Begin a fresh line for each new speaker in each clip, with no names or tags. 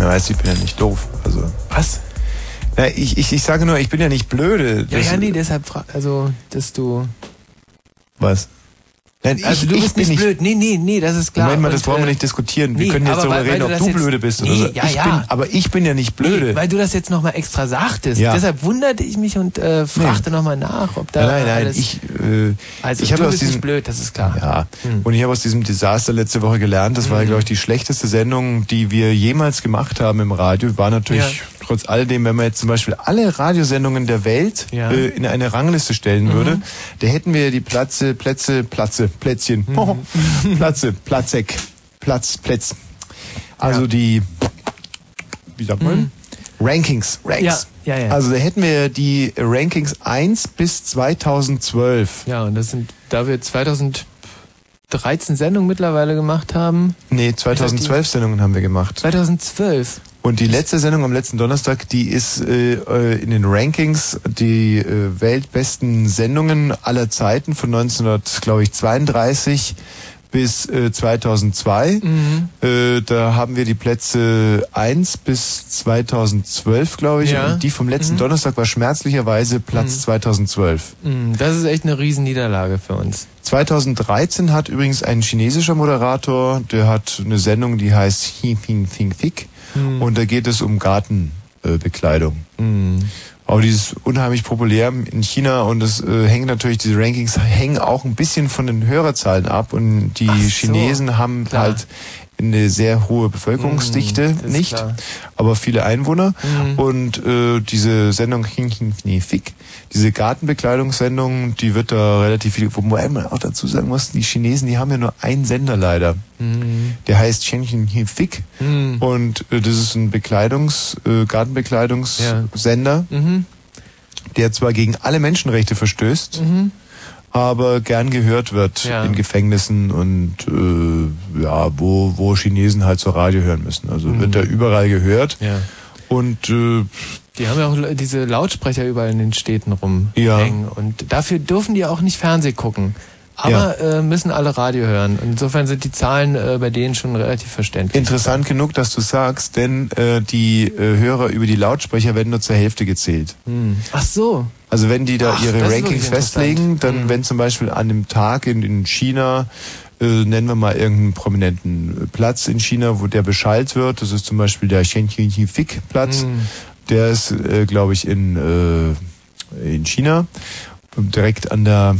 heißt, ich bin ja nicht doof. Also. Was? Na, ich, ich, ich sage nur, ich bin ja nicht blöde.
Ja,
Das-
ja, nee, deshalb, fra- also, dass du.
Was? Nein,
also, du bist nicht blöd. Nee, nee, nee, das ist klar.
Moment mal, das
Und,
brauchen wir
äh,
nicht diskutieren. Wir
nee,
können jetzt
aber
darüber
weil- weil
reden,
du
ob
das
du
jetzt-
blöde bist oder
Nee,
so.
ja,
ich
ja.
Bin, aber ich bin ja nicht blöde.
Nee, weil du das jetzt nochmal extra sagtest.
Ja.
Deshalb wunderte ich mich und äh, fragte nochmal nach, ob da.
nein, nein,
alles,
ich, äh,
Also,
ich habe
du
aus
bist
diesem,
nicht blöd, das ist klar. Hm.
Ja. Und ich habe aus diesem Desaster letzte Woche gelernt, das war ja, glaube ich, die schlechteste Sendung, die wir jemals gemacht haben im Radio. War natürlich
Ja.
trotz alledem, wenn man jetzt zum Beispiel alle Radiosendungen der Welt
Ja.
äh, in eine Rangliste stellen
Mhm.
würde, da hätten wir die Plätze, Plätze, Platze, Plätzchen,
Mhm.
Platze, Platzek, Platz, Plätz. Also die, wie sagt man? Rankings, Ranks.
Mhm. Ja, ja, ja.
Also da hätten wir die Rankings 1 bis 2012.
Ja, und das sind, da wir 2013 Sendungen mittlerweile gemacht haben.
Nee, 2012 Sendungen haben wir gemacht.
2012.
Und die letzte Sendung am letzten Donnerstag, die ist äh, äh, in den Rankings die äh, weltbesten Sendungen aller Zeiten von 1932 bis äh, 2002. Äh, da haben wir die Plätze 1 bis 2012, glaube ich.
Ja.
Und die vom letzten Donnerstag war schmerzlicherweise Platz 2012.
Hm, Das ist echt eine Riesenniederlage für uns.
2013 hat übrigens ein chinesischer Moderator, der hat eine Sendung, die heißt Hi Ping Fing Fik.
Hm.
Und da geht es um Gartenbekleidung. Äh, Bekleidung. Aber die ist unheimlich populär in China und es äh, hängt natürlich, diese Rankings hängen auch ein bisschen von den Hörerzahlen ab und die Chinesen haben halt eine sehr hohe Bevölkerungsdichte,
Mhm, Hm, das ist
nicht,
klar.
aber viele Einwohner.
Mhm.
Und äh, diese Sendung Hing Hing Fni Fik, diese Gartenbekleidungssendung, die wird da relativ viel, wobei man auch dazu sagen muss, die Chinesen, die haben ja nur einen Sender leider. Der heißt Hing Hing Hing Fik
Mhm.
und äh, das ist ein Bekleidungs-, äh, Gartenbekleidungssender,
Mhm.
der zwar gegen alle Menschenrechte verstößt,
Mhm.
aber gern gehört wird
Ja.
in Gefängnissen und äh, ja, wo, wo Chinesen halt zur Radio hören müssen. Also wird da überall gehört.
Mhm. Ja.
Und äh,
Die haben ja auch le- diese Lautsprecher überall in den Städten rumhängen.
Ja.
Und dafür dürfen die auch nicht Fernseh gucken. Aber äh, müssen alle Radio hören. Insofern sind die Zahlen äh, bei denen schon relativ verständlich.
interessant genug, dass du sagst, denn äh, die äh, Hörer über die Lautsprecher werden nur zur Hälfte gezählt.
Hm. Ach so.
Also wenn die da
Ach,
ihre
das ist
Rankings
wirklich Mhm.
festlegen, dann wenn zum Beispiel an einem Tag in, in China, äh, nennen wir mal irgendeinen prominenten äh, Platz in China, wo der beschallt wird, das ist zum Beispiel der Shenzhen-Fik-Platz,
Mhm.
der ist, äh, glaube ich, in, äh, in China, direkt an der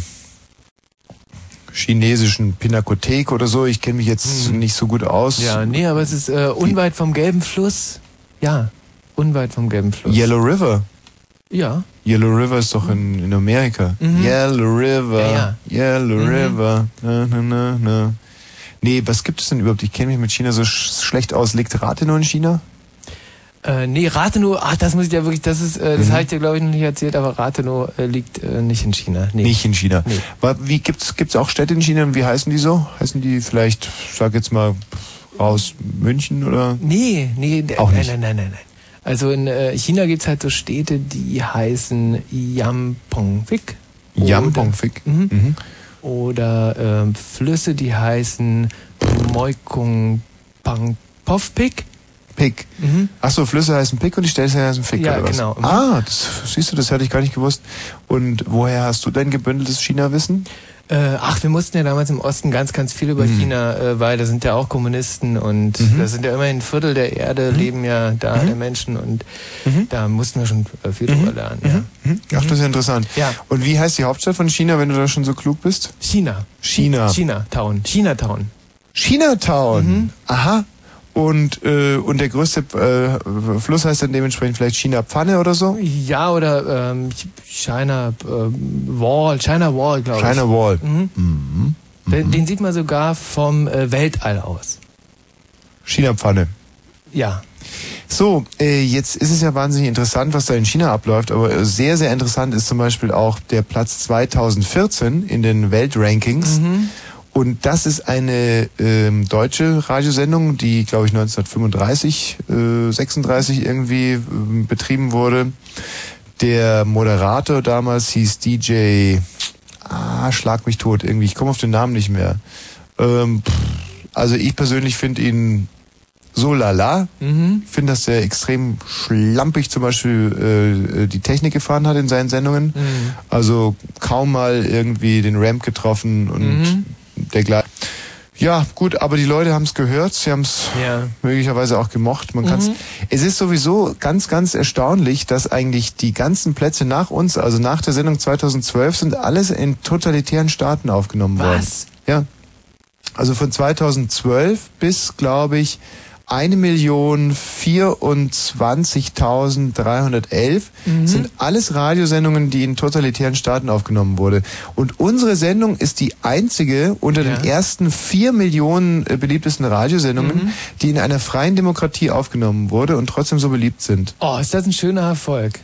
chinesischen Pinakothek oder so. Ich kenne mich jetzt nicht so gut aus.
Mhm. Ja, nee, aber es ist äh, unweit vom gelben Fluss. Ja, unweit vom gelben Fluss.
Yellow River.
Ja.
Yellow River ist doch in, in Amerika.
Mhm.
Yellow River.
Ja,
Yellow
Mhm.
River. Na, na, na, na. Nee, was gibt es denn überhaupt? Ich kenne mich mit China so sch schlecht aus. Liegt Rate nur in China?
Äh, nee, Rathenow, ach, das muss ich ja wirklich, das ist, äh,
Mhm.
das habe ich dir, glaube ich, noch nicht erzählt, aber Rathenow äh, liegt äh, nicht in China. Nee.
Nicht in China.
Nee.
Wa- Wie gibt's gibt's auch Städte in China und wie heißen die so? Heißen die vielleicht, sag jetzt mal raus München oder?
Nee, nee, d-
Auch
nein,
nicht.
nein, nein, nein, nein. Also in äh, China gibt's halt so Städte, die heißen Yampongfik. oder-
Yampongfik.
Mhm.
Mhm.
Oder ähm, Flüsse, die heißen Moikungpangpofpik.
Pick.
Mhm.
Ach so, Flüsse heißen Pick und die Städte heißen Fick
Ja,
oder was?
genau.
Ah, das, siehst du, das hätte ich gar nicht gewusst. Und woher hast du dein gebündeltes China-Wissen?
Äh, ach, wir mussten ja damals im Osten ganz, ganz viel über
Mhm.
China, äh, weil da sind ja auch Kommunisten und da sind ja immerhin ein Viertel der Erde,
Mhm.
leben ja da der Menschen und da mussten wir schon äh, viel drüber lernen. Ja.
Hm? Ach, das ist ja interessant.
Ja.
Und wie heißt die Hauptstadt von China, wenn du da schon so klug bist?
China.
China.
China Town. China Town. Mhm.
Chinatown. Aha. Und, äh, und der größte äh, Fluss heißt dann dementsprechend vielleicht China Pfanne oder so?
Ja, oder ähm, China ähm, Wall, China Wall, glaube ich.
China Wall. Mhm.
Mhm. Den, den sieht man sogar vom äh, Weltall aus.
China Pfanne.
Ja.
So, äh, jetzt ist es ja wahnsinnig interessant, was da in China abläuft, aber äh, sehr, sehr interessant ist zum Beispiel auch der Platz 2014 in den Weltrankings. Und das ist eine ähm, deutsche Radiosendung, die, glaube ich, 1935, äh, 36 irgendwie ähm, betrieben wurde. Der Moderator damals hieß DJ, ah, schlag mich tot irgendwie, ich komme auf den Namen nicht mehr. Ähm, pff, also ich persönlich finde ihn so lala.
Mhm.
Ich finde, dass der extrem schlampig zum Beispiel äh, die Technik gefahren hat in seinen Sendungen.
Mhm.
Also kaum mal irgendwie den Ramp getroffen und
Mhm.
dergleichen. Ja, gut, aber die Leute haben es gehört, sie haben es
Ja.
möglicherweise auch gemocht. Man kann's,
Mhm.
Es ist sowieso ganz, ganz erstaunlich, dass eigentlich die ganzen Plätze nach uns, also nach der Sendung 2012, sind alles in totalitären Staaten aufgenommen worden.
Was?
Ja. Also von 2012 bis, glaube ich, 1.024.311
Mhm.
sind alles Radiosendungen, die in totalitären Staaten aufgenommen wurde. Und unsere Sendung ist die einzige unter den ersten vier Millionen äh, beliebtesten Radiosendungen,
Mhm.
die in einer freien Demokratie aufgenommen wurde und trotzdem so beliebt sind.
Oh, ist das ein schöner Erfolg.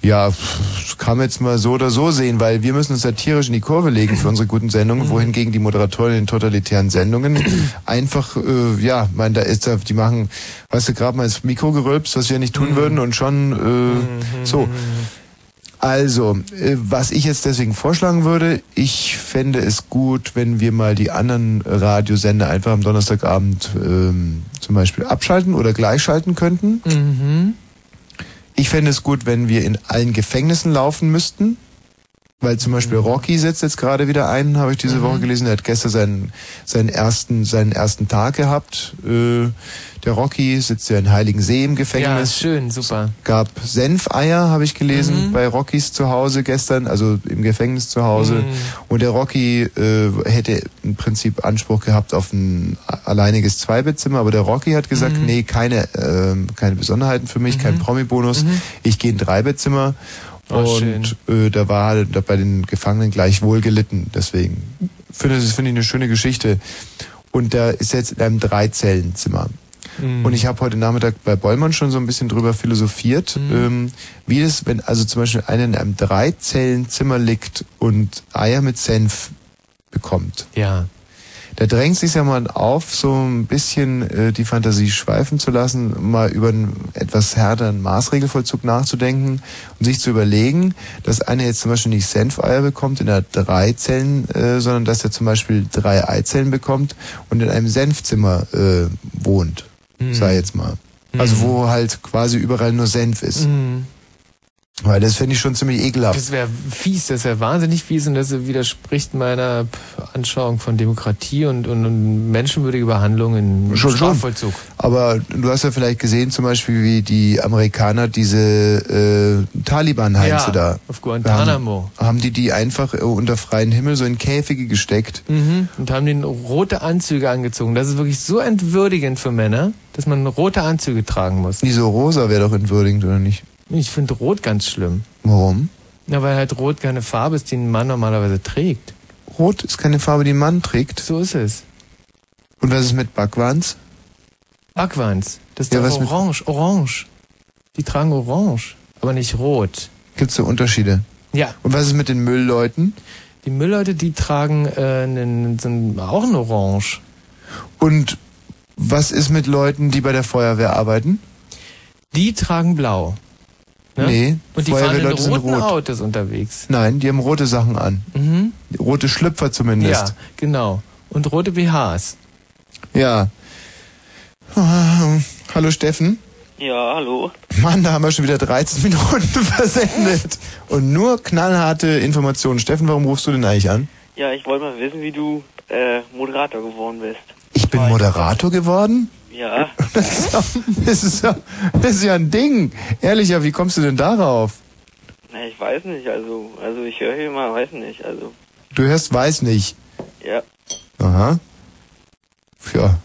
Ja, pff, kann man jetzt mal so oder so sehen, weil wir müssen uns satirisch in die Kurve legen für unsere guten Sendungen, wohingegen die Moderatoren in totalitären Sendungen einfach, äh, ja, mein, da ist da, die machen, weißt du, gerade mal ins Mikro gerülpst, was wir nicht tun würden und schon äh, so. Also, äh, was ich jetzt deswegen vorschlagen würde, ich fände es gut, wenn wir mal die anderen Radiosender einfach am Donnerstagabend ähm, zum Beispiel abschalten oder gleichschalten könnten.
Mhm.
Ich fände es gut, wenn wir in allen Gefängnissen laufen müssten. Weil zum
Mhm.
Beispiel Rocky setzt jetzt gerade wieder ein, habe ich diese Woche gelesen. Er hat gestern seinen, seinen, ersten, seinen ersten Tag gehabt. Äh, der Rocky sitzt ja in Heiligensee im
Ja,
Gefängnis.
ist schön, super. Mhm.
Gab Senfeier, habe ich gelesen, bei Rockys zu Hause gestern, also im Gefängnis zu Hause.
Mhm.
Und der Rocky äh, hätte im Prinzip Anspruch gehabt auf ein alleiniges Zweibettzimmer, aber der Rocky hat
Mhm.
gesagt, nee, keine, ähm, keine Besonderheiten für mich, kein Promi-Bonus, ich gehe in ein Dreibettzimmer.
Mhm. Oh, schön.
und äh, da war halt da bei den Gefangenen gleich wohl gelitten. Deswegen finde das finde ich eine schöne Geschichte. Und da ist jetzt in einem Dreizellenzimmer.
Mhm.
Und ich habe heute Nachmittag bei Bollmann schon so ein bisschen drüber philosophiert,
Mhm.
ähm, wie das, wenn also zum Beispiel einer in einem Dreizellenzimmer liegt und Eier mit Senf bekommt.
Ja.
Da drängt sich ja mal auf, so ein bisschen äh, die Fantasie schweifen zu lassen, mal über einen etwas härteren Maßregelvollzug nachzudenken und sich zu überlegen, dass einer jetzt zum Beispiel nicht Senfeier bekommt in einer Dreizellen, äh, sondern dass er zum Beispiel drei Eizellen bekommt und in einem Senfzimmer äh, wohnt,
Mhm.
sei jetzt mal. Also wo halt quasi überall nur Senf ist.
Mhm.
Weil das fände ich schon ziemlich ekelhaft.
Das wäre fies, das wäre wahnsinnig fies und das widerspricht meiner pff, Anschauung von Demokratie und, und, und menschenwürdige Behandlung im
Schon, schon.
Strafvollzug.
Aber du hast ja vielleicht gesehen, zum Beispiel, wie die Amerikaner diese äh, Taliban-Heinze
Ja,
da.
auf Guantanamo.
Haben, haben die die einfach äh, unter freien Himmel so in Käfige gesteckt?
Mhm. Und haben den rote Anzüge angezogen. Das ist wirklich so entwürdigend für Männer, dass man rote Anzüge tragen muss.
Wieso rosa wäre doch entwürdigend, oder nicht?
Ich finde rot ganz schlimm.
Warum?
Na, weil halt rot keine Farbe ist, die ein Mann normalerweise trägt.
Rot ist keine Farbe, die ein Mann trägt.
So ist es.
Und was ist mit Backwans?
Backwans. Das ist
Ja,
doch
was mit-
orange. Orange. Die tragen orange, aber nicht rot.
Gibt es da Unterschiede?
Ja.
Und was ist mit den Müllleuten?
Die Müllleute, die tragen äh, nen, sind auch ein Orange.
Und was ist mit Leuten, die bei der Feuerwehr arbeiten?
Die tragen blau. Ne?
Nee,
Und die fahren in
Feuerwehrleute
roten
sind rot.
Autos unterwegs.
Nein, die haben rote Sachen an.
Mhm.
Rote Schlüpfer
Ja,
zumindest.
genau. Und rote BHs.
Ja. Ah, Hallo Steffen.
Ja, hallo.
Mann, da haben wir schon wieder 13 Minuten versendet. Und nur knallharte Informationen. Steffen, warum rufst du denn eigentlich an?
Ja, ich wollte mal wissen, wie du äh, Moderator geworden bist.
Ich bin Moderator geworden?
Ja,
Das ist, ja, das, ist ja, das ist ja ein Ding. Ehrlich, ja, wie kommst du denn darauf?
na, ich weiß nicht, also, also ich höre hier immer, weiß nicht, also,
Du hörst weiß nicht.
ja,
Aha. Ja.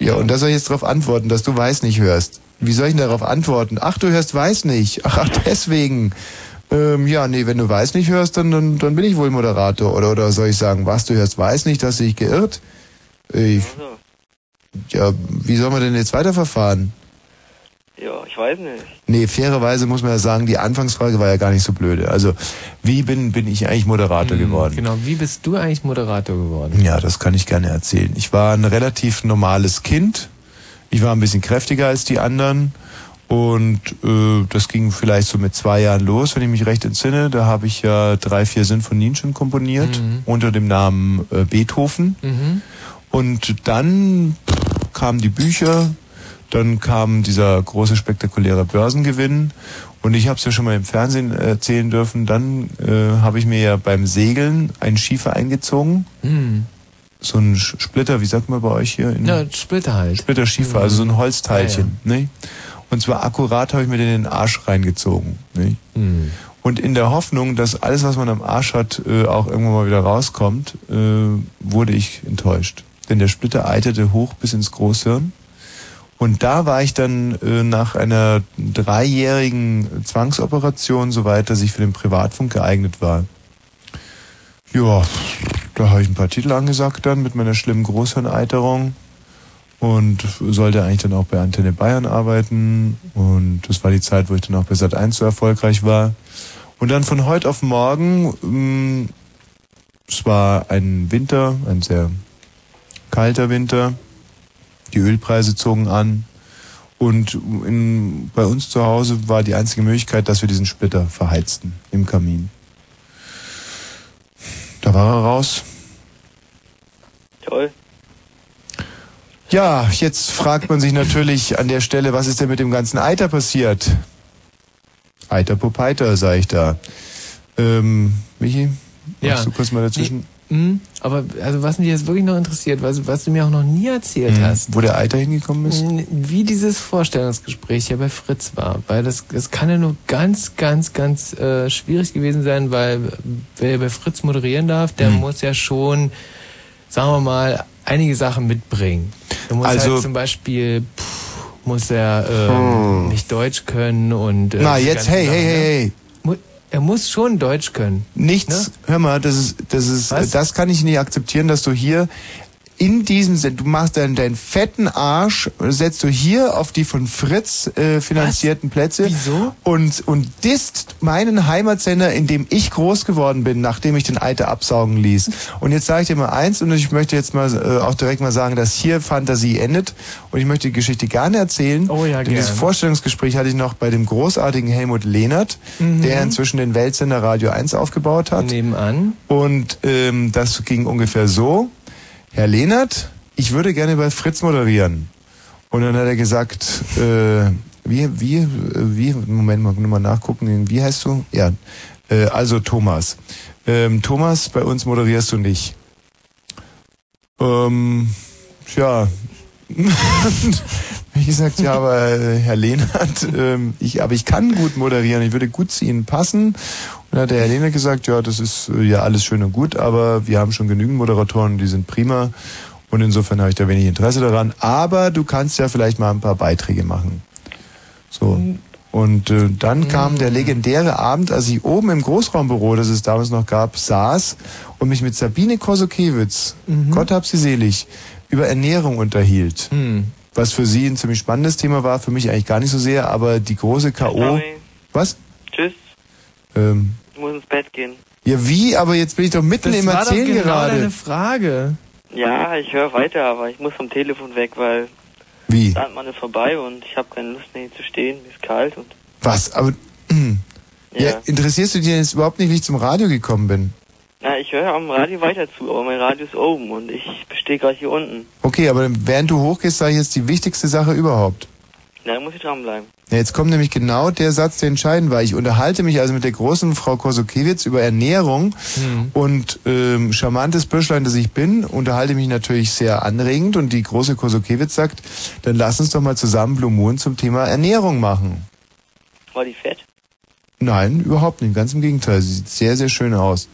Ja, und da soll ich jetzt darauf antworten, dass du weiß nicht hörst. Wie soll ich denn darauf antworten? Ach, du hörst weiß nicht. Ach, ach, deswegen. Ähm, ja, nee, wenn du weiß nicht hörst, dann, dann, dann bin ich wohl Moderator. Oder, oder soll ich sagen, was, du hörst weiß nicht, dass ich geirrt? Ich,
also,
ja, wie soll man denn jetzt weiterverfahren?
ja, ich weiß nicht.
Nee, fairerweise muss man ja sagen, die Anfangsfrage war ja gar nicht so blöde. Also, wie bin, bin ich eigentlich Moderator geworden?
Genau. Wie bist du eigentlich Moderator geworden?
Ja, das kann ich gerne erzählen. Ich war ein relativ normales Kind. Ich war ein bisschen kräftiger als die anderen. Und äh, das ging vielleicht so mit zwei Jahren los, wenn ich mich recht entsinne. Da habe ich ja drei, vier Sinfonien schon komponiert
Mhm.
unter dem Namen äh, Beethoven. Und dann pff, kamen die Bücher Dann kam dieser große spektakuläre Börsengewinn und ich habe es ja schon mal im Fernsehen äh, erzählen dürfen. Dann äh, habe ich mir ja beim Segeln einen Schiefer eingezogen.
Hm.
So ein Sch- Splitter, wie sagt man bei euch hier? In
Ja, Splitter halt.
Splitterschiefer, also so ein Holzteilchen. Ne? Und zwar akkurat habe ich mir den in den Arsch reingezogen. Ne?
Hm.
Und in der Hoffnung, dass alles, was man am Arsch hat, äh, auch irgendwann mal wieder rauskommt, äh, wurde ich enttäuscht. Denn der Splitter eiterte hoch bis ins Großhirn. Und da war ich dann äh, nach einer dreijährigen Zwangsoperation so weit, dass ich für den Privatfunk geeignet war. Ja, da habe ich ein paar Titel angesagt dann mit meiner schlimmen Großhirneiterung und sollte eigentlich dann auch bei Antenne Bayern arbeiten und das war die Zeit, wo ich dann auch bei Sat 1 so erfolgreich war. Und dann von heute auf morgen, ähm, es war ein Winter, ein sehr kalter Winter, die Ölpreise zogen an und in, bei uns zu Hause war die einzige Möglichkeit, dass wir diesen Splitter verheizten im Kamin. Da war er raus.
Toll.
Ja, jetzt fragt man sich natürlich an der Stelle, was ist denn mit dem ganzen Eiter passiert? Eiter Popeiter, sage ich da. Ähm, Michi,
Ja.
machst du kurz mal dazwischen,
Hm? Aber also was mich jetzt wirklich noch interessiert, was, was du mir auch noch nie erzählt
Hm,
hast,
wo der Eiter hingekommen ist?
N- wie dieses Vorstellungsgespräch ja bei Fritz war, weil das, das kann ja nur ganz, ganz, ganz äh, schwierig gewesen sein, weil wer bei Fritz moderieren darf,
Hm.
der muss ja schon, sagen wir mal, einige Sachen mitbringen. Du musst
Also-
halt zum Beispiel pff, muss er ähm,
Hm.
nicht Deutsch können und äh,
Na,
diese
jetzt,
ganzen
hey, hey,
Sachen, ne?
hey, hey.
Mu- Er muss schon Deutsch können. ne?
Nichts, hör mal, das ist, das ist,
Was?
das kann ich nicht akzeptieren, dass du hier in diesem, Sen- du machst deinen, deinen fetten Arsch, setzt du hier auf die von Fritz äh, finanzierten Plätze
Wieso?
und und disst meinen Heimatsender, in dem ich groß geworden bin, nachdem ich den Alter absaugen ließ. Und jetzt sage ich dir mal eins und ich möchte jetzt mal äh, auch direkt mal sagen, dass hier Fantasie endet und ich möchte die Geschichte gerne erzählen.
Oh ja,
denn dieses
gerne.
Vorstellungsgespräch hatte ich noch bei dem großartigen Helmut Lehnert,
Mhm.
der inzwischen den Weltsender Radio 1 aufgebaut hat.
Nebenan.
Und ähm, das ging ungefähr so. Herr Lehnert, ich würde gerne bei Fritz moderieren. Und dann hat er gesagt, äh, wie, wie, äh, wie, Moment mal, nur mal nachgucken, wie heißt du? Ja, äh, also Thomas. Ähm, Thomas, bei uns moderierst du nicht. Ähm, tja. Wie gesagt, ja, aber äh, Herr Lehnert, ähm, ich, aber ich kann gut moderieren, ich würde gut zu Ihnen passen. Und dann hat der Herr Lehnert gesagt, ja, das ist äh, ja alles schön und gut, aber wir haben schon genügend Moderatoren, die sind prima. Und insofern habe ich da wenig Interesse daran. Aber du kannst ja vielleicht mal ein paar Beiträge machen. So. Und äh, dann kam der legendäre Abend, als ich oben im Großraumbüro, das es damals noch gab, saß und mich mit Sabine Korsukiewicz, Gott hab sie selig, über Ernährung unterhielt.
Hm.
Was für sie ein ziemlich spannendes Thema war, für mich eigentlich gar nicht so sehr, aber die große K.O.
Sorry.
Was?
Tschüss.
Ähm,
Ich muss ins Bett gehen.
ja, wie? Aber jetzt bin ich doch mitten
Das
im
war doch
Erzählen
genau deine
gerade.
Frage.
Ja, ich höre weiter, aber ich muss vom Telefon weg, weil
Wie?
Sandmann ist vorbei und ich habe keine Lust mehr hier zu stehen. Mir ist kalt und
Was? Aber. hm. Ja.
ja.
interessierst du dich jetzt überhaupt nicht, wie ich zum Radio gekommen bin?
Na, ich höre am Radio weiter zu, aber mein Radio ist oben und ich stehe gerade hier unten.
Okay, aber während du hochgehst, sage ich jetzt die wichtigste Sache überhaupt.
Na, da muss ich dranbleiben.
Ja, jetzt kommt nämlich genau der Satz, der entscheidend war. Ich unterhalte mich also mit der großen Frau Korsukiewicz über Ernährung Mhm. und ähm, charmantes Böschlein, das ich bin, unterhalte mich natürlich sehr anregend und die große Korsukiewicz sagt, dann lass uns doch mal zusammen Blue Moon zum Thema Ernährung machen.
War die fett?
Nein, überhaupt nicht. Ganz im Gegenteil. Sie sieht sehr, sehr schön aus.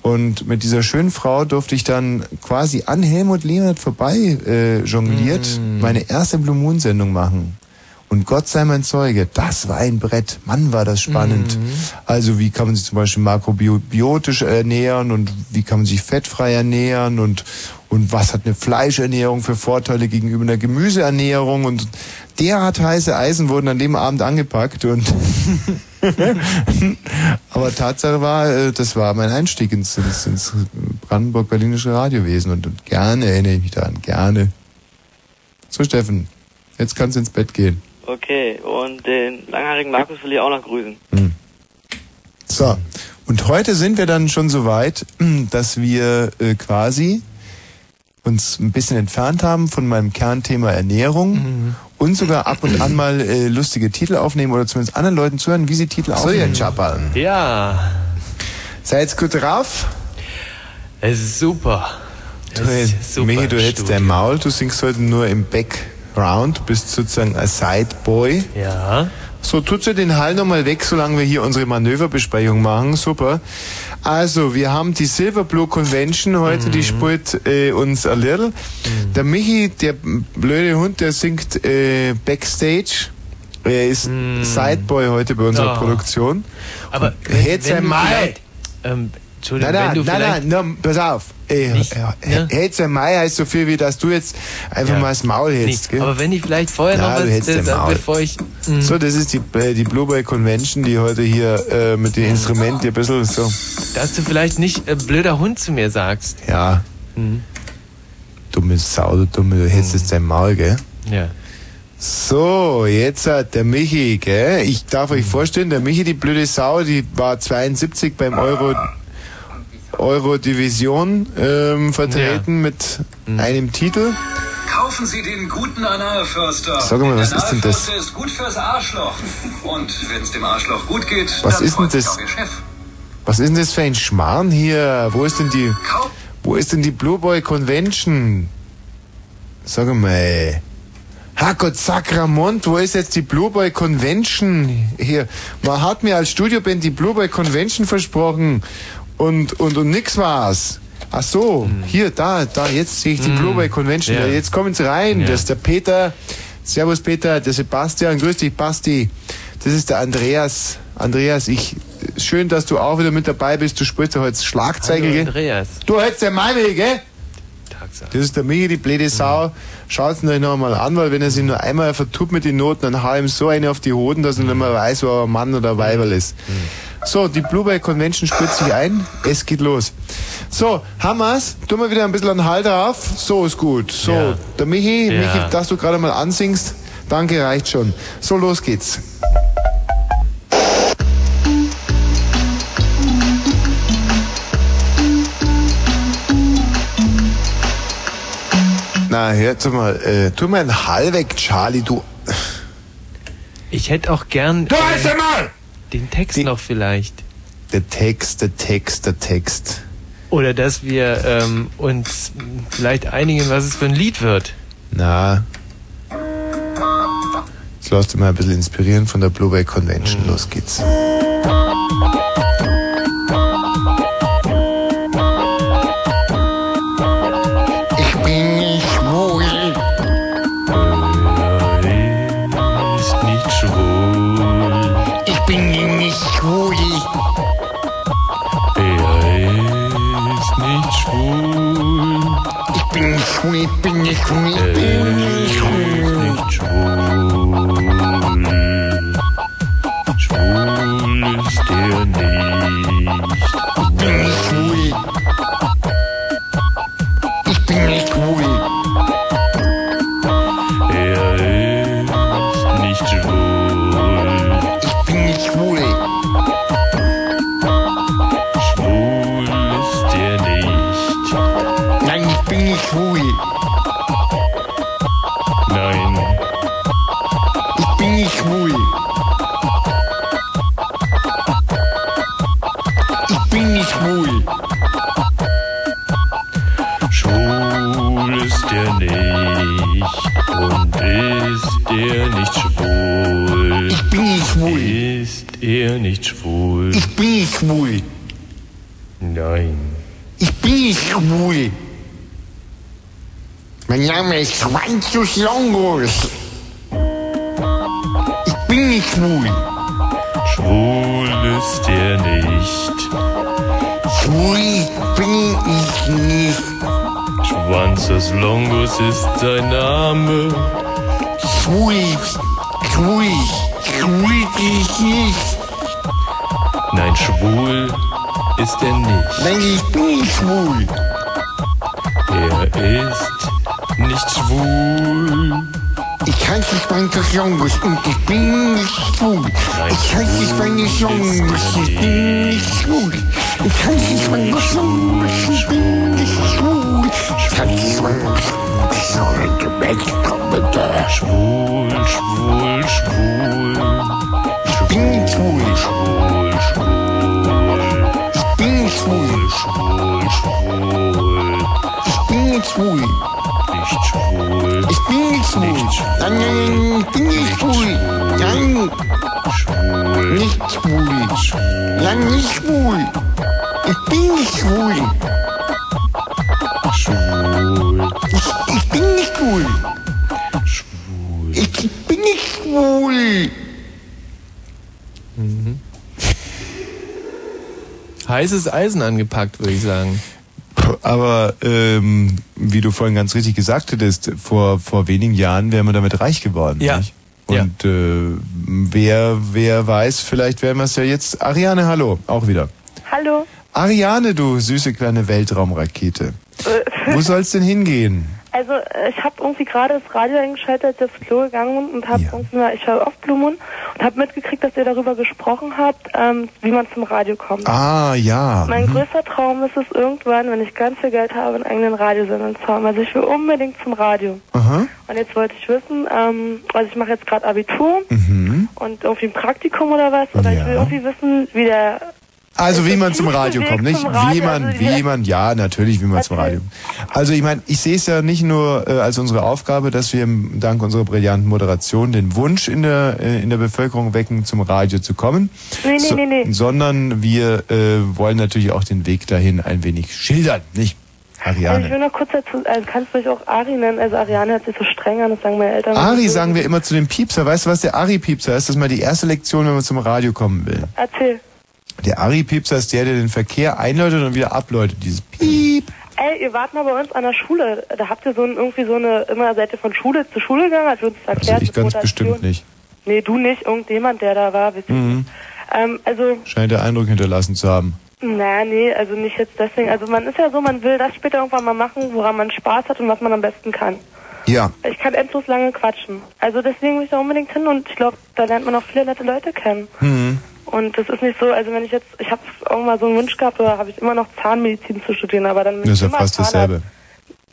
Und mit dieser schönen Frau durfte ich dann quasi an Helmut Lehnert vorbei äh, jongliert meine erste Blue Moon Sendung machen. Und Gott sei mein Zeuge, das war ein Brett. Mann, war das spannend. Also wie kann man sich zum Beispiel makrobiotisch ernähren und wie kann man sich fettfrei ernähren und, und was hat eine Fleischernährung für Vorteile gegenüber einer Gemüseernährung und derart heiße Eisen wurden an dem Abend angepackt und aber Tatsache war, äh, das war mein Einstieg ins, ins, ins Brandenburg-Berlinische Radiowesen und, und gerne erinnere ich mich daran, gerne. So, Steffen, jetzt kannst du ins Bett gehen.
Okay, und den langhaarigen Markus will ich auch noch grüßen.
So, und heute sind wir dann schon so weit, dass wir äh,
Hm.
quasi uns ein bisschen entfernt haben von meinem Kernthema Ernährung und sogar ab und an mal äh, lustige Titel aufnehmen oder zumindest anderen Leuten zuhören, wie sie Titel
So, ihr
aufnehmen.
Chapperl.
Ja,
Seid's gut drauf.
es ist super.
Du,
Es ist
hätt- Michi, du hättest
Studio.
dein Maul, du singst heute nur im Background, bist sozusagen ein Sideboy.
Ja.
So, tut sie den Hall nochmal weg, solange wir hier unsere Manöverbesprechung machen. Super. Also, wir haben die Silver Blue Convention heute,
Mhm.
die spielt äh, uns a little. Der Michi, der blöde Hund, der singt äh, Backstage. Er ist
Mhm.
Sideboy heute bei unserer
Oh.
Produktion.
Aber
Hey, jetzt
wenn, wenn du
einmal!
vielleicht- ähm, Entschuldigung,
Nein,
wenn du
nein,
vielleicht...
nein, nein, na, pass auf. Äh,
Nicht,
äh,
ne?
Hältst dein Mai heißt so viel, wie dass du jetzt einfach
Ja.
mal das Maul hältst.
Nee,
gell?
aber wenn Hm. ich vielleicht vorher
Ja,
noch
du
was
hältst
äh,
den
sag,
Maul.
bevor ich...
So, das ist die, äh, die Blueberry Convention, die heute hier äh, mit den Instrumenten ein bisschen so.
Dass du vielleicht nicht äh, blöder Hund zu mir sagst.
Ja. Dumme Sau, du dumme, du hältst jetzt dein Maul, gell?
Ja.
So, jetzt hat der Michi, gell? Ich darf euch vorstellen, der Michi, die blöde Sau, die war 72 beim Euro, Euro Division ähm, vertreten mit einem Titel.
Kaufen Sie den guten Analförster.
Sag mal, was
der
ist denn das?
Analförster ist gut fürs Arschloch. Und wenn es dem Arschloch gut geht,
Was
dann
ist
freut
denn
sich
das?
auch Ihr Chef.
Was ist denn das für ein Schmarrn hier? Wo ist denn die,
Kau
wo ist denn die Blue Boy Convention? Sag mal. Hacko Sacramont, wo ist jetzt die Blue Boy Convention? Hier, man hat mir als Studioband die Blue Boy Convention versprochen und, und, und nix war's. Ach so, hier, da, da, jetzt sehe ich die Blue Boy Convention.
Hm. Ja.
Jetzt kommen sie rein.
Ja.
Das ist der Peter. Servus Peter, der Sebastian. Grüß dich, Basti. Das ist der Andreas. Andreas, ich, schön, dass du auch wieder mit dabei bist. Du spielst ja heute Schlagzeuger,
Hallo,
gell?
Andreas.
Du hältst den Meinweg, gell? Das ist der Michi, die
Mhm.
blöde Sau. Schaut's ihn euch nochmal an, weil wenn er sich nur einmal vertut mit den Noten, dann hau ihm so eine auf die Hoden, dass er nicht mehr weiß, ob er ein Mann oder ein Weiberl ist.
Mhm.
So, die Blue Bay Convention spürt sich ein. Es geht los. So, Hamas, tu mal wieder ein bisschen einen Halt drauf. So ist gut. So,
Ja.
der Michi,
Ja.
Michi, dass du gerade mal ansingst, danke, reicht schon. So, los geht's. Na, hört mal, äh, tu mal einen Hall weg, Charlie, du.
Ich hätte auch gern
Du weißt
äh,
mal!
den Text
Die-
noch vielleicht.
Der Text, der Text, der Text.
Oder dass wir ähm, uns vielleicht einigen, was es für ein Lied wird.
Na. Jetzt lass dich mal ein bisschen inspirieren von der Blue Bay Convention. Los geht's. Ich bin nicht schwul.
Ist nicht schwul.
Ich bin nicht schwul.
Er ist nicht schwul.
Ich bin nicht schwul. Ich bin nicht schwul. Ich bin nicht schwul.
Nicht schwul. Schwul ist er nicht.
Ich bin nicht schwul. Ich bin nicht schwul.
Er ist nicht schwul.
Ich bin nicht schwul.
Schwul ist er nicht.
Nein, ich bin nicht schwul.
Nein,
Ich bin nicht schwul. Ich bin nicht schwul.
schwul ist er nicht. Und ist er nicht schwul?
Ich bin nicht schwul.
Ist er nicht schwul?
Ich bin nicht schwul.
Nein.
Ich bin nicht schwul. Mein Name ist Schwanzus Longus. Ich bin nicht schwul.
Schwul ist er nicht.
Schwul bin ich nicht.
Schwanzes Longus ist sein Name.
Schwul. Schwul. Schwul bin ich nicht.
Nein, schwul ist er nicht.
Nein, ich bin nicht schwul.
Er ist nicht schwul.
Ich heiße Spanisch Jongus und ich bin nicht schwul. Ich heiße Spanisch Jongus, ich bin nicht schwul. Ich heiße Spanisch Jongus, ich bin nicht schwul. Ich heiße Spanisch Jongus, ich bin nicht schwul.
schwul,
Schwul
schwul. Ich
bin schwul.
Schwul, schwul. Ich bin schwul. Schwul, schwul.
Ich bin nicht schwul.
Nicht schwul.
Ich bin nicht schwul. Nein, nein, ich äh, bin nicht schwul. Nein,
Schwul.
nicht schwul. Nein, nicht schwul. Ich bin nicht schwul.
Schwul.
Ich, ich bin nicht schwul.
Schwul.
Ich bin nicht schwul.
Mhm.
Heißes Eisen angepackt, würde ich sagen.
Aber ähm, wie du vorhin ganz richtig gesagt hättest, vor, vor wenigen Jahren wären wir damit reich geworden.
Ja.
Nicht? Und äh, wer, wer weiß, vielleicht werden wir es ja jetzt. Ariane, hallo, auch wieder.
Hallo.
Ariane, du süße kleine Weltraumrakete. Wo soll's denn hingehen?
Äh, Also äh, ich habe irgendwie gerade das Radio eingeschaltet, aufs Klo gegangen und habe
Ja.
irgendwie mal, ich höre oft Blumen und habe mitgekriegt, dass ihr darüber gesprochen habt, ähm, wie man zum Radio kommt.
Ah, ja.
Mein größter Traum ist es irgendwann, wenn ich ganz viel Geld habe, einen eigenen Radiosender zu haben. Also ich will unbedingt zum Radio.
Aha.
Und jetzt wollte ich wissen, ähm, also ich mache jetzt gerade Abitur
Mhm.
und irgendwie ein Praktikum oder was. Oder ich will
Ja.
irgendwie wissen, wie der...
Also wie
Also
man zum
tiefste
Radio
Weg
kommt, nicht?
zum Radio,
Wie man,
also
wie
wir-
man, ja, natürlich, wie man zum Radio.
Erzähl.
Also ich meine, ich sehe es ja nicht nur äh, als unsere Aufgabe, dass wir im- dank unserer brillanten Moderation den Wunsch in der, äh, in der Bevölkerung wecken, zum Radio zu kommen.
Nee, nee, nee, nee.
Sondern wir äh, wollen natürlich auch den Weg dahin ein wenig schildern, nicht?
Also ich
Ariane.
will noch kurz dazu, also kannst du mich auch Ari nennen? Also Ariane hat sich so streng an, das sagen meine Eltern.
Ari sagen wir immer zu dem Piepser. Weißt du, was der Ari-Piepser ist? Das ist mal die erste Lektion, wenn man zum Radio kommen will.
Erzähl.
Der Ari-Piepser ist der, der den Verkehr einläutet und wieder abläutet. Dieses Piep.
Ey, ihr wart mal bei uns an der Schule. Da habt ihr so ein, irgendwie so eine, immer seid ihr von Schule zu Schule gegangen, hat uns das
Also
erklärt.
ich
mit
ganz
Rotation.
bestimmt nicht.
Nee, du nicht, irgendjemand, der da war, wisst ihr. Ähm, also,
Mhm. Scheint der Eindruck hinterlassen zu haben.
naja, nee, also nicht jetzt deswegen. Also man ist ja so, man will das später irgendwann mal machen, woran man Spaß hat und was man am besten kann.
Ja.
Ich kann endlos lange quatschen. Also deswegen will ich da unbedingt hin und ich glaube, da lernt man auch viele nette Leute kennen. Und das ist nicht so, also wenn ich jetzt, ich habe auch mal so einen Wunsch gehabt, oder habe ich immer noch Zahnmedizin zu studieren, aber dann bin
Das ist
ich
ja
immer
fast
Zahnarzt.
dasselbe.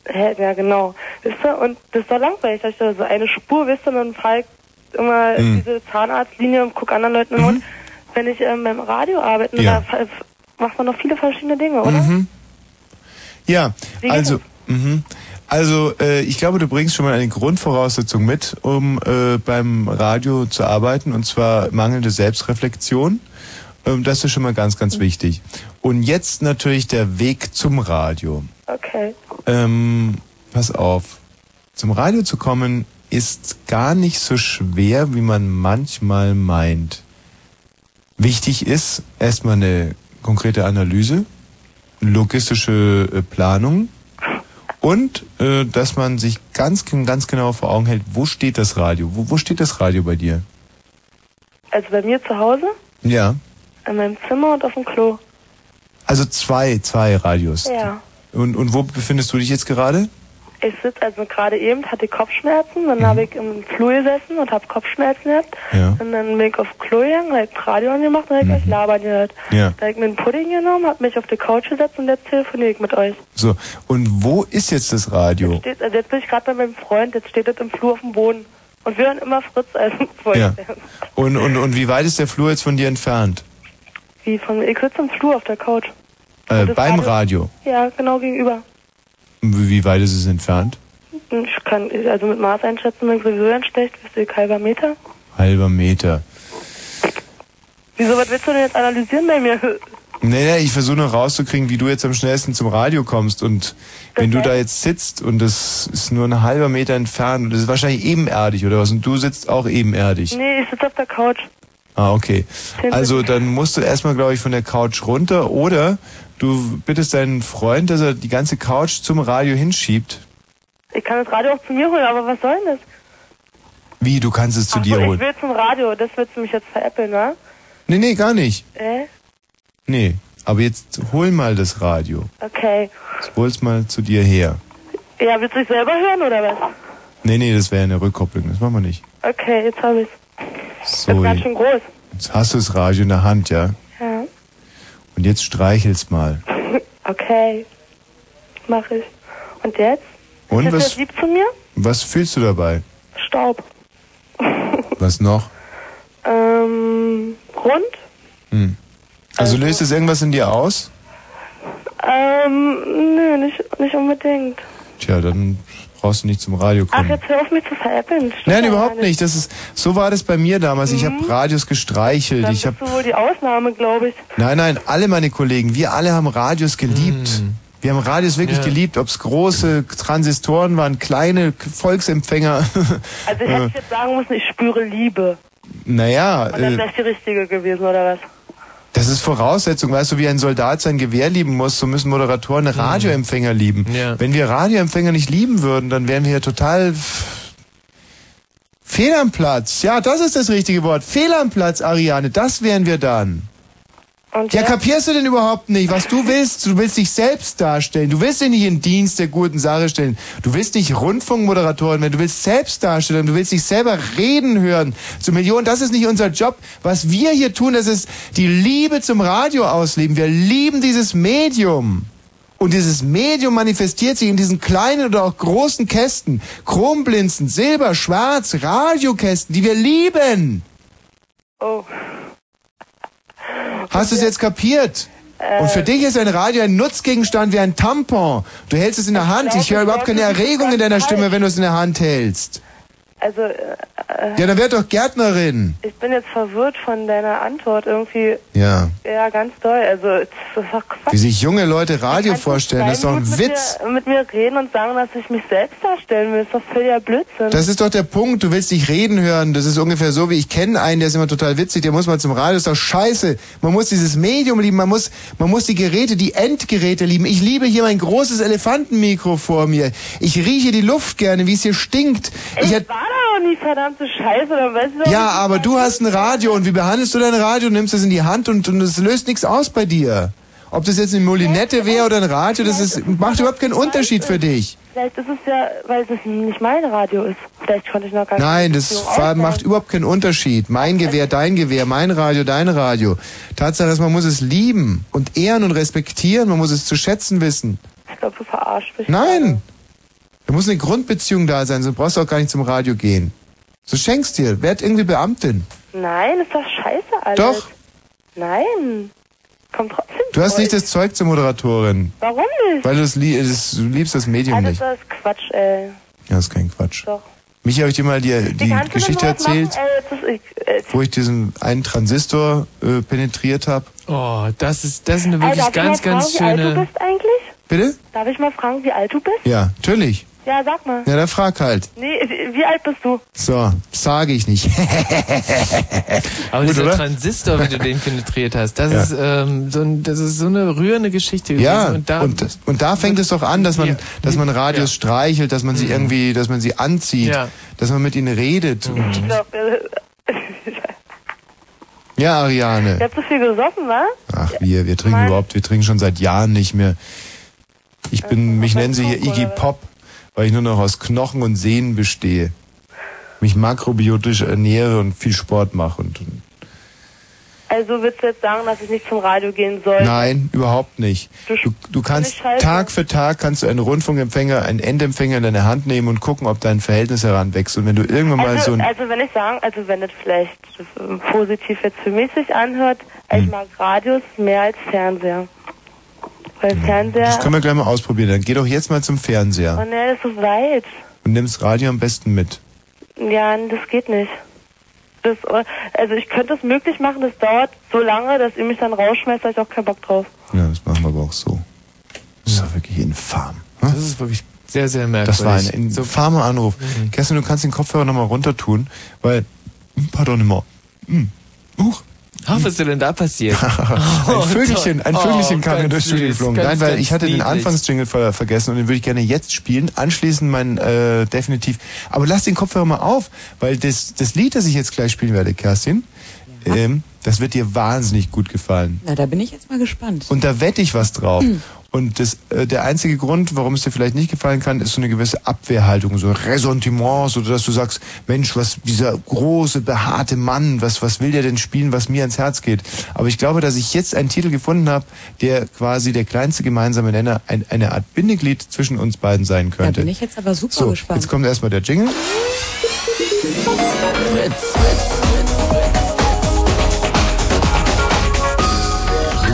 Hä, ja, genau. Wisst ihr, und das ist doch langweilig, dass ich da so eine Spur, wisst ihr, und dann fahre ich immer diese Zahnarztlinie und gucke anderen Leuten in den Mund. Wenn ich ähm, beim Radio arbeite,
Ja. Mhm.
da f- macht man noch viele verschiedene Dinge, oder?
Ja,
Wie geht
also, mhm. also äh, ich glaube, du bringst schon mal eine Grundvoraussetzung mit, um äh, beim Radio zu arbeiten, und zwar mangelnde Selbstreflexion. Ähm, das ist schon mal ganz,
Mhm.
ganz wichtig. Und jetzt natürlich der Weg zum Radio.
Okay.
Ähm, pass auf. Zum Radio zu kommen ist gar nicht so schwer, wie man manchmal meint. Wichtig ist erstmal eine konkrete Analyse, logistische äh, Planung und äh, dass man sich ganz, ganz genau vor Augen hält, wo steht das Radio? Wo, wo steht das Radio bei dir?
Also bei mir zu Hause,
Ja.
in meinem Zimmer und auf dem Klo.
Also zwei, zwei Radios.
Ja.
Und, und wo befindest du dich jetzt gerade?
Ich sitze, also gerade eben hatte ich Kopfschmerzen, dann habe ich im Flur gesessen und habe Kopfschmerzen gehabt.
Mhm. Ja. Mhm.
Und dann bin ich auf Klo gegangen, habe ich Radio angemacht und habe ich euch labern gehört.
Ja.
Da habe ich mir einen Pudding genommen, habe mich auf die Couch gesetzt und jetzt telefoniere ich mit euch.
So. Und wo ist jetzt das Radio?
Steht, also jetzt bin ich gerade bei meinem Freund, jetzt steht das im Flur auf dem Boden. Und wir hören immer Fritz, also voll.
Ja. Und, und, und wie weit ist der Flur jetzt von dir entfernt?
Wie von ich sitze im Flur auf der Couch.
Äh,
Und das
beim Radio.
Radio- Ja, genau gegenüber.
Wie wie weit ist es entfernt?
Ich kann also mit Maß einschätzen, wenn ich sowieso dann schlecht, bist du halber Meter.
Halber Meter.
Wieso, was willst du denn jetzt analysieren bei mir?
Nee, nee, ich versuche noch rauszukriegen, wie du jetzt am schnellsten zum Radio kommst. Und wenn du da jetzt sitzt und das ist nur ein halber Meter entfernt und das ist wahrscheinlich ebenerdig oder was? Und du sitzt auch ebenerdig.
Nee, ich sitze auf der Couch.
Ah, okay. Also dann musst du erstmal, glaube ich, von der Couch runter oder du bittest deinen Freund, dass er die ganze Couch zum Radio hinschiebt.
Ich kann das Radio auch zu mir holen, aber was soll denn das?
Wie, du kannst es zu
So,
dir
ich
holen?
will zum Radio, das willst du mich jetzt veräppeln, ne?
Nee, nee, gar nicht.
Äh?
Nee, aber jetzt hol mal das Radio.
Okay.
Jetzt hol's mal zu dir her.
Ja, willst du dich selber hören oder was?
Nee, nee, das wäre eine Rückkopplung, das machen wir nicht.
Okay, jetzt habe ich's. Das ist
So,
ganz schön groß.
jetzt hast du das Radio in der Hand, ja?
Ja.
Und jetzt streichel's mal.
Okay. Mach ich. Und jetzt?
Und
Ist
was-
das lieb zu mir?
Was fühlst du dabei?
Staub.
Was noch?
Ähm, rund?
Hm. Also löst es irgendwas in dir aus?
Ähm, nö, nicht, nicht unbedingt.
Tja, dann brauchst du nicht zum Radio
Ach,
kommen.
jetzt hör auf mich zu veräppeln. Stimmt
Nein,
ja
überhaupt
gar Mhm.
nicht. Das ist, so war das bei mir damals. Ich habe Radios gestreichelt.
Dann
Ich
bist
habe
du wohl die Ausnahme, glaube ich.
Nein, nein, alle meine Kollegen, wir alle haben Radios geliebt. Wir haben Radios wirklich
Ja.
geliebt, ob es große Transistoren waren, kleine K- Volksempfänger. Äh,
Also ich hätte jetzt sagen müssen, ich spüre Liebe.
naja,
Und dann
äh,
wäre ich die Richtige gewesen, oder was?
das ist Voraussetzung. Weißt du, wie ein Soldat sein Gewehr lieben muss, so müssen Moderatoren Radioempfänger lieben. Wenn wir Radioempfänger nicht lieben würden, dann wären wir ja total f- fehl am Platz. Ja, das ist das richtige Wort. Fehl am Platz, Ariane, das wären wir dann. ja, kapierst du denn überhaupt nicht, was du willst? Du willst dich selbst darstellen. Du willst dich nicht in Dienst der guten Sache stellen. Du willst nicht Rundfunkmoderatoren werden. Du willst selbst darstellen. Du willst dich selber reden hören. Zu Millionen, das ist nicht unser Job. Was wir hier tun, das ist die Liebe zum Radio ausleben. Wir lieben dieses Medium. Und dieses Medium manifestiert sich in diesen kleinen oder auch großen Kästen. Chromblinzen, Silber, Schwarz, Radiokästen, die wir lieben. Hast du es jetzt kapiert? Und für dich ist ein Radio ein Nutzgegenstand wie ein Tampon. Du hältst es in der Hand. Ich höre überhaupt keine Erregung in deiner Stimme, wenn du es in der Hand hältst.
Also, äh,
Ja, dann werd doch Gärtnerin.
ich bin jetzt verwirrt von deiner Antwort irgendwie.
Ja.
Ja, ganz doll. Also, das ist doch Quatsch.
Wie sich junge Leute Radio vorstellen, das ist doch ein
Mit
Witz.
mir, mit mir reden und sagen, dass ich mich selbst darstellen will, ist doch völliger Blödsinn.
Das ist doch der Punkt. Du willst dich reden hören. Das ist ungefähr so, wie ich kenne einen, der ist immer total witzig. Der muss mal zum Radio. Ist doch scheiße. Man muss dieses Medium lieben. Man muss, man muss die Geräte, die Endgeräte lieben. Ich liebe hier mein großes Elefantenmikro vor mir. Ich rieche die Luft gerne, wie es hier stinkt. Ich hätte
war da auch nie verdammte Scheiße, dann weißt du doch
ja, aber du hast ein Radio und wie behandelst du dein Radio? Du nimmst es in die Hand und und es löst nichts aus bei dir. Ob das jetzt eine Molinette wäre oder ein Radio, das ist, macht überhaupt keinen Unterschied für dich.
Vielleicht ist es ja, weil es nicht mein Radio ist. Vielleicht konnte ich noch gar nicht.
Nein, das fa- macht überhaupt keinen Unterschied. Mein Gewehr, dein Gewehr, mein Radio, dein Radio. Tatsache ist, man muss es lieben und ehren und respektieren. Man muss es zu schätzen wissen.
Ich glaube, du verarschst mich.
Nein! Da muss eine Grundbeziehung da sein, sonst brauchst du auch gar nicht zum Radio gehen. So schenkst dir, werd irgendwie Beamtin.
Nein, ist doch scheiße alles.
Doch.
Nein. Komm trotzdem.
Du hast
zurück.
nicht das Zeug zur Moderatorin.
Warum nicht?
Weil du, es lie das, du liebst das Medium
Alles
nicht.
das ist Quatsch, ey.
Ja, ist kein Quatsch.
Doch.
Mich habe ich dir mal die,
Wie
die
kannst du denn
Geschichte
sowas machen,
erzählt,
ey? Das ist, ich, äh,
wo ich diesen einen Transistor äh, penetriert habe.
Oh, das ist, das ist eine
ey,
wirklich
darf
ganz,
ich mal
ganz
fragen, Wie alt du
schöne.
bist eigentlich?
Bitte?
Darf ich mal fragen, wie alt du bist?
Ja, natürlich.
Ja, sag mal.
Ja, dann frag halt.
Nee, wie- wie alt bist du?
So, sage ich nicht.
Aber
Gut,
dieser
oder?
Transistor, wie du den penetriert hast, das
Ja.
ist, ähm, so ein, das ist so eine rührende Geschichte gewesen.
Ja,
und da,
und, und da fängt es doch an, dass man, dass man Radios streichelt, dass man sie irgendwie, dass man sie anzieht,
Mhm. Ja. Mhm.
dass man mit ihnen redet. Und,
Ich glaube, äh,
ja, Ariane.
ich hab zu viel gesoffen, wa?
Ach, wir, wir trinken überhaupt, wir trinken schon seit Jahren nicht mehr. Ich bin, mich nennen sie hier Iggy Pop, weil ich nur noch aus Knochen und Sehnen bestehe. Mich makrobiotisch ernähre und viel Sport mache und, und
Also willst du jetzt sagen, dass ich nicht zum Radio gehen soll?
Nein, überhaupt nicht. Du, du kannst Tag für Tag kannst du einen Rundfunkempfänger, einen Endempfänger in deine Hand nehmen und gucken, ob dein Verhältnis heranwächst. Und wenn du irgendwann mal
Also,
so ein
also wenn ich sagen, also wenn das vielleicht äh, positiv jetzt für mich sich anhört, ich mag Radios mehr als Fernseher. Weil Fernseher...
das können wir gleich mal ausprobieren. Dann geh doch jetzt mal zum
Oh
Fernseher
ne, das ist so weit.
und nimmst Radio am besten mit.
Ja, das geht nicht. Das, äh, also ich könnte es möglich machen, das dauert so lange, dass ihr mich dann rausschmeißt, da hab ich auch keinen Bock drauf.
Ja, das machen wir aber auch so. Das ist doch wirklich infam. Das
ist wirklich sehr, sehr merkwürdig.
Das war ein infamer Anruf. Kerstin, du kannst den Kopfhörer nochmal runter tun, weil, hm, pardon immer,
Ach, was ist denn da passiert? Oh,
ein Vögelchen, ein Vögelchen kam mir durchs Studio geflogen. Nein, weil ich hatte den
Anfangs.
Anfangsjingle ver- vergessen und den würde ich gerne jetzt spielen. Anschließend mein äh, definitiv. Aber lass den Kopfhörer mal auf, weil das, das Lied, das ich jetzt gleich spielen werde, Kerstin, ähm, das wird dir wahnsinnig gut gefallen.
Na, da bin ich jetzt mal gespannt.
Und da wette ich was drauf.
Hm.
Und das, äh, der einzige Grund, warum es dir vielleicht nicht gefallen kann, ist so eine gewisse Abwehrhaltung, so Ressentiments, oder dass du sagst, Mensch, was dieser große, behaarte Mann, was, was will der denn spielen, was mir ans Herz geht. Aber ich glaube, dass ich jetzt einen Titel gefunden habe, der quasi der kleinste gemeinsame Nenner, ein, eine Art Bindeglied zwischen uns beiden sein
Da
könnte.
bin ich jetzt aber super
so,
gespannt.
jetzt kommt erstmal der Jingle.
Fritz.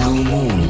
Blue Moon.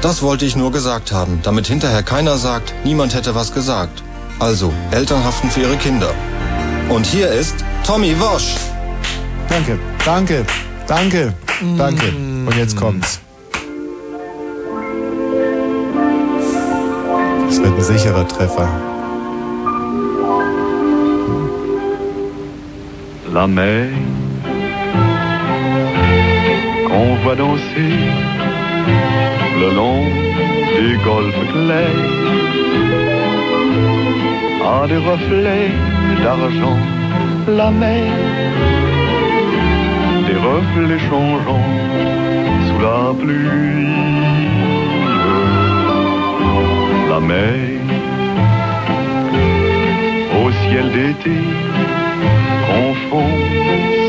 Das wollte ich nur gesagt haben, damit hinterher keiner sagt, niemand hätte was gesagt. Also, Eltern haften für ihre Kinder. Und hier ist Tommy Wosch.
Danke, danke, danke, danke. Und jetzt kommt's. Es wird ein sicherer Treffer.
la mer qu'on voit danser le long du golfe clair a des reflets d'argent la mer des reflets changeants sous la pluie la mer au ciel d'été confond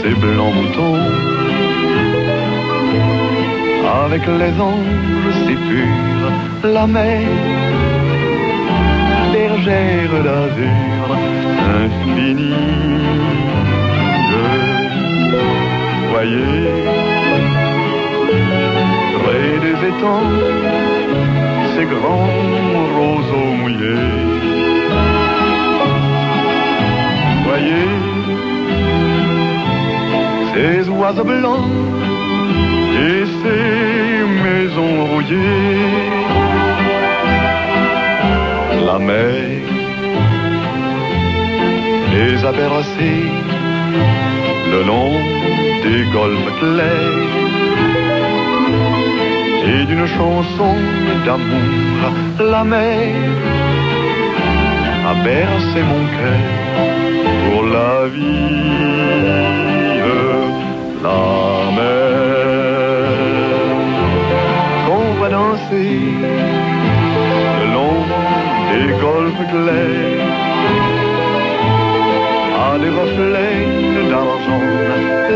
ses blancs moutons avec les anges, c'est pur, la mer, bergère d'azur, infinie. Voyez, près des étangs, ces grands roseaux mouillés. Voyez, ces oiseaux blancs et ces maisons rouillées. La mer les a bercés le long des golfes clairs et d'une chanson d'amour. La mer a bercé mon cœur pour la vie. La mer qu'on va danser le long des golfes clairs à des reflets d'argent.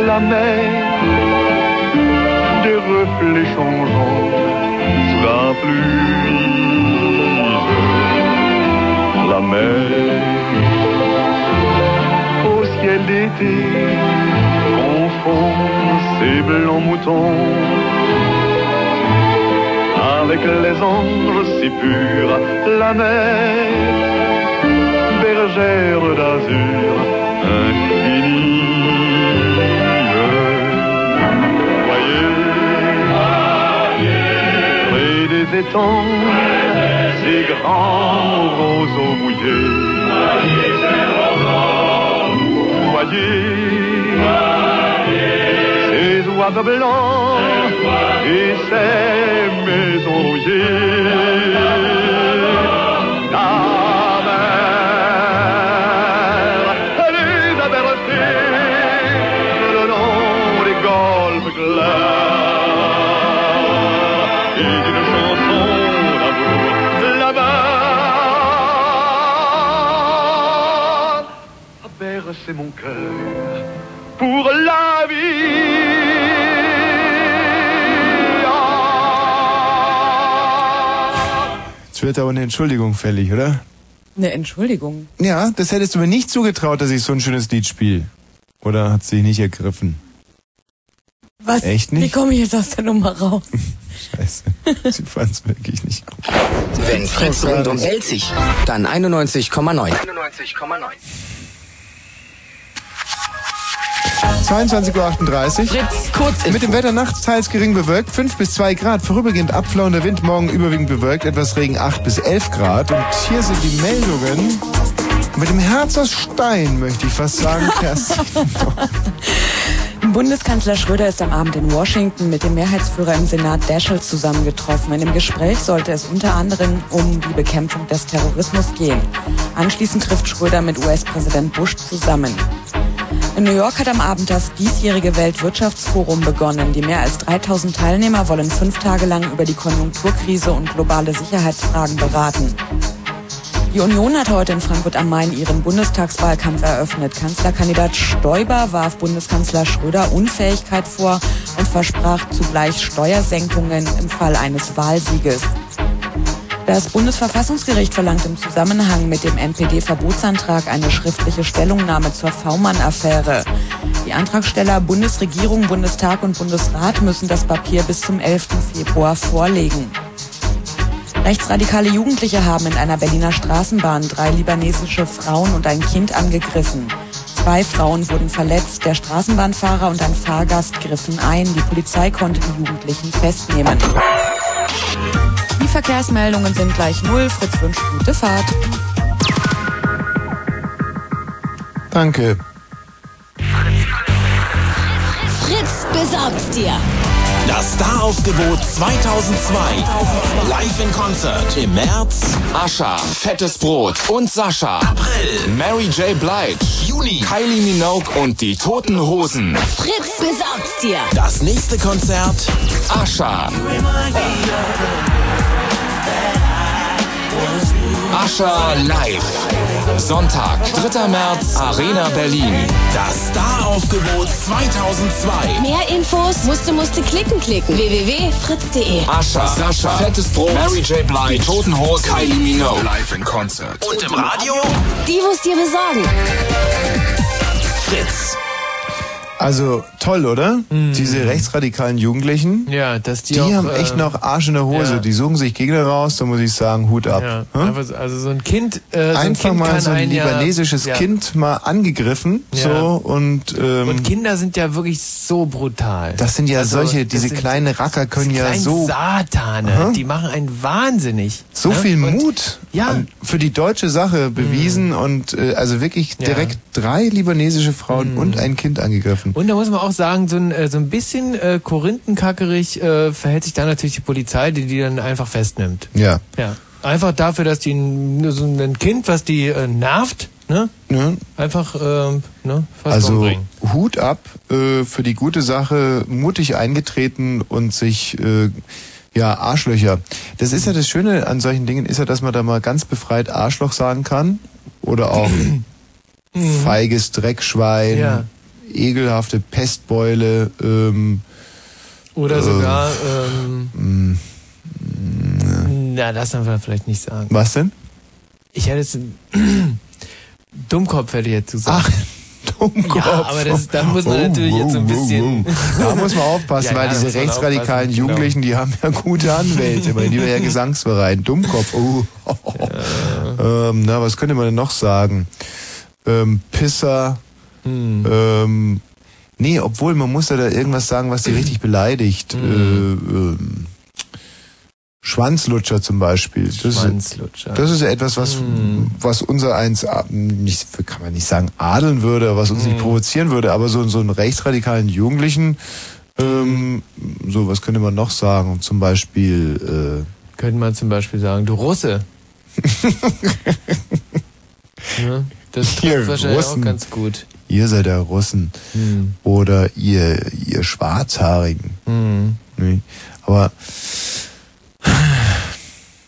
La mer des reflets changeants sous la pluie. La mer au ciel d'été confond ces blancs moutons avec les anges si purs, la mer, bergère d'azur infinie. Voyez, près des étangs, ces grands roseaux mouillés. Voyez, ces oiseaux blancs et ces maisons rouillées. La mer, elle est abercée le long des golfes clairs et d'une chanson d'amour. La mer a bercé mon cœur pour la vie.
Jetzt wird aber eine Entschuldigung fällig, oder?
Eine Entschuldigung.
Ja, das hättest du mir nicht zugetraut, dass ich so ein schönes Lied spiele. Oder hat sie nicht ergriffen?
Was?
Echt
Wie
nicht?
komme ich jetzt aus der Nummer raus?
Scheiße. Sie fand es wirklich nicht gut.
Wenn Fritz rund um Elzig, dann 91,9.
91,9.
22.38 Uhr. Fritz, kurz Mit dem Wetter nachts teils gering bewölkt, 5 bis 2 Grad, vorübergehend abflauender Wind, morgen überwiegend bewölkt, etwas Regen 8 bis 11 Grad. Und hier sind die Meldungen. Mit dem Herz aus Stein, möchte ich fast sagen, Kerstin.
Bundeskanzler Schröder ist am Abend in Washington mit dem Mehrheitsführer im Senat Daschle zusammengetroffen. In dem Gespräch sollte es unter anderem um die Bekämpfung des Terrorismus gehen. Anschließend trifft Schröder mit US-Präsident Bush zusammen. In New York hat am Abend das diesjährige Weltwirtschaftsforum begonnen. Die mehr als 3000 Teilnehmer wollen fünf Tage lang über die Konjunkturkrise und globale Sicherheitsfragen beraten. Die Union hat heute in Frankfurt am Main ihren Bundestagswahlkampf eröffnet. Kanzlerkandidat Stoiber warf Bundeskanzler Schröder Unfähigkeit vor und versprach zugleich Steuersenkungen im Fall eines Wahlsieges. Das Bundesverfassungsgericht verlangt im Zusammenhang mit dem NPD-Verbotsantrag eine schriftliche Stellungnahme zur V-Mann-Affäre. Die Antragsteller Bundesregierung, Bundestag und Bundesrat müssen das Papier bis zum 11. Februar vorlegen. Rechtsradikale Jugendliche haben in einer Berliner Straßenbahn drei libanesische Frauen und ein Kind angegriffen. Zwei Frauen wurden verletzt, der Straßenbahnfahrer und ein Fahrgast griffen ein. Die Polizei konnte die Jugendlichen festnehmen. Die Verkehrsmeldungen sind gleich null. Fritz wünscht gute Fahrt.
Danke.
Fritz besorgt's dir.
Das Star-Aufgebot 2002. Live in Konzert im März. Ascha, Fettes Brot und Sascha. April. Mary J. Blige. Juni. Kylie Minogue und die Toten Hosen.
Fritz besorgt's dir.
Das nächste Konzert. Ascha. Ascha live. Sonntag, 3. März, Arena Berlin. Das Star-Aufgebot 2002.
Mehr Infos musste musste klicken klicken. www.fritz.de.
Ascha, Sascha, Fettes Brot, Mary J. Blige, Toten Hose, Kylie Minogue. Live in Konzert. Und im Radio
Die muss dir besorgen.
Fritz.
Also toll, oder? Diese rechtsradikalen Jugendlichen,
Ja, dass Mhm. die,
die
auch,
haben echt
äh,
noch Arsch in der Hose.
ja.
Die suchen sich Gegner raus, da muss ich sagen, Hut ab.
Ja,
Hm?
einfach so- also so ein Kind, äh, so ein
Einfach
kind
mal
kann
so ein
einen ja-
libanesisches
ja.
Kind mal angegriffen.
Ja.
So und, ähm,
Und Kinder sind ja wirklich so brutal.
das sind ja
Also,
solche,
das
diese
sind-
kleinen Racker können
diese
ja
kleinen
so.
Satane,
Aha.
die machen einen wahnsinnig.
So
ne?
viel
Und-
Mut
Ja. Mhm.
an, für die deutsche Sache bewiesen und äh, also wirklich
Ja. Mhm.
direkt drei libanesische Frauen und ein Kind angegriffen.
Und da muss man auch sagen, so ein, äh, so ein bisschen äh, korinthenkackerig äh, verhält sich dann natürlich die Polizei, die die dann einfach festnimmt.
Ja.
Ja. Einfach dafür, dass die ein, so ein Kind, was die äh, nervt, ne?
Ja.
Einfach ähm, ne, fast
Also
umbringen.
Hut ab äh, für die gute Sache, mutig eingetreten und sich äh, ja Arschlöcher. Das ist ja das Schöne an solchen Dingen, ist ja, dass man da mal ganz befreit Arschloch sagen kann oder auch feiges Dreckschwein,
Mhm. Ja.
ekelhafte Pestbeule. Ähm,
Oder
äh,
sogar, ähm,
mm,
na, das darf man vielleicht nicht sagen.
Was denn?
Ich hätte es, Dummkopf hätte ich jetzt gesagt.
Ach, Dummkopf.
Ja, aber das, da muss man
Oh,
natürlich jetzt so ein
wow,
bisschen...
wow, wow. Da muss man aufpassen,
Ja,
weil
ja,
diese
muss man aufpassen,
rechtsradikalen
genau.
Jugendlichen, die haben ja gute Anwälte, weil die waren ja Gesangsverein. Dummkopf. Oh. Ähm, na, was könnte man denn noch sagen? Ähm, Pisser.
Hm.
Ähm, nee, obwohl man muss ja da irgendwas sagen, was die richtig beleidigt.
Hm.
Äh, ähm, Schwanzlutscher zum Beispiel. Das
Schwanzlutscher.
Ist, das ist ja etwas, was,
Hm.
was unser eins, ah, nicht, kann man nicht sagen, adeln würde, was uns
Hm.
nicht provozieren würde, aber so, so einen rechtsradikalen Jugendlichen, ähm, so was könnte man noch sagen? Zum Beispiel, äh,
Könnte man zum Beispiel sagen, du Russe. ne? Das
Ihr
trifft wahrscheinlich
Russen.
auch ganz gut.
äh, ihr seid ja Russen
Hm.
oder ihr, ihr Schwarzhaarigen.
Hm.
Nee. Aber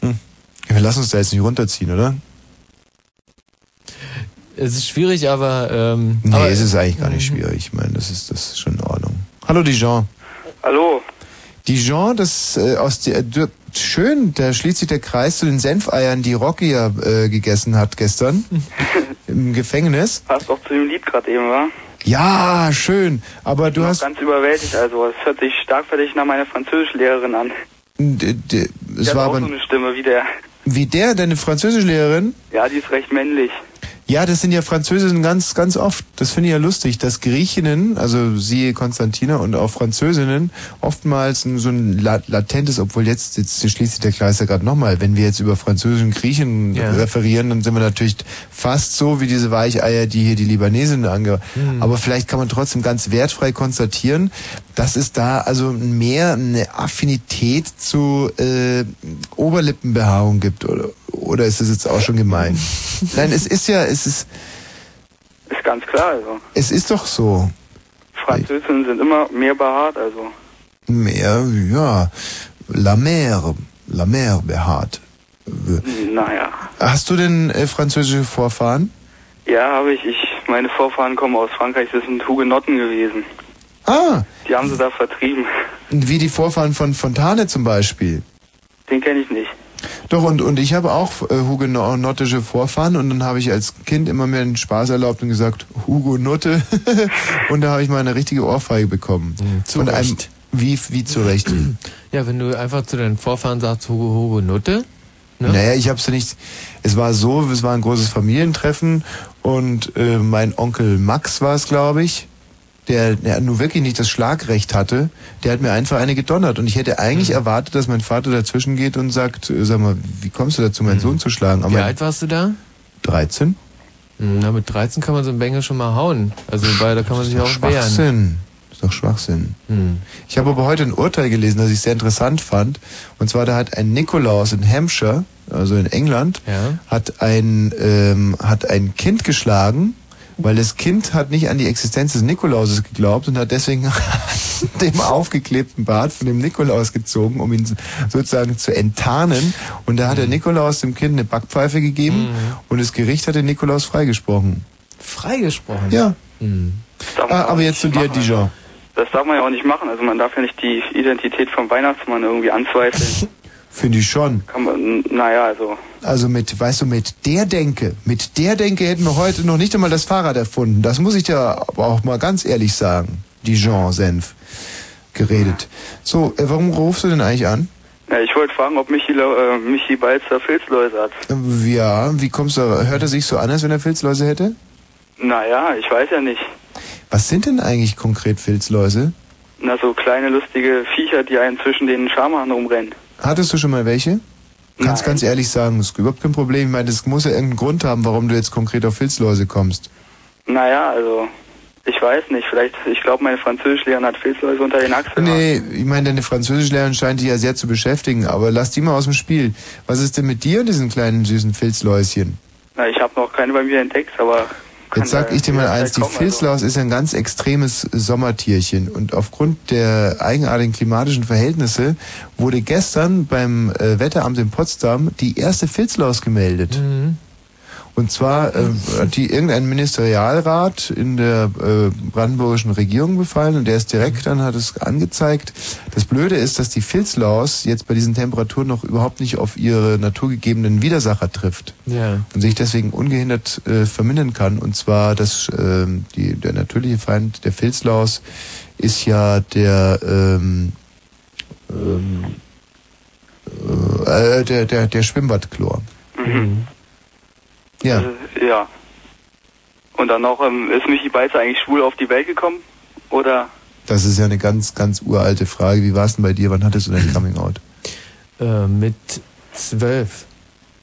hm. wir lassen uns da jetzt nicht runterziehen, oder?
Es ist schwierig, aber... Ähm,
Nee,
aber Mhm.
es ist eigentlich gar nicht schwierig. Ich meine, das ist, das ist schon in Ordnung. Hallo Dijon.
Hallo.
Dijon, das äh, aus der äh, dür- schön, da schließt sich der Kreis zu den Senfeiern, die Rocky ja äh, gegessen hat gestern im Gefängnis.
Passt auch zu dem Lied gerade eben, wa?
Ja, schön. Aber Ah, du
Bin auch
hast
ganz überwältigt, also es hört sich stark für dich nach meiner Französischlehrerin an.
d- d-
die
es
hat
war
auch
aber
so eine Stimme wie der.
wie der deine Französischlehrerin.
Ja, die ist recht männlich.
Ja, das sind ja Französinnen ganz, ganz oft. Das finde ich ja lustig, dass Griechinnen, also siehe Konstantina und auch Französinnen, oftmals n- so ein la- latentes, obwohl jetzt, jetzt schließt sich der Kreis ja gerade nochmal, wenn wir jetzt über Französinnen und Griechen
Ja.
referieren, dann sind wir natürlich fast so wie diese Weicheier, die hier die Libanesinnen ange...
Hm.
Aber vielleicht kann man trotzdem ganz wertfrei konstatieren, dass es da also mehr eine Affinität zu äh, Oberlippenbehaarung gibt, oder? Oder ist das jetzt auch schon gemein? Nein, es ist ja, es ist.
Ist ganz klar, also.
Es ist doch so.
Französinnen sind immer mehr behaart, also.
Mehr, ja. La mer. La mer behaart.
Naja.
Hast du denn äh, französische Vorfahren?
Ja, habe ich. ich. Meine Vorfahren kommen aus Frankreich, das sind Hugenotten gewesen.
Ah,
Die haben sie da vertrieben.
wie die Vorfahren von Fontane zum Beispiel.
Den kenne ich nicht.
Doch, und, und ich habe auch äh, hugenottische Vorfahren und dann habe ich als Kind immer mir einen Spaß erlaubt und gesagt, Hugonotte. und da habe ich mal eine richtige Ohrfeige bekommen.
Mhm. zu
Von einem,
Recht.
wie, wie zu Recht.
Ja, wenn du einfach zu deinen Vorfahren sagst, Hugo, Hugo, Nutte. Ne?
Naja, ich habe es ja nicht. Es war so, es war ein großes Familientreffen und äh, mein Onkel Max war es, glaube ich, der, der nun wirklich nicht das Schlagrecht hatte. Der hat mir einfach eine gedonnert und ich hätte eigentlich
Mhm.
erwartet, dass mein Vater dazwischen geht und sagt, äh, sag mal, wie kommst du dazu, meinen Sohn zu schlagen?
Mhm. Wie
Aber
alt warst du da?
13?
Hm, Na, mit 13 kann man so einen Bengel schon mal hauen. Also, weil da kann man sich auch wehren. Hm.
Schwachsinn. Ist doch Schwachsinn. Ich habe aber heute ein Urteil gelesen, das ich sehr interessant fand. Und zwar, da hat ein Nikolaus in Hampshire, also in England, hat, ein, ähm, hat ein Kind geschlagen, weil das Kind hat nicht an die Existenz des Nikolauses geglaubt und hat deswegen an dem aufgeklebten Bart von dem Nikolaus gezogen, um ihn sozusagen zu enttarnen. Und da hat
Hm.
der Nikolaus dem Kind eine Backpfeife gegeben und das Gericht hat den Nikolaus freigesprochen.
Freigesprochen?
Ja. Ah, aber jetzt zu dir, Dijon.
Das darf man ja auch nicht machen. Also man darf ja nicht die Identität vom Weihnachtsmann irgendwie anzweifeln.
Finde ich schon.
Kann man, naja, also.
Also mit, weißt du, mit der Denke, mit der Denke hätten wir heute noch nicht einmal das Fahrrad erfunden. Das muss ich dir aber auch mal ganz ehrlich sagen. Dijon, Senf. Geredet. So, äh, warum rufst du denn eigentlich an?
Ja, ich wollte fragen, ob Michi, Lau- äh, Michi Balzer Filzläuse hat.
Ähm, Ja, wie kommst du, hört er sich so an, als wenn er Filzläuse hätte?
Naja, ich weiß ja nicht.
Was sind denn eigentlich konkret Filzläuse?
Na, so kleine lustige Viecher, die einen zwischen den Schamhaaren rumrennen.
Hattest du schon mal welche? Kannst ganz ehrlich sagen, das ist überhaupt kein Problem. Ich meine, das muss ja irgendeinen Grund haben, warum du jetzt konkret auf Filzläuse kommst.
Naja, also. Ich weiß nicht. Vielleicht, ich glaube, meine Französischlehrerin hat Filzläuse unter den Achseln.
Nee, ich meine, deine Französischlehrerin scheint dich ja sehr zu beschäftigen, aber lass die mal aus dem Spiel. Was ist denn mit dir und diesen kleinen süßen Filzläuschen?
Na, ich habe noch keine bei mir entdeckt, aber. kann
Jetzt sag
ja
ich dir mal eins, die
kommen, also.
Filzlaus ist ein ganz extremes Sommertierchen und aufgrund der eigenartigen klimatischen Verhältnisse wurde gestern beim äh, Wetteramt in Potsdam die erste Filzlaus gemeldet. Und zwar äh, hat die irgendein Ministerialrat in der äh, brandenburgischen Regierung befallen und der ist direkt dann hat es angezeigt. Das Blöde ist, dass die Filzlaus jetzt bei diesen Temperaturen noch überhaupt nicht auf ihre naturgegebenen Widersacher trifft
Ja.
und sich deswegen ungehindert äh, vermindern kann. Und zwar, dass ähm, die, der natürliche Feind der Filzlaus ist ja der ähm, ähm, äh, der, der, der Schwimmbadchlor.
Mhm.
Ja.
also, Ja. Und dann noch, ähm, ist Michi Balzer eigentlich schwul auf die Welt gekommen? Oder?
Das ist ja eine ganz, ganz uralte Frage. Wie war es denn bei dir? Wann hattest du dein Coming Out?
Äh, mit zwölf.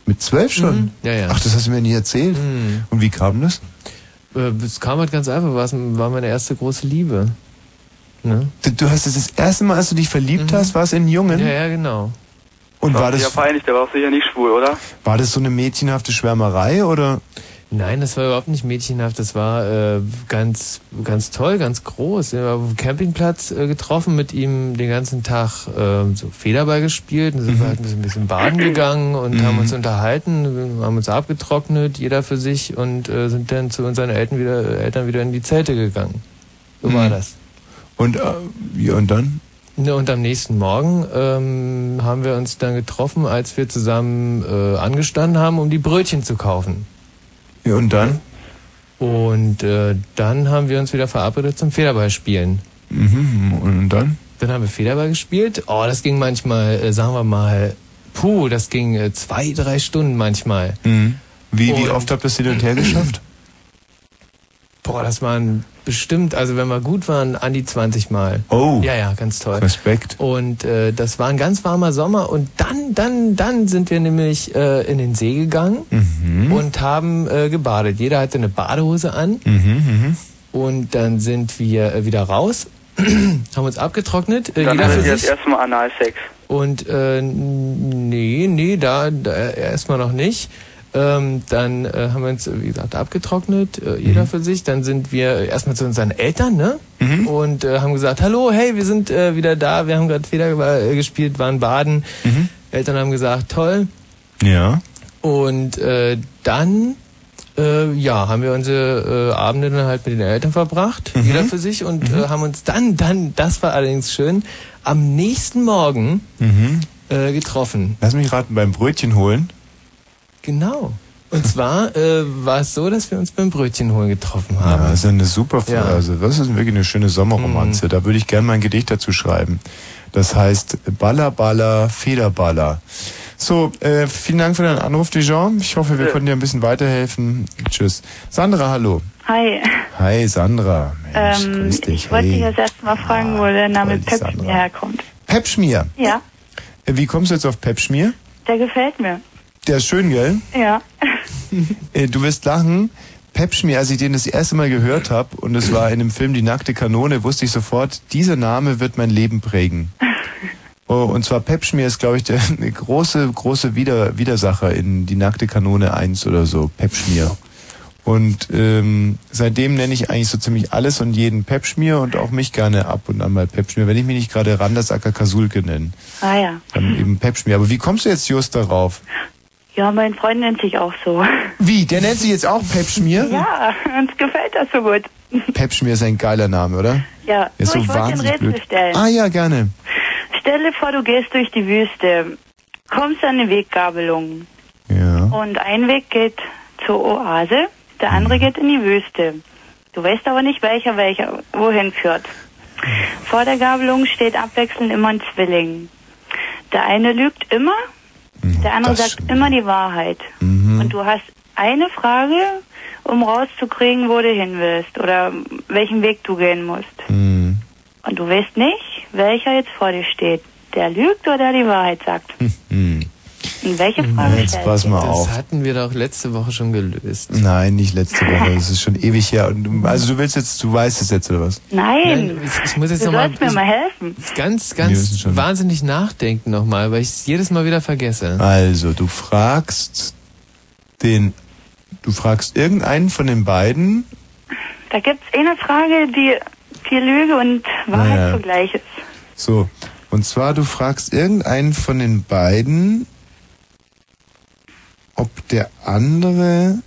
Mit zwölf schon?
Mhm. Ja, ja.
Ach, das hast du mir nie erzählt. Und wie kam das?
Äh, Es kam halt ganz einfach, war's- war meine erste große Liebe. Ne?
Du, du hast es das erste Mal, als du dich verliebt hast, war es in einen Jungen?
Mhm. Ja, ja, genau.
Und war
Ja,
das,
peinlich, der war auch sicher nicht schwul, oder?
Äh,
war das so eine mädchenhafte Schwärmerei oder?
Nein, das war überhaupt nicht mädchenhaft. Das war äh, ganz, ganz toll, ganz groß. Wir haben auf dem Campingplatz äh, getroffen mit ihm den ganzen Tag äh, so Federball gespielt. Und
Mhm.
sind wir halt ein bisschen baden gegangen und haben uns unterhalten, haben uns abgetrocknet, jeder für sich und äh, sind dann zu unseren Eltern wieder, äh, Eltern wieder in die Zelte gegangen. So war
Mhm.
das.
Und, äh, ja, und dann?
Ne, und am nächsten Morgen ähm, haben wir uns dann getroffen, als wir zusammen äh, angestanden haben, um die Brötchen zu kaufen.
Ja, und dann?
Und äh, dann haben wir uns wieder verabredet zum Federball spielen.
Mhm, und dann?
Dann haben wir Federball gespielt. Oh, das ging manchmal, äh, sagen wir mal, puh, das ging äh, zwei, drei Stunden manchmal.
Mhm. Wie, wie
Und-
oft habt ihr es hin und her geschafft?
Boah, das waren bestimmt, also wenn wir gut waren, an die 20 Mal.
Oh.
Ja, ja, ganz toll.
Respekt.
Und äh, das war ein ganz warmer Sommer und dann, dann, dann sind wir nämlich äh, in den See gegangen und haben äh, gebadet. Jeder hatte eine Badehose an
Mhm,
und dann sind wir äh, wieder raus, haben uns abgetrocknet. Äh,
Dann
jeder
hatte
für
sie das
sich.
erste Mal Analsex.
Und äh, nee, nee, da, da erstmal noch nicht. Ähm, dann äh, haben wir uns, wie gesagt, abgetrocknet, äh, jeder für sich. Dann sind wir erstmal zu unseren Eltern, ne? Und äh, haben gesagt, hallo, hey, wir sind äh, wieder da, wir haben gerade Feder äh, gespielt, waren baden. Eltern haben gesagt, toll.
Ja.
Und äh, dann, äh, ja, haben wir unsere äh, Abende dann halt mit den Eltern verbracht, jeder für sich, und äh, haben uns dann, dann, das war allerdings schön, am nächsten Morgen
Mhm.
äh, getroffen.
Lass mich raten, beim Brötchen holen.
Genau. Und zwar äh, war es so, dass wir uns beim Brötchen holen getroffen haben.
Ja, das ist eine super
Ja.
Also das ist wirklich eine schöne Sommerromanze. Da würde ich gerne mal ein Gedicht dazu schreiben. Das heißt Ballerballer, Federballer. So, äh, vielen Dank für deinen Anruf, Dijon. Ich hoffe, wir konnten dir ein bisschen weiterhelfen. Tschüss. Sandra, hallo.
Hi.
Hi, Sandra.
Ähm,
grüß dich.
ich wollte dich
Hey. Ah,
jetzt erstmal fragen, wo der Name Pep mir herkommt.
Pepschmier.
Ja,
Äh, Wie kommst du jetzt auf Pepschmier?
der gefällt mir.
Der ist schön, gell?
Ja.
Äh, Du wirst lachen. Pepschmier, als ich den das erste Mal gehört habe, und es war in dem Film Die nackte Kanone, wusste ich sofort, dieser Name wird mein Leben prägen. Oh, und zwar Pepschmier ist, glaube ich, der eine große, große Wider Widersacher in Die nackte Kanone 1 oder so. Pepschmier. Und ähm, seitdem nenne ich eigentlich so ziemlich alles und jeden Pepschmier und auch mich gerne ab und an mal Pepschmier, wenn ich mich nicht gerade Randersacker Kasulke nenne.
Ah ja.
Dann eben Pepschmier. Aber wie kommst du jetzt just darauf?
Ja, mein Freund nennt sich auch so.
Wie? Der nennt sich jetzt auch Pepschmier?
Ja, uns gefällt das so gut.
Pepschmier ist ein geiler Name, oder?
Ja,
Ist
du,
so
ich wollte dir ein
wahnsinnig
Rätsel
blöd.
stellen.
Ah ja, gerne.
Stelle vor, du gehst durch die Wüste, kommst an eine Weggabelung.
Ja.
Und ein Weg geht zur Oase, der
Mhm.
andere geht in die Wüste. Du weißt aber nicht, welcher welcher wohin führt. Vor der Gabelung steht abwechselnd immer ein Zwilling. Der eine lügt immer,
Mhm,
der andere sagt immer die Wahrheit. Und du hast eine Frage, um rauszukriegen, wo du hin willst oder welchen Weg du gehen musst.
Mhm.
Und du weißt nicht, welcher jetzt vor dir steht. Der lügt oder der die Wahrheit sagt. Und welche Frage
Mhm. Jetzt
stellst
pass mal
das
auf.
hatten wir doch letzte Woche schon gelöst.
Nein, nicht letzte Woche. Das ist schon ewig her. Und du- Also du willst jetzt, du weißt es jetzt oder was?
Nein.
ich, ich muss jetzt
du
nochmal
sollst mir mal helfen.
ganz, ganz wahnsinnig nachdenken nochmal, weil ich es jedes Mal wieder vergesse.
Also du fragst den, du fragst irgendeinen von den beiden.
Da gibt's eine Frage, die die Lüge und Wahrheit
Naja.
zugleich ist.
So und zwar du fragst irgendeinen von den beiden, ob der andere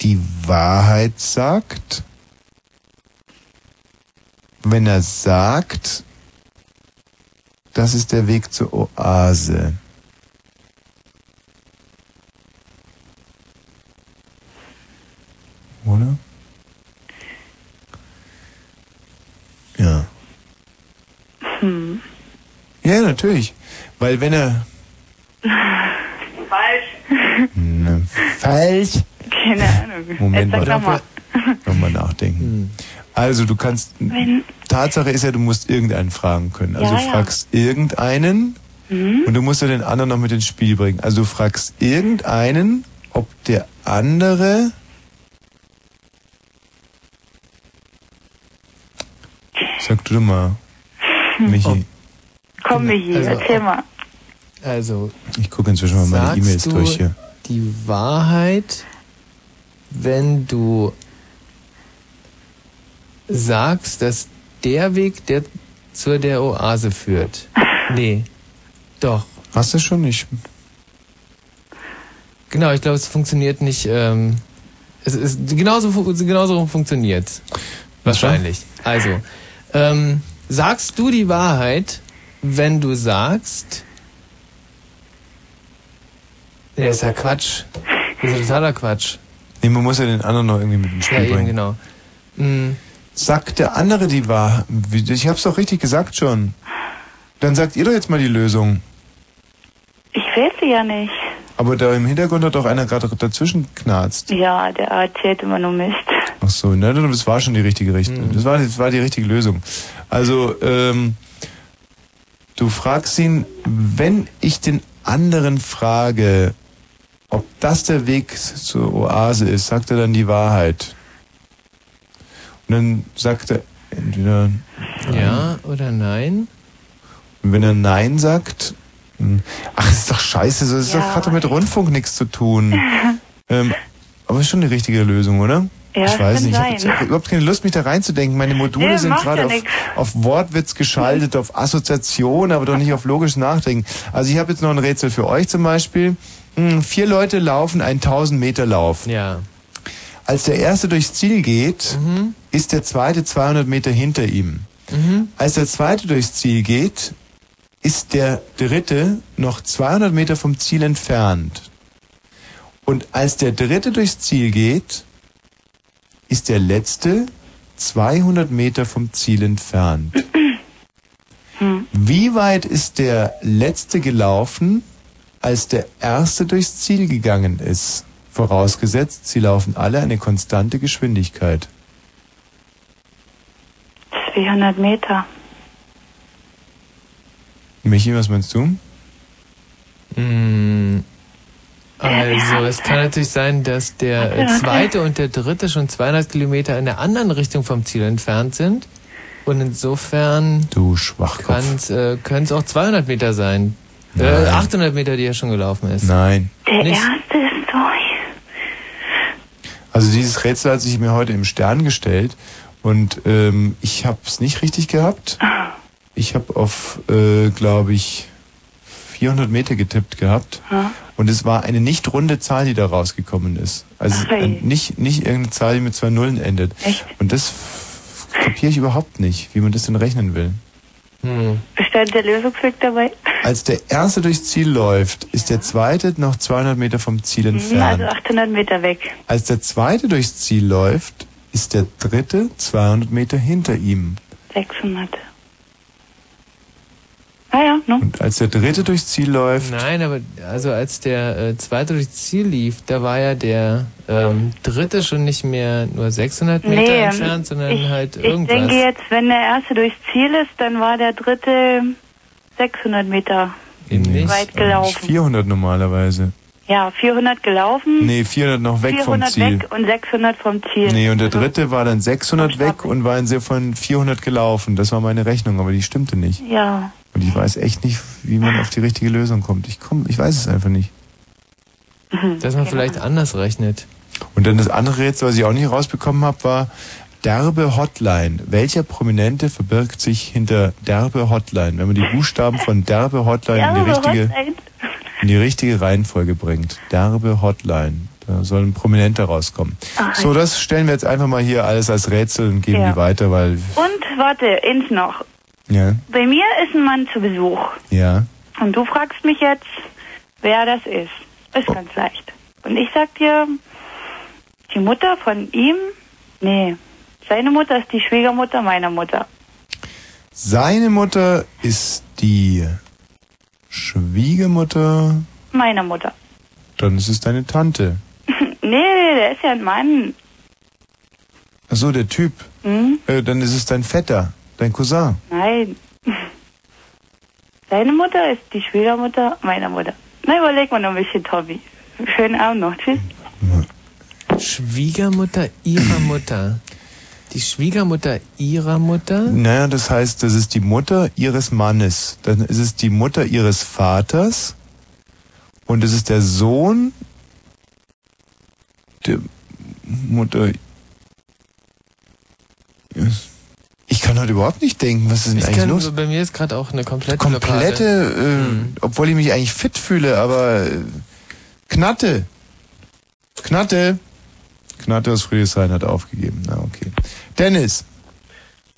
die Wahrheit sagt. Wenn er sagt, das ist der Weg zur Oase. Oder? Ja.
Hm.
Ja, natürlich. Weil wenn er...
Falsch.
Ne, falsch.
Keine Ahnung.
Moment
Jetzt
mal.
sag doch mal.
Nochmal
Hm.
nachdenken. Also du kannst...
Wenn-
Tatsache ist ja, du musst irgendeinen fragen können. Also
Ja,
du
ja.
fragst irgendeinen
Hm?
und du musst ja den anderen noch mit ins Spiel bringen. Also du fragst irgendeinen, ob der andere... Sag du doch mal,
Hm.
Michi.
Komm, Michi,
Also-
erzähl mal.
Also,
Ich gucke inzwischen mal meine
Sagst
E-Mails
du-
durch hier.
die Wahrheit, wenn du sagst, dass der Weg, der zu der Oase führt. Nee, doch.
Hast du schon nicht?
Genau, ich glaube, es funktioniert nicht. Ähm, es ist genauso, fu- genauso rum funktioniert. Wahrscheinlich. Also, ähm, sagst du die Wahrheit, wenn du sagst. Ja, ist ja Quatsch. Das ist totaler Quatsch.
Nee, man muss ja den anderen noch irgendwie mit ins
Ja,
Spiel
eben,
bringen.
genau. Mhm.
Sagt der andere die Wahrheit? Ich hab's doch richtig gesagt schon. Dann sagt ihr doch jetzt mal die Lösung.
Ich will sie ja nicht.
Aber da im Hintergrund hat doch einer gerade dazwischen knarzt.
Ja, der erzählt immer nur Mist.
Ach so, ne, das war schon die richtige Richtung.
Mhm.
Das, war, das war die richtige Lösung. Also, ähm, du fragst ihn, wenn ich den anderen frage, ob das der Weg zur Oase ist, sagt er dann die Wahrheit. Und dann sagt er entweder
Ja oder nein?
Und wenn er Nein sagt, hm, Ach, das ist doch scheiße, so- das ist doch, hat doch mit Rundfunk nichts zu tun. ähm, aber ist schon eine richtige Lösung, oder?
Ja,
ich weiß
kann
nicht.
sein.
Ich habe überhaupt keine Lust, mich da reinzudenken. Meine Module
Nee,
sind
macht
gerade
ja
auf,
nix.
auf Wortwitz geschaltet, auf Assoziation, aber doch nicht auf logisches Nachdenken. Also ich habe jetzt noch ein Rätsel für euch zum Beispiel. Hm, vier Leute laufen einen 1000-Meter-Lauf.
Ja.
Als der erste durchs Ziel geht, ist der zweite 200 Meter hinter ihm. Als der zweite durchs Ziel geht, ist der dritte noch 200 Meter vom Ziel entfernt. Und als der dritte durchs Ziel geht, ist der letzte 200 Meter vom Ziel entfernt. Wie weit ist der letzte gelaufen, als der erste durchs Ziel gegangen ist? Vorausgesetzt, sie laufen alle eine konstante Geschwindigkeit.
200 Meter.
Michi, was meinst du?
Hm. Also, es kann natürlich sein, dass der äh, zweite und der dritte schon 200 Kilometer in der anderen Richtung vom Ziel entfernt sind. Und insofern
Du Schwachkopf.
kann's, äh, können es auch 200 Meter sein. Äh,
Nein.
800 Meter, die er schon gelaufen ist.
Nein.
Der
Nicht?
erste ist durch.
Also dieses Rätsel hat sich mir heute im Stern gestellt und ähm, ich habe es nicht richtig gehabt. Ich habe auf, äh, glaube ich, 400 Meter getippt gehabt und es war eine nicht runde Zahl, die da rausgekommen ist. Also
Ei.
äh, nicht, nicht irgendeine Zahl, die mit zwei Nullen endet. Und das f- kapiere ich überhaupt nicht, wie man das denn rechnen will.
Hm.
Bestand der Lösungsweg dabei?
Als der erste durchs Ziel läuft, ist der zweite noch 200 Meter vom Ziel
Hm,
entfernt.
Also 800 Meter weg.
Als der zweite durchs Ziel läuft, ist der dritte 200 Meter hinter ihm.
600. Ah ja, ne?
Und als der dritte durchs Ziel läuft,
Nein, aber also als der äh, zweite durchs Ziel lief, da war ja der ähm, dritte schon nicht mehr nur 600 Meter
Nee,
entfernt, sondern
ich,
halt
ich
irgendwas.
denke jetzt, wenn der erste durchs Ziel ist, dann war der dritte 600 Meter
Eben
weit gelaufen.
400 normalerweise.
Ja, 400 gelaufen.
Nee, 400 noch weg
400
vom Ziel.
Hm. weg und 600 vom Ziel.
Nee, und der dritte war dann 600 weg und war in sehr von 400 gelaufen. Das war meine Rechnung, aber die stimmte nicht.
Ja.
Und ich weiß echt nicht, wie man auf die richtige Lösung kommt. Ich komm, ich weiß es einfach nicht.
Dass
Genau.
man vielleicht anders rechnet.
Und dann das andere Rätsel, was ich auch nicht rausbekommen habe, war derbe Hotline. Welcher Prominente verbirgt sich hinter derbe Hotline, wenn man die Buchstaben von derbe Hotline
Ja,
in, die
aber
richtige,
Hotline.
in die richtige Reihenfolge bringt? Derbe Hotline. Da soll ein Prominenter rauskommen.
Ach,
so, das stellen wir jetzt einfach mal hier alles als Rätsel und geben
Ah, Ja.
die weiter, weil,
Und warte, eins noch.
ja,
Bei mir ist ein Mann zu Besuch.
ja.
Und du fragst mich jetzt, wer das ist. Ist ganz leicht. Und ich sag dir, die Mutter von ihm? Nee. Seine Mutter ist die Schwiegermutter meiner Mutter.
Seine Mutter ist die Schwiegermutter,
Meiner Mutter.
dann ist es deine Tante.
Nee, der ist ja ein Mann.
Ach so, der Typ.
Hm?
Äh, dann ist es dein Vetter, dein Cousin.
Nein. Seine Mutter ist die Schwiegermutter meiner Mutter. Na, überleg mal noch ein bisschen, Tommy. Schönen Abend noch. Tschüss.
Schwiegermutter ihrer Mutter. Die Schwiegermutter ihrer Mutter?
Naja, das heißt, das ist die Mutter ihres Mannes. Dann ist es die Mutter ihres Vaters. Und es ist der Sohn der Mutter. Ich kann heute überhaupt nicht denken, was ist denn
Ich
eigentlich
kann,
los?
bei mir ist gerade auch eine komplette
Komplette,
Blockade.
äh,
Hm.
obwohl ich mich eigentlich fit fühle, aber äh, Knatte. Knatte. Knatte aus Friedrichshain hat aufgegeben. Na, okay. Dennis.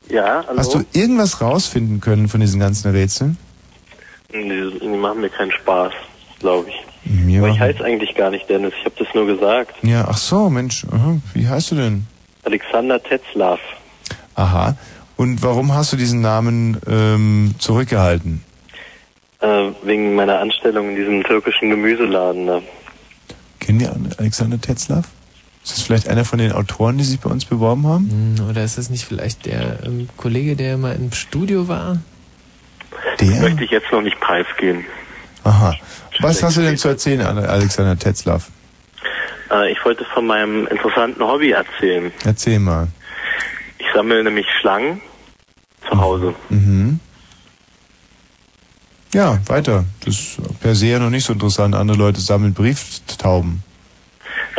Ja, hallo.
Hast du irgendwas rausfinden können von diesen ganzen Rätseln?
Nee, die machen mir keinen Spaß, glaube ich.
Mir
Aber ich
machen-
heiße eigentlich gar nicht Dennis, ich habe das nur gesagt.
Ja, ach so, Mensch. Aha, wie heißt du denn?
Alexander Tetzlaff.
Aha. Und warum hast du diesen Namen ähm, zurückgehalten?
Äh, wegen meiner Anstellung in diesem türkischen Gemüseladen. Ne?
Kennen wir Alexander Tetzlaff? Ist das vielleicht einer von den Autoren, die sich bei uns beworben haben?
Hm, Oder ist das nicht vielleicht der ähm, Kollege, der mal im Studio war?
Der?
Möchte ich jetzt noch nicht preisgeben.
Aha. Was hast du denn zu erzählen, Ale- Alexander Tetzlaff?
Äh, ich wollte von meinem interessanten Hobby erzählen.
Erzähl mal.
Ich sammle nämlich Schlangen zu Hause.
Mhm. Ja, weiter. Das ist per se ja noch nicht so interessant. Andere Leute sammeln Brieftauben.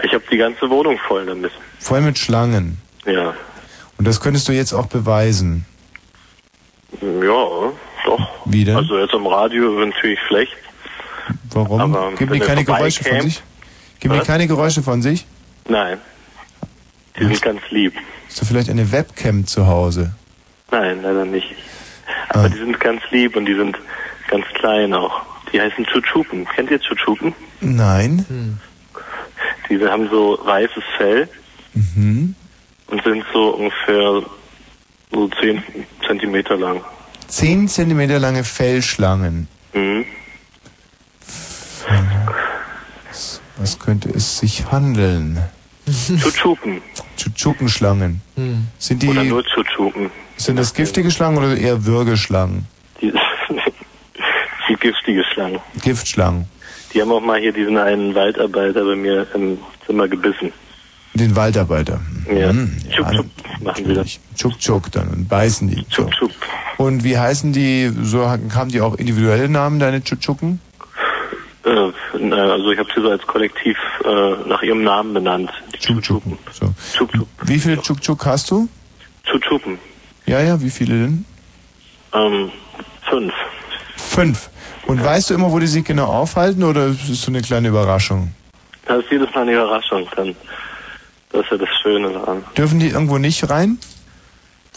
Ich habe die ganze Wohnung voll damit.
Voll mit Schlangen.
Ja.
Und das könntest du jetzt auch beweisen.
Ja, doch.
Wie denn?
Also jetzt am Radio ist natürlich schlecht.
Warum?
Aber
Geben
wenn
die
er
keine Geräusche von
vorbeikäme-
sich? Geben die
Was?
keine Geräusche von sich?
Nein. Die sind ganz lieb.
Hast du vielleicht eine Webcam zu Hause?
Nein, leider nicht. Aber die sind ganz lieb und die sind ganz klein auch. Die heißen Chuchupen. Kennt ihr Chuchupen?
Nein.
Die haben so weißes Fell
Mhm.
und sind so ungefähr so 10 Zentimeter lang.
Zehn Zentimeter lange Fellschlangen.
Mhm.
Was könnte es sich handeln?
Chuchupen.
Chuchukenschlangen. Sind die,
Oder nur Chuchupen.
sind das giftige Schlangen oder eher Würgeschlangen?
Die, die giftige Schlangen.
Giftschlangen.
Die haben auch mal hier diesen einen Waldarbeiter bei mir im Zimmer gebissen.
Den Waldarbeiter.
Ja.
Mhm.
Chup, chup, machen sie das.
Chuck Chuck dann und beißen die. Chuck
Chuck.
Und wie heißen die, so haben die auch individuelle Namen, deine Chuchucken?
Äh, na, also ich habe sie so als Kollektiv äh, nach ihrem Namen benannt. Die Chuchupen.
Wie viele Chuck Chuck hast du?
Chuchupen.
Ja, ja, wie viele denn?
Ähm, fünf.
Fünf. Und weißt du immer, wo die sich genau aufhalten oder ist es so eine kleine Überraschung?
Das ist jedes Mal eine Überraschung dann. Das ist ja das Schöne daran.
Dürfen die irgendwo nicht rein?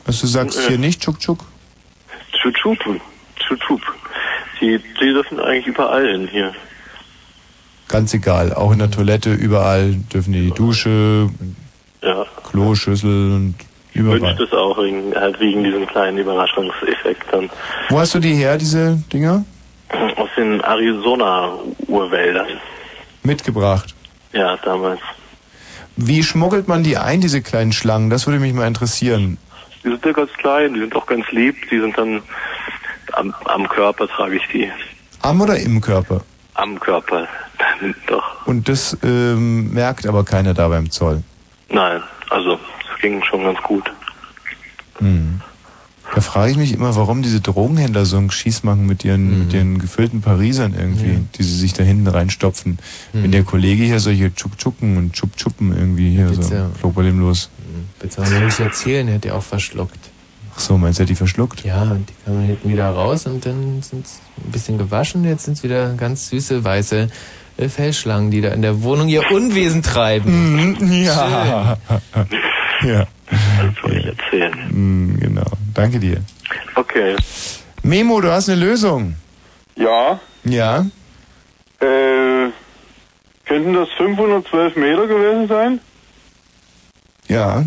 Also du sagst
Äh.
hier nicht Chuck Chuck?
Chuchupen. Chuchup. Die, die dürfen eigentlich überall hin hier.
Ganz egal, auch in der Toilette, überall dürfen die, die Dusche,
Ja.
Kloschüssel und überall.
Wünscht es auch wegen, halt wegen diesem kleinen Überraschungseffekt dann.
Wo hast du die her, diese Dinger?
Aus den Arizona-Urwäldern.
Mitgebracht.
Ja, damals.
Wie schmuggelt man die ein, diese kleinen Schlangen? Das würde mich mal interessieren.
Die sind ja ganz klein, die sind auch ganz lieb, die sind dann am, am Körper trage ich die.
Am oder im Körper?
Am Körper. Doch.
Und das ähm, merkt aber keiner da beim Zoll.
Nein, also es ging schon ganz gut.
Hm. Da frage ich mich immer, warum diese Drogenhändler so einen Schieß machen mit ihren,
Hm.
mit ihren gefüllten Parisern irgendwie, die sie sich da hinten reinstopfen.
Hm.
Wenn der Kollege hier solche Tschuk-Tschucken und Tschub-Tschuppen irgendwie hier
Pizza.
so kloberlimlos.
Hm. Bitte soll man nicht erzählen, hätte er auch verschluckt.
Ach so, meinst du, er hat die verschluckt?
Ja, und die kamen hinten wieder raus und dann sind ein bisschen gewaschen. Jetzt sind es wieder ganz süße, weiße äh, Fellschlangen, die da in der Wohnung ihr Unwesen treiben.
Mhm, ja. ja.
Das wollte ich erzählen.
Hm, genau. Danke dir.
Okay.
Memo, du hast eine Lösung.
Ja,
Ja.
äh, könnten das 512 Meter gewesen sein?
Ja.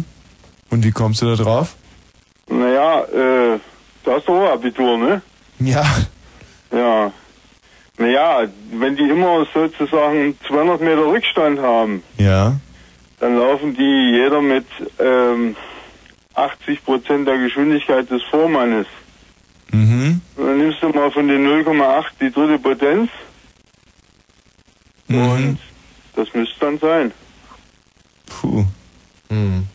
Und wie kommst du da drauf?
Naja, äh, du hast doch auch Abitur, ne?
Ja.
Ja. Naja, wenn die immer sozusagen 200 Meter Rückstand haben,
Ja.
dann laufen die jeder mit ähm, 80 Prozent der Geschwindigkeit des Vormannes.
Mhm.
Und dann nimmst du mal von den 0,8 die dritte Potenz,
Und?
das müsste dann sein.
Puh.
Hm.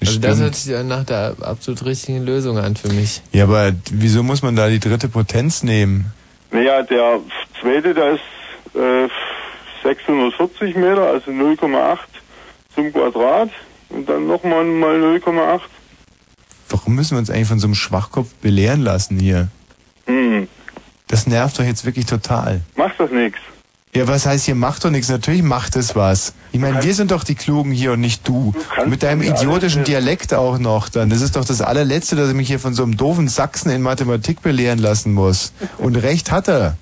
Also das
Stimmt.
hört sich ja nach der absolut richtigen Lösung an für mich.
Ja, aber wieso muss man da die dritte Potenz nehmen?
Naja, der zweite, der ist äh, 640 Meter, also 0,8 zum Quadrat und dann nochmal mal 0,8.
Warum müssen wir uns eigentlich von so einem Schwachkopf belehren lassen hier?
Hm,
Das nervt doch jetzt wirklich total.
macht das nichts.
Ja, was heißt hier macht doch nichts? Natürlich macht es was. Ich meine, wir sind doch die Klugen hier und nicht du. Mit deinem idiotischen Dialekt auch noch dann. Das ist doch das allerletzte, dass ich mich hier von so einem doofen Sachsen in Mathematik belehren lassen muss. Und recht hat er.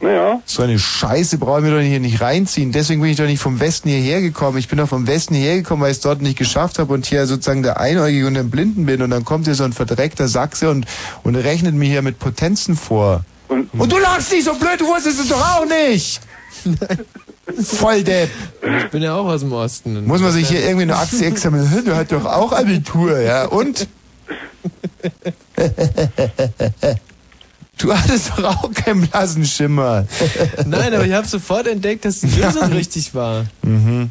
Naja.
So eine Scheiße brauchen wir doch hier nicht reinziehen. Deswegen bin ich doch nicht vom Westen hierher gekommen. Ich bin doch vom Westen hierher gekommen, weil ich es dort nicht geschafft habe und hier sozusagen der Einäugige und der Blinden bin. Und dann kommt hier so ein verdreckter Sachse und, und rechnet mir hier mit Potenzen vor.
Und,
und du lachst nicht so blöd, du wusstest es doch auch nicht. Voll Depp.
Ich bin ja auch aus dem Osten.
Muss man sich hier irgendwie eine Aktie examinieren? Du hast doch auch Abitur, ja? Und? Du hattest doch auch keinen blassen Schimmer.
Nein, aber ich habe sofort entdeckt, dass die Lösung richtig war.
Mhm.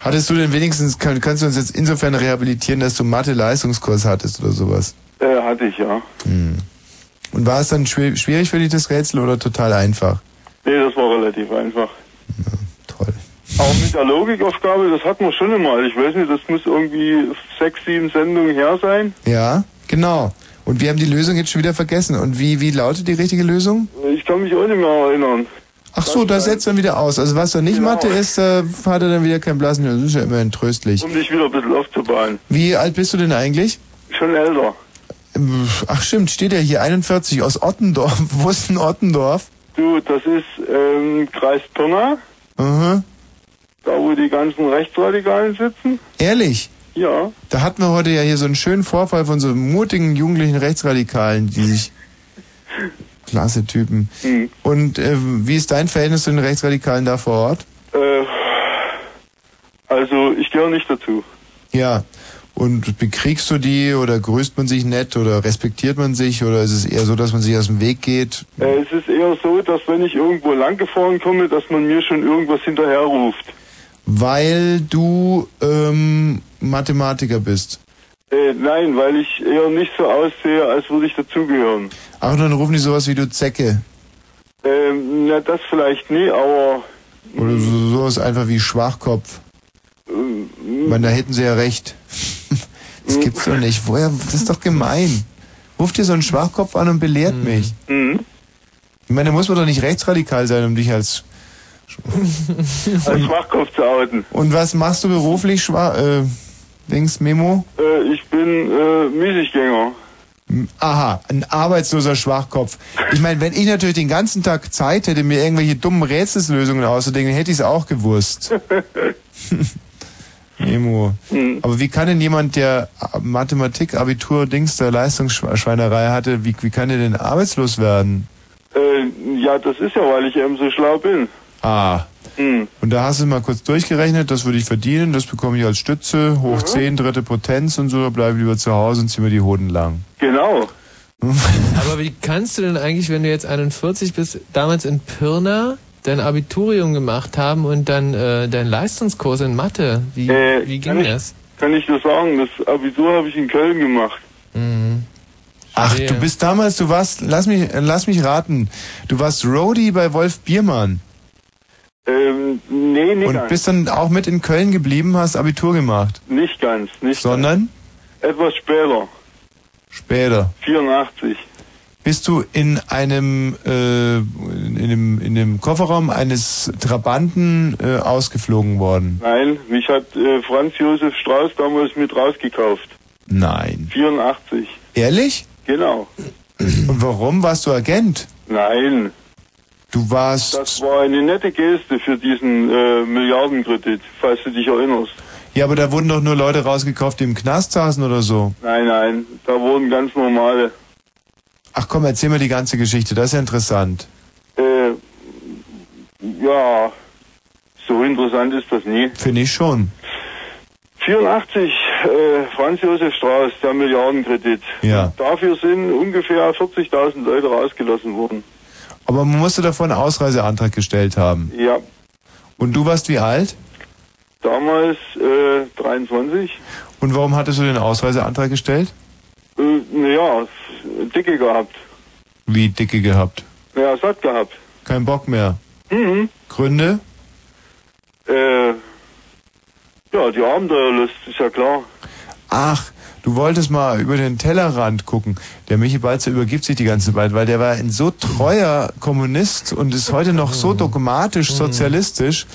Hattest du denn wenigstens, kann, kannst du uns jetzt insofern rehabilitieren, dass du Mathe-Leistungskurs hattest oder sowas?
Äh, hatte ich ja.
Und war es dann schwi- schwierig für dich, das Rätsel, oder total einfach?
Nee, das war relativ einfach. toll. Auch mit der Logikaufgabe, das hatten wir schon mal. Ich weiß nicht, das muss irgendwie sechs, sieben Sendungen her sein.
Ja, genau. Und wir haben die Lösung jetzt schon wieder vergessen. Und wie, wie lautet die richtige Lösung?
Ich kann mich auch nicht mehr erinnern.
Ach so, da setzt dann wieder aus. Also was dann nicht Mathe ist, äh, hat er dann wieder kein Blasen. Das ist ja immerhin tröstlich.
Um dich wieder ein bisschen aufzubauen.
Wie alt bist du denn eigentlich?
Schon älter.
Ähm, Ach stimmt, steht ja hier 41 aus Ottendorf. Wo ist denn Ottendorf?
Du, das ist ähm, Kreis Pirna,
Aha.
da wo die ganzen Rechtsradikalen sitzen.
Ehrlich?
Ja.
Da hatten wir heute ja hier so einen schönen Vorfall von so mutigen jugendlichen Rechtsradikalen, die sich... Klasse Typen.
Hm.
Und äh, wie ist dein Verhältnis zu den Rechtsradikalen da vor Ort?
Äh, also ich gehöre nicht dazu.
Ja. Und bekriegst du die oder grüßt man sich nett oder respektiert man sich oder ist es eher so, dass man sich aus dem Weg geht?
Äh, es ist eher so, dass wenn ich irgendwo langgefahren komme, dass man mir schon irgendwas hinterherruft.
Weil du ähm, Mathematiker bist.
Äh, nein, weil ich eher nicht so aussehe, als würde ich dazugehören.
Ach, dann rufen die sowas wie du Zecke.
Ähm, na, das vielleicht nie, aber
Oder so, sowas einfach wie Schwachkopf.
ähm,
Ich meine, da hätten sie ja recht. Das gibt's doch nicht. Woher? Das ist doch gemein. Ruft dir so ein Schwachkopf an und belehrt mich. Ich meine, da muss man doch nicht rechtsradikal sein, um dich als.
als Schwachkopf zu outen.
Und was machst du beruflich, Schwa äh, Dings, Memo?
Äh, ich bin äh, Müßiggänger.
Aha, ein arbeitsloser Schwachkopf. Ich meine, wenn ich natürlich den ganzen Tag Zeit hätte, mir irgendwelche dummen Rätselslösungen auszudenken, hätte ich es auch gewusst. Nemo. Aber wie kann denn jemand, der Mathematik-Abitur-Dings der Leistungsschweinerei hatte, wie, wie kann der denn arbeitslos werden?
Äh, ja, das ist ja, weil ich eben so schlau bin.
Ah.
Hm.
Und da hast du mal kurz durchgerechnet, das würde ich verdienen, das bekomme ich als Stütze, hoch 10, dritte Potenz und so, da bleibe ich lieber zu Hause und ziehe mir die Hoden lang.
Genau.
Aber wie kannst du denn eigentlich, wenn du jetzt 41 bist, damals in Pirna dein Abiturium gemacht haben und dann äh, deinen Leistungskurs in Mathe? Wie,
Äh,
wie
kann
ging
ich-
das?
Kann ich das sagen? Das Abitur habe ich in Köln gemacht.
Ach,
Verstehe.
du bist damals, du warst, lass mich, lass mich raten, du warst Roadie bei Wolf Biermann
Ähm, nee, nicht
und
ganz.
bist dann auch mit in Köln geblieben, hast Abitur gemacht,
nicht ganz, nicht
sondern
ganz. Etwas später,
später.
84.
Bist du in einem, äh, in, dem, in dem Kofferraum eines Trabanten äh, ausgeflogen worden?
Nein, mich hat äh, Franz Josef Strauß damals mit rausgekauft.
Nein.
84,
Ehrlich?
genau.
Und warum warst du Agent?
Nein.
Du warst...
Das war eine nette Geste für diesen äh, Milliardenkredit, falls du dich erinnerst.
Ja, aber da wurden doch nur Leute rausgekauft, die im Knast saßen oder so.
Nein, nein, da wurden ganz normale.
Ach komm, erzähl mir die ganze Geschichte, das ist ja interessant.
Äh, ja, so interessant ist das nie.
Finde ich schon.
84, äh, Franz Josef Strauß, der Milliardenkredit.
Ja.
Dafür sind ungefähr 40.000 Leute rausgelassen worden.
Aber man musste davor einen Ausreiseantrag gestellt haben.
Ja,
Und du warst wie alt?
damals äh, 23.
Und warum hattest du den Ausreiseantrag gestellt?
Äh, naja, dicke gehabt.
Wie dicke gehabt.
Naja, satt gehabt.
Kein Bock mehr.
Mhm.
Gründe?
Äh, ja, die Abenteuerlust, ist ja klar.
Ach, du wolltest mal über den Tellerrand gucken. Der Michi Balzer übergibt sich die ganze Zeit, weil der war ein so treuer Kommunist und ist heute noch
Mhm.
so dogmatisch sozialistisch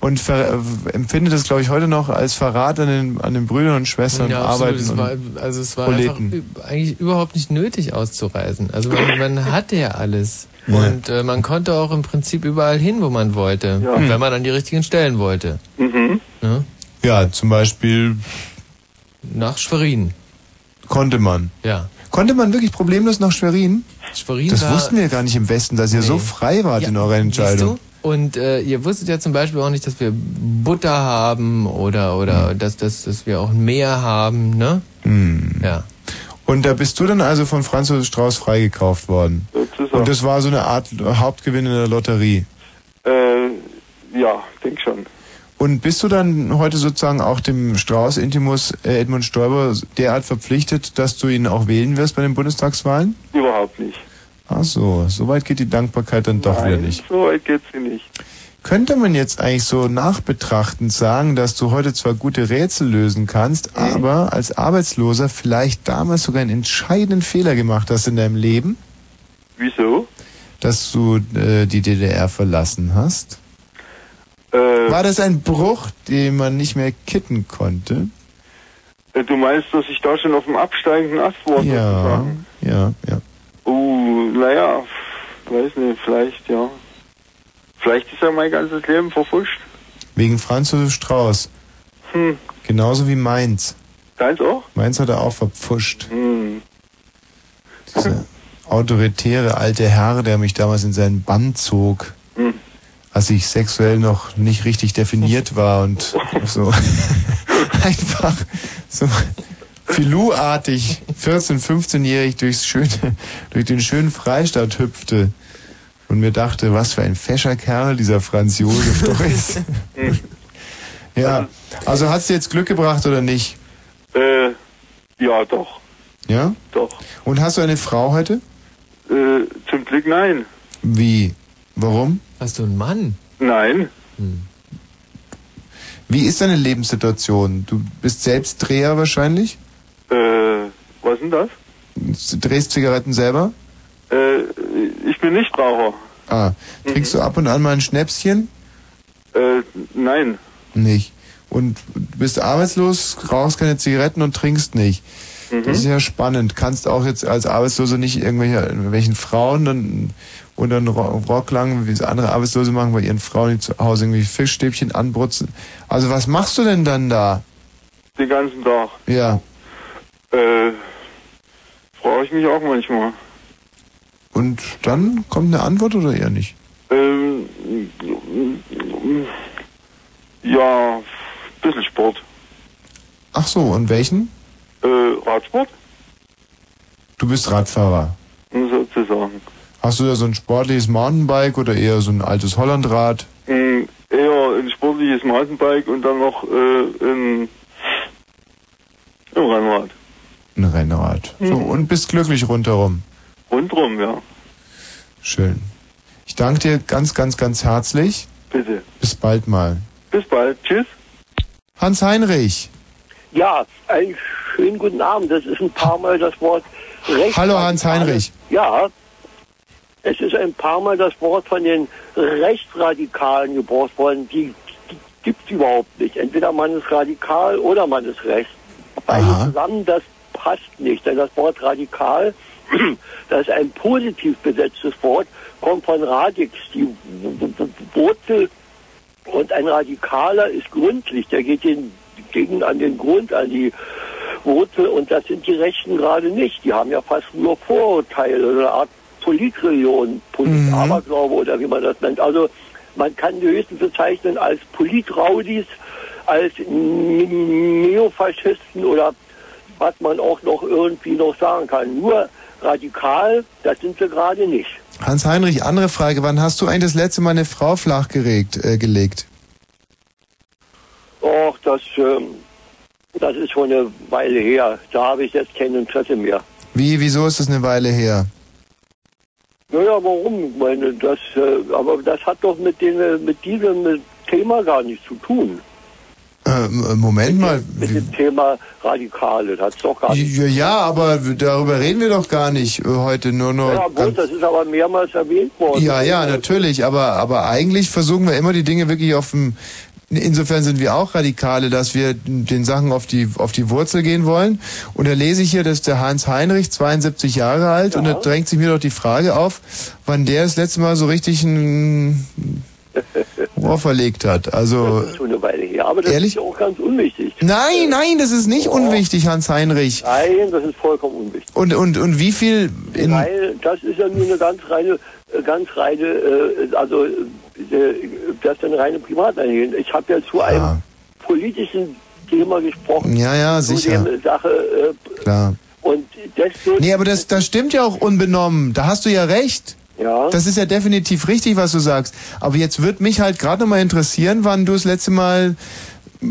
und ver äh, empfindet das, glaube ich, heute noch als Verrat an den, an den Brüdern und Schwestern
Ja, absolut.
arbeiten.
Es war,
und
also es war einfach
Proleten.
ü- eigentlich überhaupt nicht nötig auszureisen. Also man, man hatte ja alles.
Ja.
Und äh, man konnte auch im Prinzip überall hin, wo man wollte.
Ja.
Wenn man an die richtigen Stellen wollte.
Mhm.
Ja?
ja, zum Beispiel
Nach Schwerin.
konnte man.
Ja.
Konnte man wirklich problemlos nach Schwerin?
Schwerin
Das
war-
wussten wir gar nicht im Westen, dass ihr so frei wart in eurer Entscheidung.
Und äh, ihr wusstet ja zum Beispiel auch nicht, dass wir Butter haben oder oder dass, dass, dass wir auch ein Meer haben, ne?
Hm.
Ja.
Und da bist du dann also von Franz Josef Strauß freigekauft worden. Und das war so eine Art Hauptgewinn in der Lotterie.
Äh, ja, denk schon.
Und bist du dann heute sozusagen auch dem Strauß Intimus äh, Edmund Stoiber derart verpflichtet, dass du ihn auch wählen wirst bei den Bundestagswahlen?
Überhaupt nicht.
Ach so, so weit geht die Dankbarkeit dann doch wieder
Nein,
nicht.
so weit geht's hier nicht.
Könnte man jetzt eigentlich so nachbetrachtend sagen, dass du heute zwar gute Rätsel lösen kannst, aber als Arbeitsloser vielleicht damals sogar einen entscheidenden Fehler gemacht hast in deinem Leben,
Wieso?
dass du äh, die DDR verlassen hast?
Äh,
War das ein Bruch, den man nicht mehr kitten konnte?
Äh, Du meinst, dass ich da schon auf dem absteigenden Ast war?
Ja,
sozusagen?
ja, ja.
Oh, naja, pf, weiß nicht, vielleicht, ja. Vielleicht ist ja mein ganzes Leben verfuscht.
Wegen Franz Josef Strauß.
Hm,
Genauso wie Mainz.
deins auch?
Mainz hat er auch verpfuscht.
Hm.
Dieser autoritäre alte Herr, der mich damals in seinen Bann zog,
Hm.
als ich sexuell noch nicht richtig definiert war und so einfach so filuartig 14, 15-jährig durchs schöne, durch den schönen Freistaat hüpfte und mir dachte, was für ein fescher Kerl dieser Franz Josef doch ist.
Hm.
ja, also hat's dir jetzt Glück gebracht oder nicht?
Äh, ja, doch.
Ja?
Doch.
Und hast du eine Frau heute?
Äh, zum Glück nein.
Wie? Warum?
Hast du einen Mann?
Nein.
Wie ist deine Lebenssituation? Du bist selbst Dreher wahrscheinlich?
Äh, was denn das?
Du drehst Zigaretten selber?
Äh, ich bin nicht Raucher.
Ah, trinkst du ab und an mal ein Schnäpschen?
Äh, nein.
Nicht. Und du bist arbeitslos, rauchst keine Zigaretten und trinkst nicht. Mhm.
Mhm.
Das ist ja spannend. Kannst auch jetzt als Arbeitslose nicht irgendwelche, irgendwelchen Frauen dann unter den Ro- Rock langen, wie es andere Arbeitslose machen, bei ihren Frauen, die zu Hause irgendwie Fischstäbchen anbrutzen. Also was machst du denn dann da?
Den ganzen Tag.
Ja.
Äh, frage ich mich auch manchmal.
Und dann kommt eine Antwort oder eher nicht?
Ähm, ja, bisschen Sport.
Ach so, und welchen?
Äh, Radsport,
Du bist Radfahrer.
sozusagen.
Hast du da so ein sportliches Mountainbike oder eher so ein altes Hollandrad?
Ähm, eher ein sportliches Mountainbike und dann noch äh, ein, ein Rennrad.
Ein Rennrad. So, und bist glücklich rundherum.
Rundrum, ja.
Schön. Ich danke dir ganz, ganz, ganz herzlich.
Bitte.
Bis bald mal.
Bis bald. Tschüss.
Hans Heinrich.
Ja, einen schönen guten Abend. Das ist ein paar Mal das Wort Recht.
Hallo Hans Heinrich.
Ja, es ist ein paar Mal das Wort von den Rechtsradikalen gebraucht worden. Die, die gibt's überhaupt nicht. Entweder man ist radikal oder man ist rechts. Beides zusammen, das passt nicht. Denn das Wort radikal, das ist ein positiv besetztes Wort, kommt von Radix, die Wurzel und ein Radikaler ist gründlich, der geht den, gegen an den Grund, an die Wurzel und das sind die Rechten gerade nicht. Die haben ja fast nur Vorurteile, so eine Art Politreligion, Politaberglaube oder wie man das nennt. Also man kann die höchstens bezeichnen als Politraudis, als Neofaschisten oder was man auch noch irgendwie noch sagen kann. Nur radikal, das sind sie gerade nicht.
Hans Heinrich, andere Frage. Wann hast du eigentlich das letzte Mal eine Frau flach geregt, äh, gelegt?
Och, das, ähm, das ist schon eine Weile her. Da habe ich jetzt kein Interesse mehr.
Wie, wieso ist das eine Weile her?
Naja, warum? Ich meine, das, äh, aber das hat doch mit, dem, mit diesem äh, Thema gar nichts zu tun.
Ähm, äh, Moment mal.
Mit dem Thema Radikale. Das hat's doch gar nichts.
Ja, ja, aber darüber reden wir doch gar nicht äh, heute. Nur, nur
Ja, gut, das ist aber mehrmals erwähnt worden.
Ja, ja, natürlich, aber, aber eigentlich versuchen wir immer die Dinge wirklich auf dem, insofern sind wir auch Radikale, dass wir den Sachen auf die, auf die Wurzel gehen wollen. Und da lese ich hier, dass der Hans Heinrich, 72 Jahre alt, und da drängt sich mir doch die Frage auf, wann der das letzte Mal so richtig ein Rohr verlegt hat. Also,
Das ist schon eine Weile her. Aber das
Ehrlich?
ist auch ganz unwichtig. Äh, Oh.
nein, nein, das ist nicht unwichtig, Hans Heinrich.
Nein, das ist vollkommen unwichtig.
Und, und, und wie viel in,
Weil das ist ja nur eine ganz reine, äh, ganz reine, äh, also äh, das ist eine reine Privatangelegenheit. Ich habe ja zu einem politischen Thema gesprochen.
Ja, ja,
zu
sicher.
Dem Sache äh,
klar.
und deswegen.
Nee, aber das, das stimmt ja auch unbenommen. Da hast du ja recht.
Ja.
Das ist ja definitiv richtig, was du sagst. Aber jetzt wird mich halt gerade nochmal interessieren, wann du das letzte Mal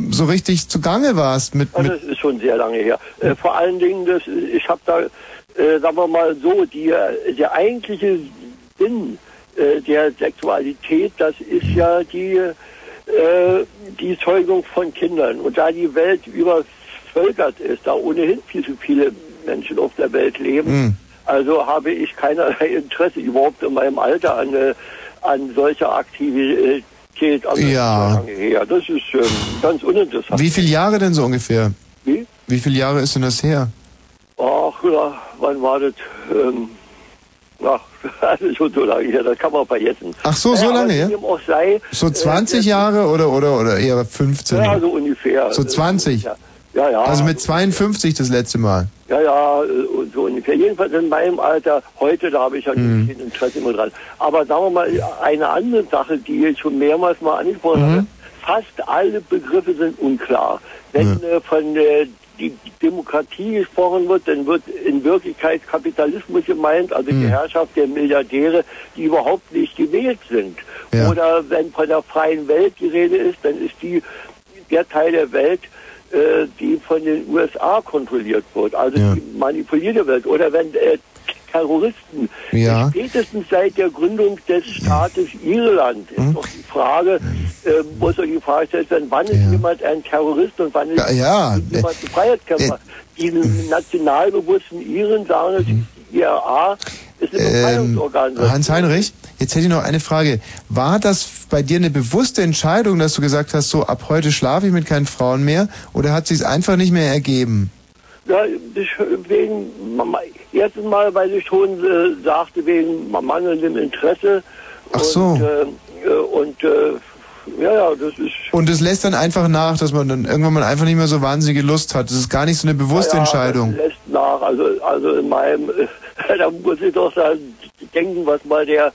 so richtig zugange warst mit,
Also
mit
das ist schon sehr lange her. Äh, vor allen Dingen, das, ich habe da äh, sagen wir mal so, die, äh, der eigentliche Sinn äh, der Sexualität, das ist ja die, äh, die Zeugung von Kindern. Und da die Welt übervölkert ist, da ohnehin viel zu viele Menschen auf der Welt leben,
Hm.
also habe ich keinerlei Interesse überhaupt in meinem Alter an, äh, an solcher Aktivität. Also
Ja.
das ist schon lange her. Das ist ähm, ganz uninteressant.
Wie viele Jahre denn so ungefähr?
Wie?
Wie viele Jahre ist denn das her?
Ach ja, wann war das? Ähm, ach, das ist schon so lange her, das kann man vergessen.
Ach so, so
Naja,
lange,
aber
ja?
wie dem auch sei,
So
äh,
20 Jahre oder, oder, oder eher 15?
Ja, so ungefähr.
So 20?
Ja, äh, ja. ja.
Also mit 52 das letzte Mal.
ja, ja, äh, und so ungefähr. Jedenfalls in meinem Alter, heute, da habe ich ja
Mhm.
kein Interesse mehr dran. Aber sagen wir mal, eine andere Sache, die ich schon mehrmals mal angesprochen habe, fast alle Begriffe sind unklar. Wenn äh, von der die Demokratie gesprochen wird, dann wird in Wirklichkeit Kapitalismus gemeint, also die Herrschaft der Milliardäre, die überhaupt nicht gewählt sind. Oder wenn von der freien Welt die Rede ist, dann ist die der Teil der Welt, äh, die von den USA kontrolliert wird, also die manipulierte Welt. Oder wenn äh, Terroristen
Ja.
spätestens seit der Gründung des Staates Irland ist
Hm?
doch die Frage, äh, muss doch die Frage gestellt werden, wann ist jemand ein Terrorist und wann ist
Ja, äh, ja.
jemand ein Freiheitskämpfer? Diesen nationalbewussten Iren sagen natürlich, die IRA ist eine
Hm. Ähm,
Befreiungsorganisation.
Hans-Heinrich, jetzt hätte ich noch eine Frage. War das bei dir eine bewusste Entscheidung, dass du gesagt hast, so ab heute schlafe ich mit keinen Frauen mehr? Oder hat sich's einfach nicht mehr ergeben?
Ja, ich- wegen, ma- ma- erstens mal, weil ich schon äh, sagte, wegen ma- mangelndem Interesse.
Ach so.
Und, äh, äh, und äh, ja, ja, das ist
Und es lässt dann einfach nach, dass man dann irgendwann mal einfach nicht mehr so wahnsinnige Lust hat. Das ist gar nicht so eine bewusste
ja,
Entscheidung.
das lässt nach. Also, also in meinem, äh, da muss ich doch sagen, denken, was mal der,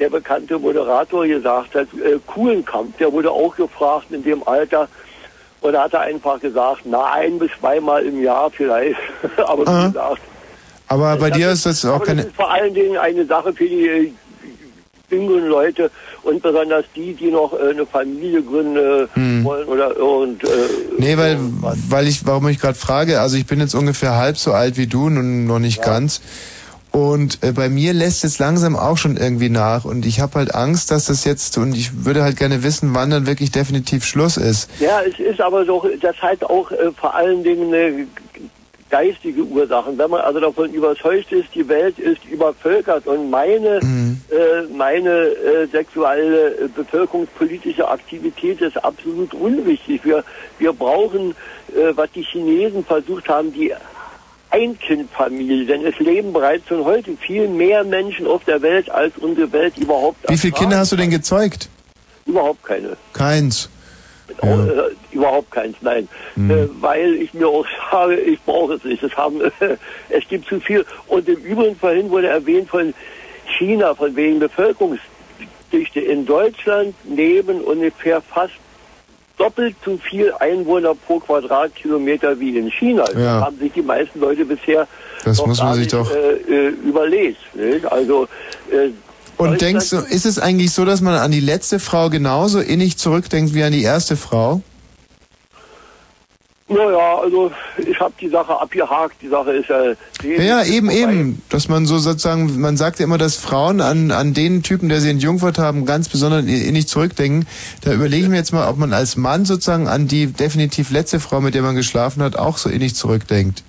der bekannte Moderator gesagt hat. Äh, Kuhlenkampf, der wurde auch gefragt in dem Alter. Und da hat er einfach gesagt, na, ein bis zweimal im Jahr vielleicht. Aber wie
Aha.
gesagt, also,
Aber bei dir ist das auch
Aber das
keine...
ist vor allen Dingen eine Sache für die äh, jüngeren Leute und besonders die, die noch äh, eine Familie gründen äh,
Hm.
wollen oder irgend. Äh,
Nee, weil, weil ich, warum ich gerade frage, also ich bin jetzt ungefähr halb so alt wie du, nun noch nicht ganz. Und äh, bei mir lässt es langsam auch schon irgendwie nach. Und ich habe halt Angst, dass das jetzt, und ich würde halt gerne wissen, wann dann wirklich definitiv Schluss ist.
ja, es ist aber doch, das hat auch äh, vor allen Dingen eine geistige Ursachen. Wenn man also davon überzeugt ist, die Welt ist übervölkert und meine,
Mhm.
äh, meine äh, sexuelle äh, bevölkerungspolitische Aktivität ist absolut unwichtig. Wir, wir brauchen, äh, was die Chinesen versucht haben, die Einkindfamilie, denn es leben bereits schon heute viel mehr Menschen auf der Welt, als unsere Welt überhaupt
Wie viele
ertragen
Kinder hast du denn gezeugt?
Überhaupt keine.
Keins.
Oh, äh, überhaupt keins, nein.
Mhm.
Äh, weil ich mir auch sage, ich brauche es nicht. Das haben, es gibt zu viel. Und im Übrigen vorhin wurde erwähnt von China, von wegen Bevölkerungsdichte. In Deutschland leben ungefähr fast doppelt so viel Einwohner pro Quadratkilometer wie in China.
Ja.
Das haben sich die meisten Leute bisher
Das
noch
muss man
gar
sich
nicht,
doch-
äh, äh, überlegt. Nicht? Also äh,
Und denkst du, ist es eigentlich so, dass man an die letzte Frau genauso innig zurückdenkt wie an die erste Frau?
Naja, also ich habe die Sache abgehakt. Die Sache ist ja.
Ja, ja, eben, eben. Dass man so sozusagen, man sagt ja immer, dass Frauen an, an den Typen, der sie entjungfert haben, ganz besonders innig zurückdenken. Da überlege ich mir jetzt mal, ob man als Mann sozusagen an die definitiv letzte Frau, mit der man geschlafen hat, auch so innig zurückdenkt.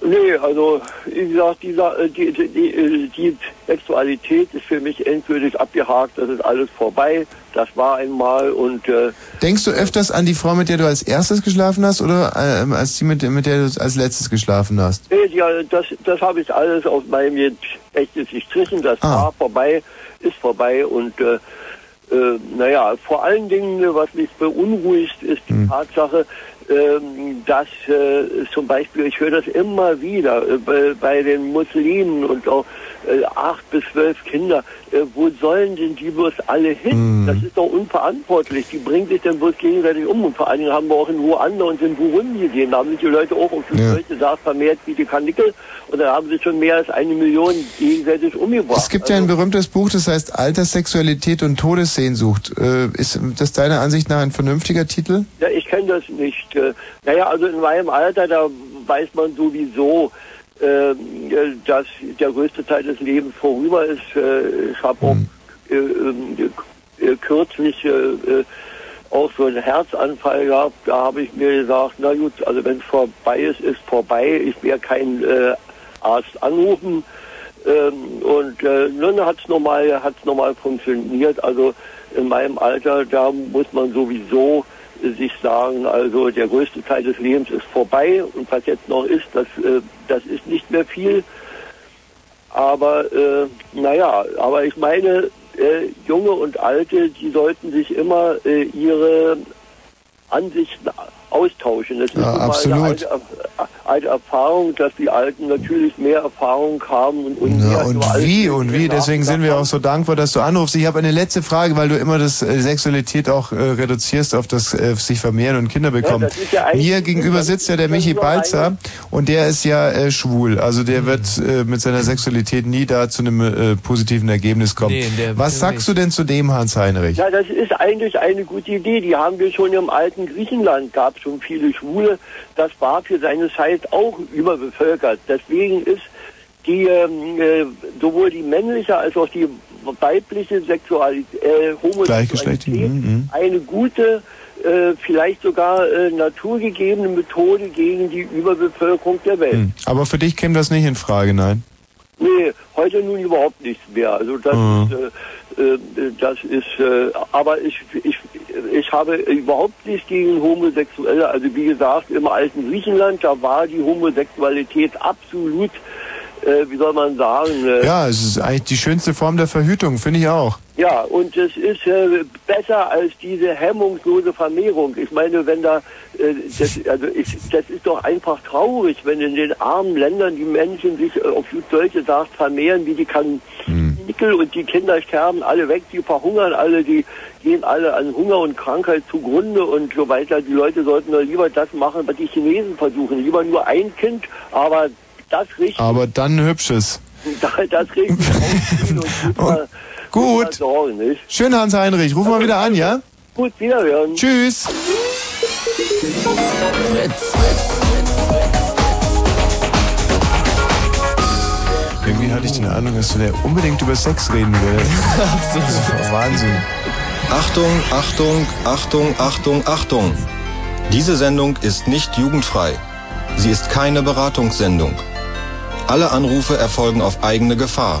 Nee, also wie gesagt, die, Sa- äh, die, die, die, äh, die Sexualität ist für mich endgültig abgehakt. Das ist alles vorbei. Das war einmal und äh,
Denkst du öfters an die Frau, mit der du als erstes geschlafen hast oder ähm, als die, mit, der- mit der du als letztes geschlafen hast?
nee, ja, das, das habe ich alles aus meinem jetzt echtes gestrichen. Das
Ah.
war vorbei, ist vorbei und äh, äh, naja, vor allen Dingen, äh, was mich beunruhigt, ist die
Hm.
Tatsache, ähm, dass äh, zum Beispiel, ich höre das immer wieder äh, bei, bei den Muslimen und auch äh, acht bis zwölf Kinder, äh, wo sollen denn die bloß alle
Hm.
hin? Das ist doch unverantwortlich. Die bringen sich dann bloß gegenseitig um. Und vor allen Dingen haben wir auch in Ruanda und in Burundi gesehen, da haben sich die Leute auch auf die Kirche gesagt, vermehrt wie die Kanickel. Und da haben sie schon mehr als eine Million gegenseitig umgebracht.
Es gibt ja ein berühmtes Buch, das heißt Alter, Sexualität und Todessehnsucht. Äh, ist das deiner Ansicht nach ein vernünftiger Titel?
Ja, ich kenne das nicht. Äh, Naja, also in meinem Alter, da weiß man sowieso, äh, äh, dass der größte Teil des Lebens vorüber ist. Äh, ich habe auch äh, äh, kürzlich äh, äh, auch so einen Herzanfall gehabt. Da habe ich mir gesagt, na gut, also wenn es vorbei ist, ist vorbei. Ich werde keinen äh, Arzt anrufen. Ähm, und äh, nun hat es nochmal hat's noch mal funktioniert. Also in meinem Alter, da muss man sowieso äh, sich sagen, also der größte Teil des Lebens ist vorbei und was jetzt noch ist, das, äh, das ist nicht mehr viel. Aber äh, naja, aber ich meine, äh, Junge und Alte, die sollten sich immer äh, ihre Ansichten austauschen. Das ist
Ja,
nun mal
absolut.
eine alte, alte Erfahrung, dass die Alten natürlich mehr Erfahrung haben und, und
Ja,
mehr
und
über alles
wie
wissen.
und wie. Deswegen sind wir auch so dankbar, dass du anrufst. Ich habe eine letzte Frage, weil du immer das äh, Sexualität auch äh, reduzierst auf das äh, sich vermehren und Kinder bekommen.
das ist ja eigentlich-
Mir gegenüber sitzt ja der Michi Balzer und der ist ja äh, schwul. Also der wird
Mhm.
äh, mit seiner Sexualität nie da zu einem äh, positiven Ergebnis kommen.
Nee, in der
Was
Beziehung
sagst du denn zu dem, Hans-Heinrich?
Ja, das ist eigentlich eine gute Idee. Die haben wir schon im alten Griechenland, gab es schon viele Schwule. Das war für seine Zeit auch überbevölkert. Deswegen ist die ähm, äh, sowohl die männliche als auch die weibliche Sexualität, äh, Homosexualität,
Gleichgeschlechtlich? Mhm.
eine gute, äh, vielleicht sogar äh, naturgegebene Methode gegen die Überbevölkerung der Welt.
Mhm. Aber für dich käme das nicht in Frage, nein.
Nee, heute nun überhaupt nichts mehr. Also das,
Mhm.
ist, äh, äh, das ist, äh, aber ich, ich, ich habe überhaupt nichts gegen Homosexuelle. Also wie gesagt, im alten Griechenland, da war die Homosexualität absolut, äh, wie soll man sagen, äh,
Ja, es ist eigentlich die schönste Form der Verhütung, finde ich auch.
ja, und es ist äh, besser als diese hemmungslose Vermehrung. Ich meine, wenn da, äh, das, also ich, das ist doch einfach traurig, wenn in den armen Ländern die Menschen sich äh, auf gut Deutsch gesagt vermehren, wie die kann Nickel und die Kinder sterben alle weg, die verhungern alle, die gehen alle an Hunger und Krankheit zugrunde und so weiter. Die Leute sollten doch lieber das machen, was die Chinesen versuchen. Lieber nur ein Kind, aber das richtig,
Aber dann ein hübsches.
das richtig aufziehen und gut, ver- gut. versorgen, nicht?
Schön, Hans-Heinrich. Ruf mal wieder an, ja?
Gut, wiederhören.
Tschüss. Irgendwie hatte ich den Eindruck, dass du der unbedingt über Sex reden willst. das ist doch Wahnsinn.
Achtung, Achtung, Achtung, Achtung, Achtung. Diese Sendung ist nicht jugendfrei. Sie ist keine Beratungssendung. Alle Anrufe erfolgen auf eigene Gefahr.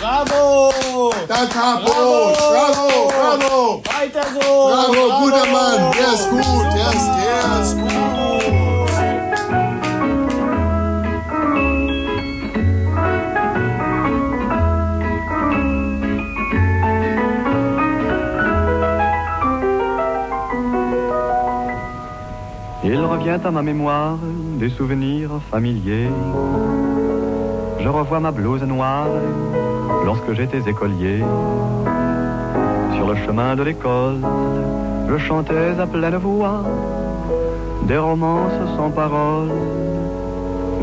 Bravo!
Da Capo! Bravo! Bravo!
Weiter so!
Bravo, guter Mann! Der ist gut! Der ist, der ist gut!
Il revient à ma mémoire des souvenirs familiers. Je revois ma blouse noire lorsque j'étais écolier. Sur le chemin de l'école, je chantais à pleine voix des romances sans paroles,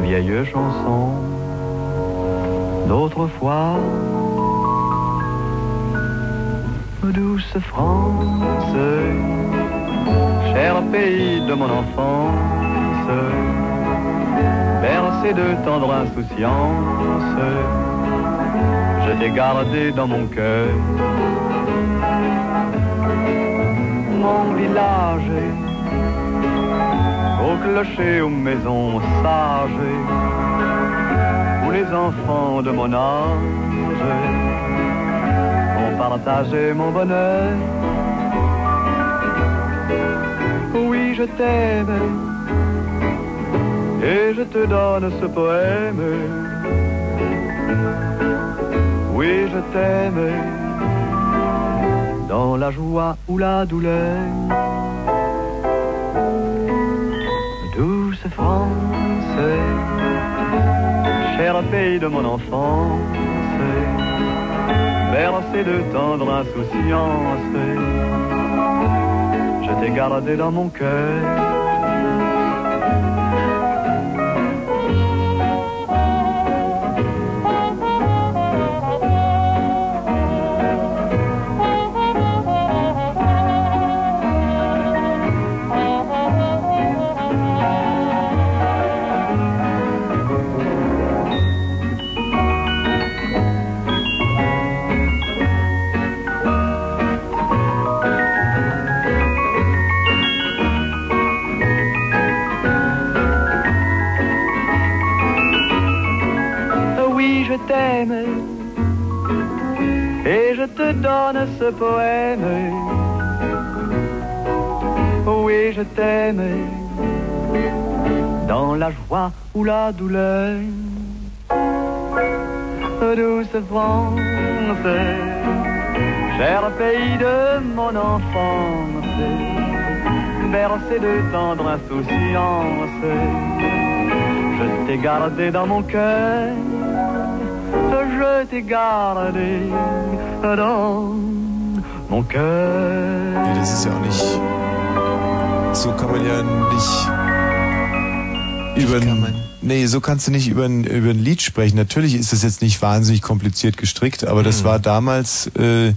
vieilles chansons d'autrefois. Douce France, cher pays de mon enfance, bercé de tendre insouciance, je t'ai gardé dans mon cœur. Mon village, au clocher, aux maisons sages, où les enfants de mon âge ont partagé mon bonheur. Oui, je t'aime. Et je te donne ce poème. Oui, je t'aime. Dans la joie ou la douleur. Douce France, cher pays de mon enfance,
Bercé de tendre insouciance, je t'ai gardé dans mon cœur.
Oui, je t'aime.
Et je te donne ce poème. Oui, je t'aime. Dans la joie ou la douleur. Douce France, cher pays de mon enfance, bercé de tendre insouciance, je t'ai gardé dans mon cœur, je t'ai gardé dans mon Cœur.
Nee, das ist ja auch nicht. So kann man ja nicht über ein, Nee, so kannst du nicht über ein, über ein Lied sprechen. Natürlich ist das jetzt nicht wahnsinnig kompliziert gestrickt, aber das
Mhm.
war damals, äh,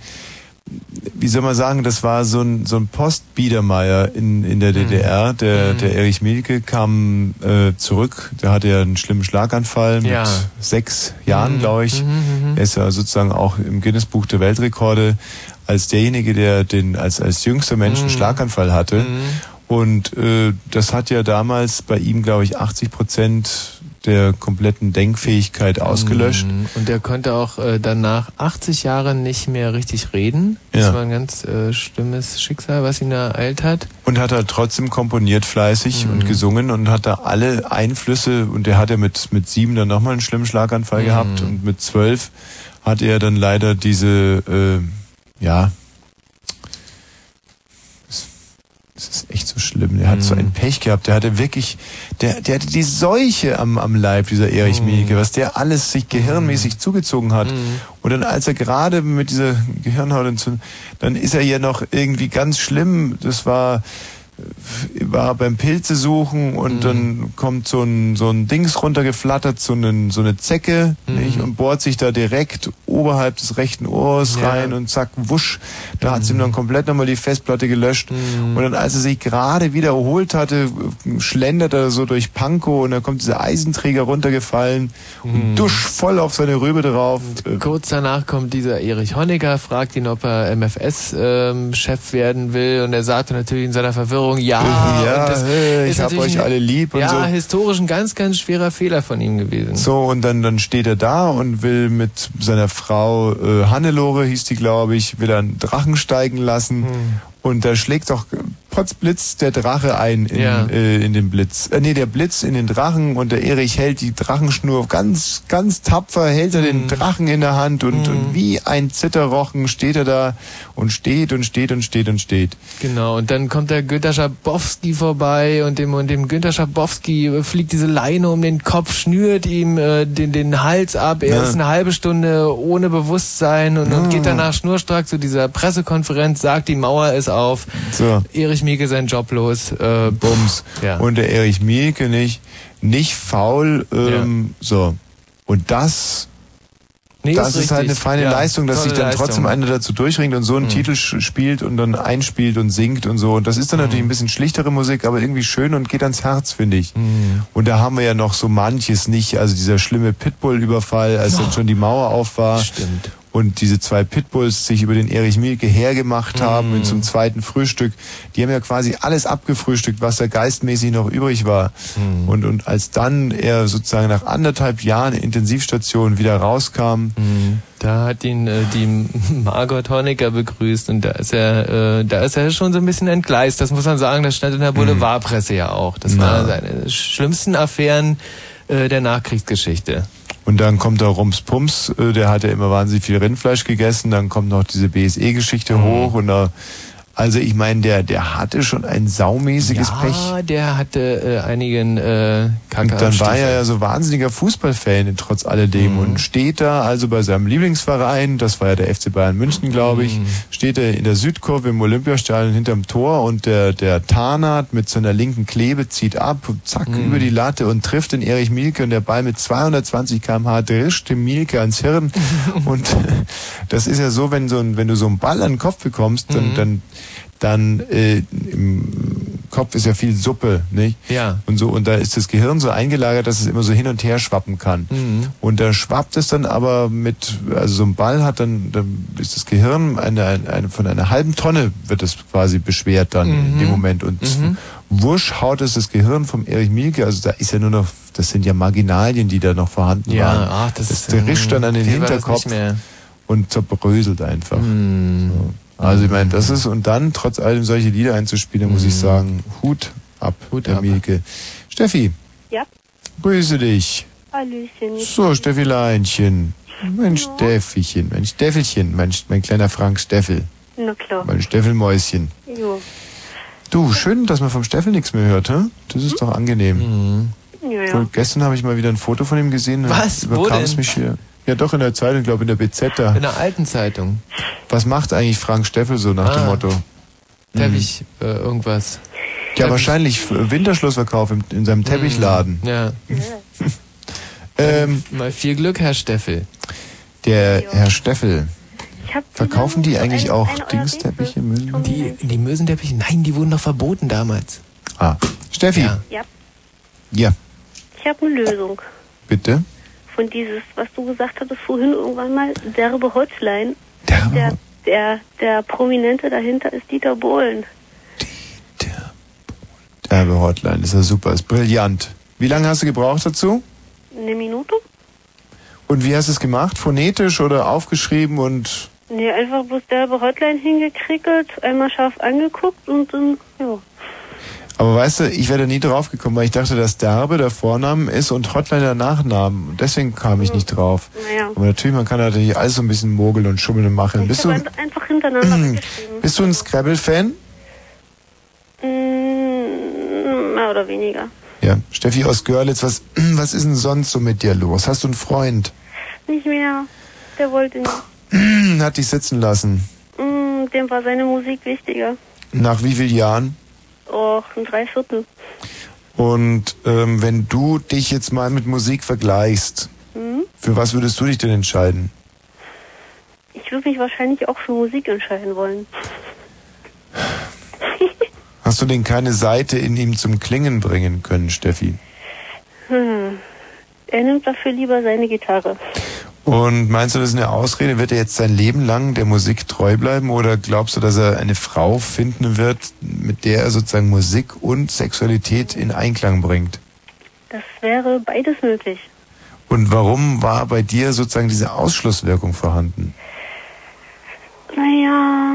wie soll man sagen, das war so ein, so ein Post-Biedermeier in, in der DDR. Der, der Erich Mielke kam äh, zurück, der hatte ja einen schlimmen Schlaganfall mit
Ja.
sechs Jahren, glaube ich. Er ist ja sozusagen auch im Guinness-Buch der Weltrekorde als derjenige, der den als, als jüngster Mensch einen Schlaganfall hatte. Und äh, das hat ja damals bei ihm, glaube ich, 80 Prozent der kompletten Denkfähigkeit ausgelöscht.
Und er konnte auch äh, danach 80 Jahre nicht mehr richtig reden.
Ja.
Das war ein ganz äh, schlimmes Schicksal, was ihn ereilt hat.
Und hat er trotzdem komponiert fleißig und gesungen und hat da alle Einflüsse und er hat ja mit, mit sieben dann nochmal einen schlimmen Schlaganfall gehabt und mit zwölf hat er dann leider diese, äh, ja, es, es ist echt so schlimm, der hat so ein Pech gehabt, der hatte wirklich, der, der hatte die Seuche am, am Leib, dieser Erich Mielke, was der alles sich gehirnmäßig zugezogen
Mhm.
hat. Und dann, als er gerade mit dieser Gehirnhautentzündung, dann ist er ja noch irgendwie ganz schlimm, das war, war beim Pilze suchen und dann kommt so ein, so ein Dings runtergeflattert, so, einen, so eine Zecke nicht, und bohrt sich da direkt oberhalb des rechten Ohrs rein und zack, wusch, da hat's ihm dann komplett nochmal die Festplatte gelöscht und dann als er sich gerade wieder erholt hatte, schlendert er so durch Pankow und dann kommt dieser Eisenträger runtergefallen
Mhm.
und dusch voll auf seine Rübe drauf.
Kurz danach kommt dieser Erich Honecker, fragt ihn, ob er MFS-Chef ähm, werden will und er sagte natürlich in seiner Verwirrung, ja,
Ja,
und das
äh, ich
ist
hab
natürlich
euch
ein-
alle lieb und
ja,
so.
historisch ein ganz, ganz schwerer Fehler von ihm gewesen.
So, und dann, dann steht er da und will mit seiner Frau äh, Hannelore, hieß die, glaube ich, will er einen Drachen steigen lassen.
Hm.
Und da schlägt doch potzblitz der Drache ein in,
Ja.
äh, in den Blitz. Äh, nee, der Blitz in den Drachen und der Erich hält die Drachenschnur ganz, ganz tapfer, hält er
Hm.
den Drachen in der Hand und, und wie ein Zitterrochen steht er da und steht und steht und steht und steht.
Genau, und dann kommt der Günter Schabowski vorbei und dem, und dem Günter Schabowski fliegt diese Leine um den Kopf, schnürt ihm äh, den, den Hals ab. Er
Ja.
ist eine halbe Stunde ohne Bewusstsein und, und geht
Ah.
danach schnurstracks zu dieser Pressekonferenz, sagt, die Mauer ist auf.
So.
Erich Mieke sein Job los. Äh,
Bums.
Ja.
Und der Erich Mielke nicht, nicht faul, ähm, so. Und das,
Nee,
das
ist
ist, halt eine
richtig.
feine
Ja,
Leistung, dass
tolle
sich dann
Leistung.
trotzdem einer dazu durchringt und so einen Titel sch- spielt und dann einspielt und singt und so. Und das ist dann natürlich ein bisschen schlichtere Musik, aber irgendwie schön und geht ans Herz, finde ich. Und da haben wir ja noch so manches nicht. Also dieser schlimme Pitbull-Überfall, als dann schon die Mauer auf war. Stimmt. Und diese zwei Pitbulls sich über den Erich Mielke hergemacht haben und zum zweiten Frühstück. Die haben ja quasi alles abgefrühstückt, was da geistmäßig noch übrig war. Und, und als dann er sozusagen nach anderthalb Jahren Intensivstation wieder rauskam,
Da hat ihn äh, die Margot Honecker begrüßt und da ist er, äh, da ist er schon so ein bisschen entgleist. Das muss man sagen, das stand in
Mhm.
der Boulevardpresse ja auch. Das war seine schlimmsten Affären äh, der Nachkriegsgeschichte.
Und dann kommt da Rumspums, äh, der hat ja immer wahnsinnig viel Rindfleisch gegessen, dann kommt noch diese BSE-Geschichte hoch und da, Also ich meine, der, der hatte schon ein saumäßiges Pech.
Ah, der hatte äh, einigen äh, Kacke
Und
am
dann war
Stiefel.
er ja so wahnsinniger Fußballfan trotz alledem und steht da also bei seinem Lieblingsverein, das war ja der FC Bayern München, glaube ich, steht er in der Südkurve im Olympiastadion hinterm Tor und der, der Tarnat mit seiner linken Klebe zieht ab, zack,
Mhm.
über die Latte und trifft den Erich Mielke und der Ball mit 220 kmh drischt dem Mielke ans Hirn und das ist ja so, wenn so ein, wenn du so einen Ball an den Kopf bekommst, dann, dann, dann äh, im Kopf ist ja viel Suppe, nicht?
Ja.
Und so, und da ist das Gehirn so eingelagert, dass es immer so hin und her schwappen kann.
Mhm.
Und da schwappt es dann aber mit, also so ein Ball hat dann, dann ist das Gehirn eine, eine, eine, von einer halben Tonne wird es quasi beschwert dann
Mhm.
in dem Moment. Und wusch haut es das Gehirn vom Erich Mielke, also da ist ja nur noch, das sind ja Marginalien, die da noch vorhanden
Ja,
waren.
ach, das
das
ist, ähm,
rischt dann an den
viel war das
Hinterkopf
nicht mehr. Hm.
und zerbröselt einfach. So. Also ich meine, das ist, und dann trotz allem solche Lieder einzuspielen, muss ich
Hm.
sagen, Hut ab, Hut der Mielke. Steffi,
Ja,
grüße dich.
Hallöchen.
So, Steffeleinchen. Mein Steffichen, mein Steffelchen, mein, mein kleiner Frank Steffel,
Na klar.
mein Steffelmäuschen.
Jo.
Du, schön, dass man vom Steffel nichts mehr hört, hä? Das ist doch angenehm.
Hm.
Ja, ja.
Obwohl, gestern habe ich mal wieder ein Foto von ihm gesehen. dann
Was? Wo
Überkam es
denn?
mich hier. Ja, doch in der Zeitung, glaube in der BZ da.
In der alten Zeitung.
Was macht eigentlich Frank Steffel so nach dem
Ah.
Motto? Hm.
Teppich, äh, irgendwas. Hm.
Ja, wahrscheinlich äh, Winterschlussverkauf in, in seinem Teppichladen.
Ja.
Hm. Ähm,
Mal viel Glück, Herr Steffel.
Der Herr Steffel.
Ich hab
Verkaufen die eigentlich auch Dingsteppiche, Müll?
Die, die Mösenteppiche, nein, die wurden doch verboten damals.
Ah, Steffi.
Ja.
Ja,
Ja,
ich habe eine Lösung.
bitte.
Von dieses, was du gesagt hattest vorhin irgendwann mal, derbe Hotline. Der, der, der Prominente dahinter ist Dieter Bohlen.
Erbe Hotline, ist ja super, ist brillant. Wie lange hast du gebraucht dazu?
Eine Minute?
Und wie hast du es gemacht? Phonetisch oder aufgeschrieben und
Nee, einfach bloß derbe Hotline hingekrickelt, einmal scharf angeguckt und dann, ja.
aber weißt du, ich wäre da nie drauf gekommen, weil ich dachte, dass Derbe der Vornamen ist und Hotline der Nachnamen. Und deswegen kam ich nicht drauf.
Hm. Naja.
Aber natürlich, man kann natürlich alles so ein bisschen mogeln und schummeln und machen. Bist du,
Einfach halt hintereinander weggeschrieben.
bist du ein Scrabble-Fan?
Mm, Mehr oder weniger.
Ja. Steffi aus Görlitz, was, was ist denn sonst so mit dir los? Hast du einen Freund?
Nicht mehr. Der wollte nicht.
Hat dich sitzen lassen.
Mm, dem war seine Musik wichtiger.
Nach wie vielen Jahren?
Och, ein Dreiviertel.
Und ähm, wenn du dich jetzt mal mit Musik vergleichst,
Hm?
für was würdest du dich denn entscheiden?
Ich würde mich wahrscheinlich auch für Musik entscheiden wollen.
Hast du denn keine Seite in ihm zum Klingen bringen können, Steffi?
Hm. Er nimmt dafür lieber seine Gitarre.
Und meinst du, das ist eine Ausrede? Wird er jetzt sein Leben lang der Musik treu bleiben? Oder glaubst du, dass er eine Frau finden wird, mit der er sozusagen Musik und Sexualität in Einklang bringt?
Das wäre beides möglich.
Und warum war bei dir sozusagen diese Ausschlusswirkung vorhanden?
Naja,